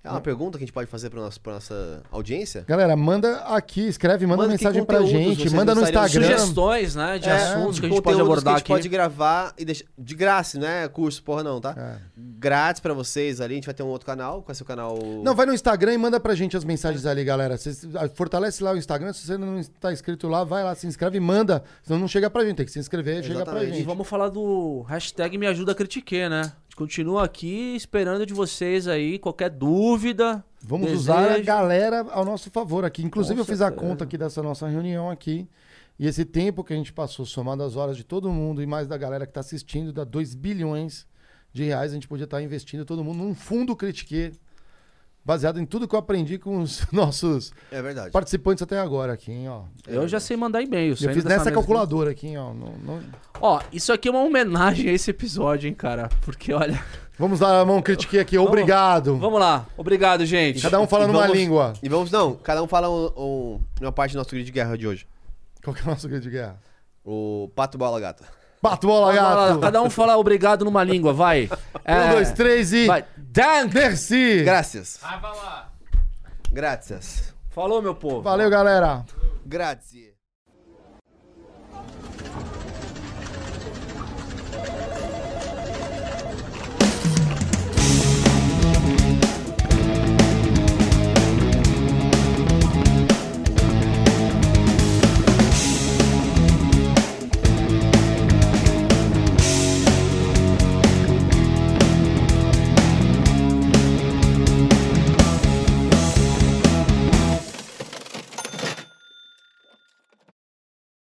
A: É
B: Hum.
A: uma pergunta que a gente pode fazer para nossa audiência?
B: Galera, manda aqui, escreve, manda,
A: Manda que
B: mensagem pra
A: conteúdos
B: gente,
A: vocês
B: manda no
A: gostariam de
B: Instagram.
C: Sugestões, né, de
A: É,
C: assuntos que a gente pode
A: conteúdos
C: abordar
A: que a gente
C: aqui.
A: pode gravar e deixar de graça, não é curso, porra não, tá?
B: É.
A: Grátis pra vocês ali, a gente vai ter um outro canal, qual é o seu canal?
B: Não, vai no Instagram e manda pra gente as mensagens ali, galera. Vocês- ah, fortalece lá o Instagram. Se você não está inscrito lá, vai lá, se inscreve e manda. Senão não chega pra gente. Tem que se inscrever, chega pra
A: Exatamente.
C: E
B: gente.
C: vamos falar do hashtag Me Ajuda a Critiquei, né? A gente continua aqui esperando de vocês aí qualquer dúvida.
B: Vamos
C: desejo.
B: usar a galera ao nosso favor aqui. Inclusive,
C: Com
B: eu fiz a
C: certeza.
B: conta aqui dessa nossa reunião aqui. E esse tempo que a gente passou, somado as horas de todo mundo e mais da galera que está assistindo, dá 2 bilhões de reais. A gente podia estar investindo todo mundo num fundo critique, baseado em tudo que eu aprendi com os nossos
A: É verdade.
B: participantes até agora aqui, hein, ó.
C: Eu já sei mandar
B: É
C: e-mail.
B: Eu
C: saindo
B: fiz
C: dessa
B: nessa
C: mesa.
B: calculadora aqui, hein, ó. Não- não-
C: Ó, isso aqui é uma homenagem a esse episódio, hein, cara? Porque, olha...
B: Vamos dar a mão critique aqui. Obrigado.
C: Vamos lá. Obrigado, gente.
B: Cada um falando
A: E vamos-
B: uma língua.
A: E vamos, não, cada um fala um- um- uma parte do nosso grid de guerra de hoje.
B: Qual que é o nosso grande guerra?
A: O Pato Bola Gata.
B: Pato bola,
C: Vamos lá,
B: gato.
C: Cada um fala obrigado numa língua, vai. É,
B: Um, dois, três e.
C: Vai. Dank!
B: Merci.
A: Graças.
F: Ah, Vai, vai lá.
A: Graças.
C: Falou, meu povo.
B: Valeu, galera.
A: Grazie.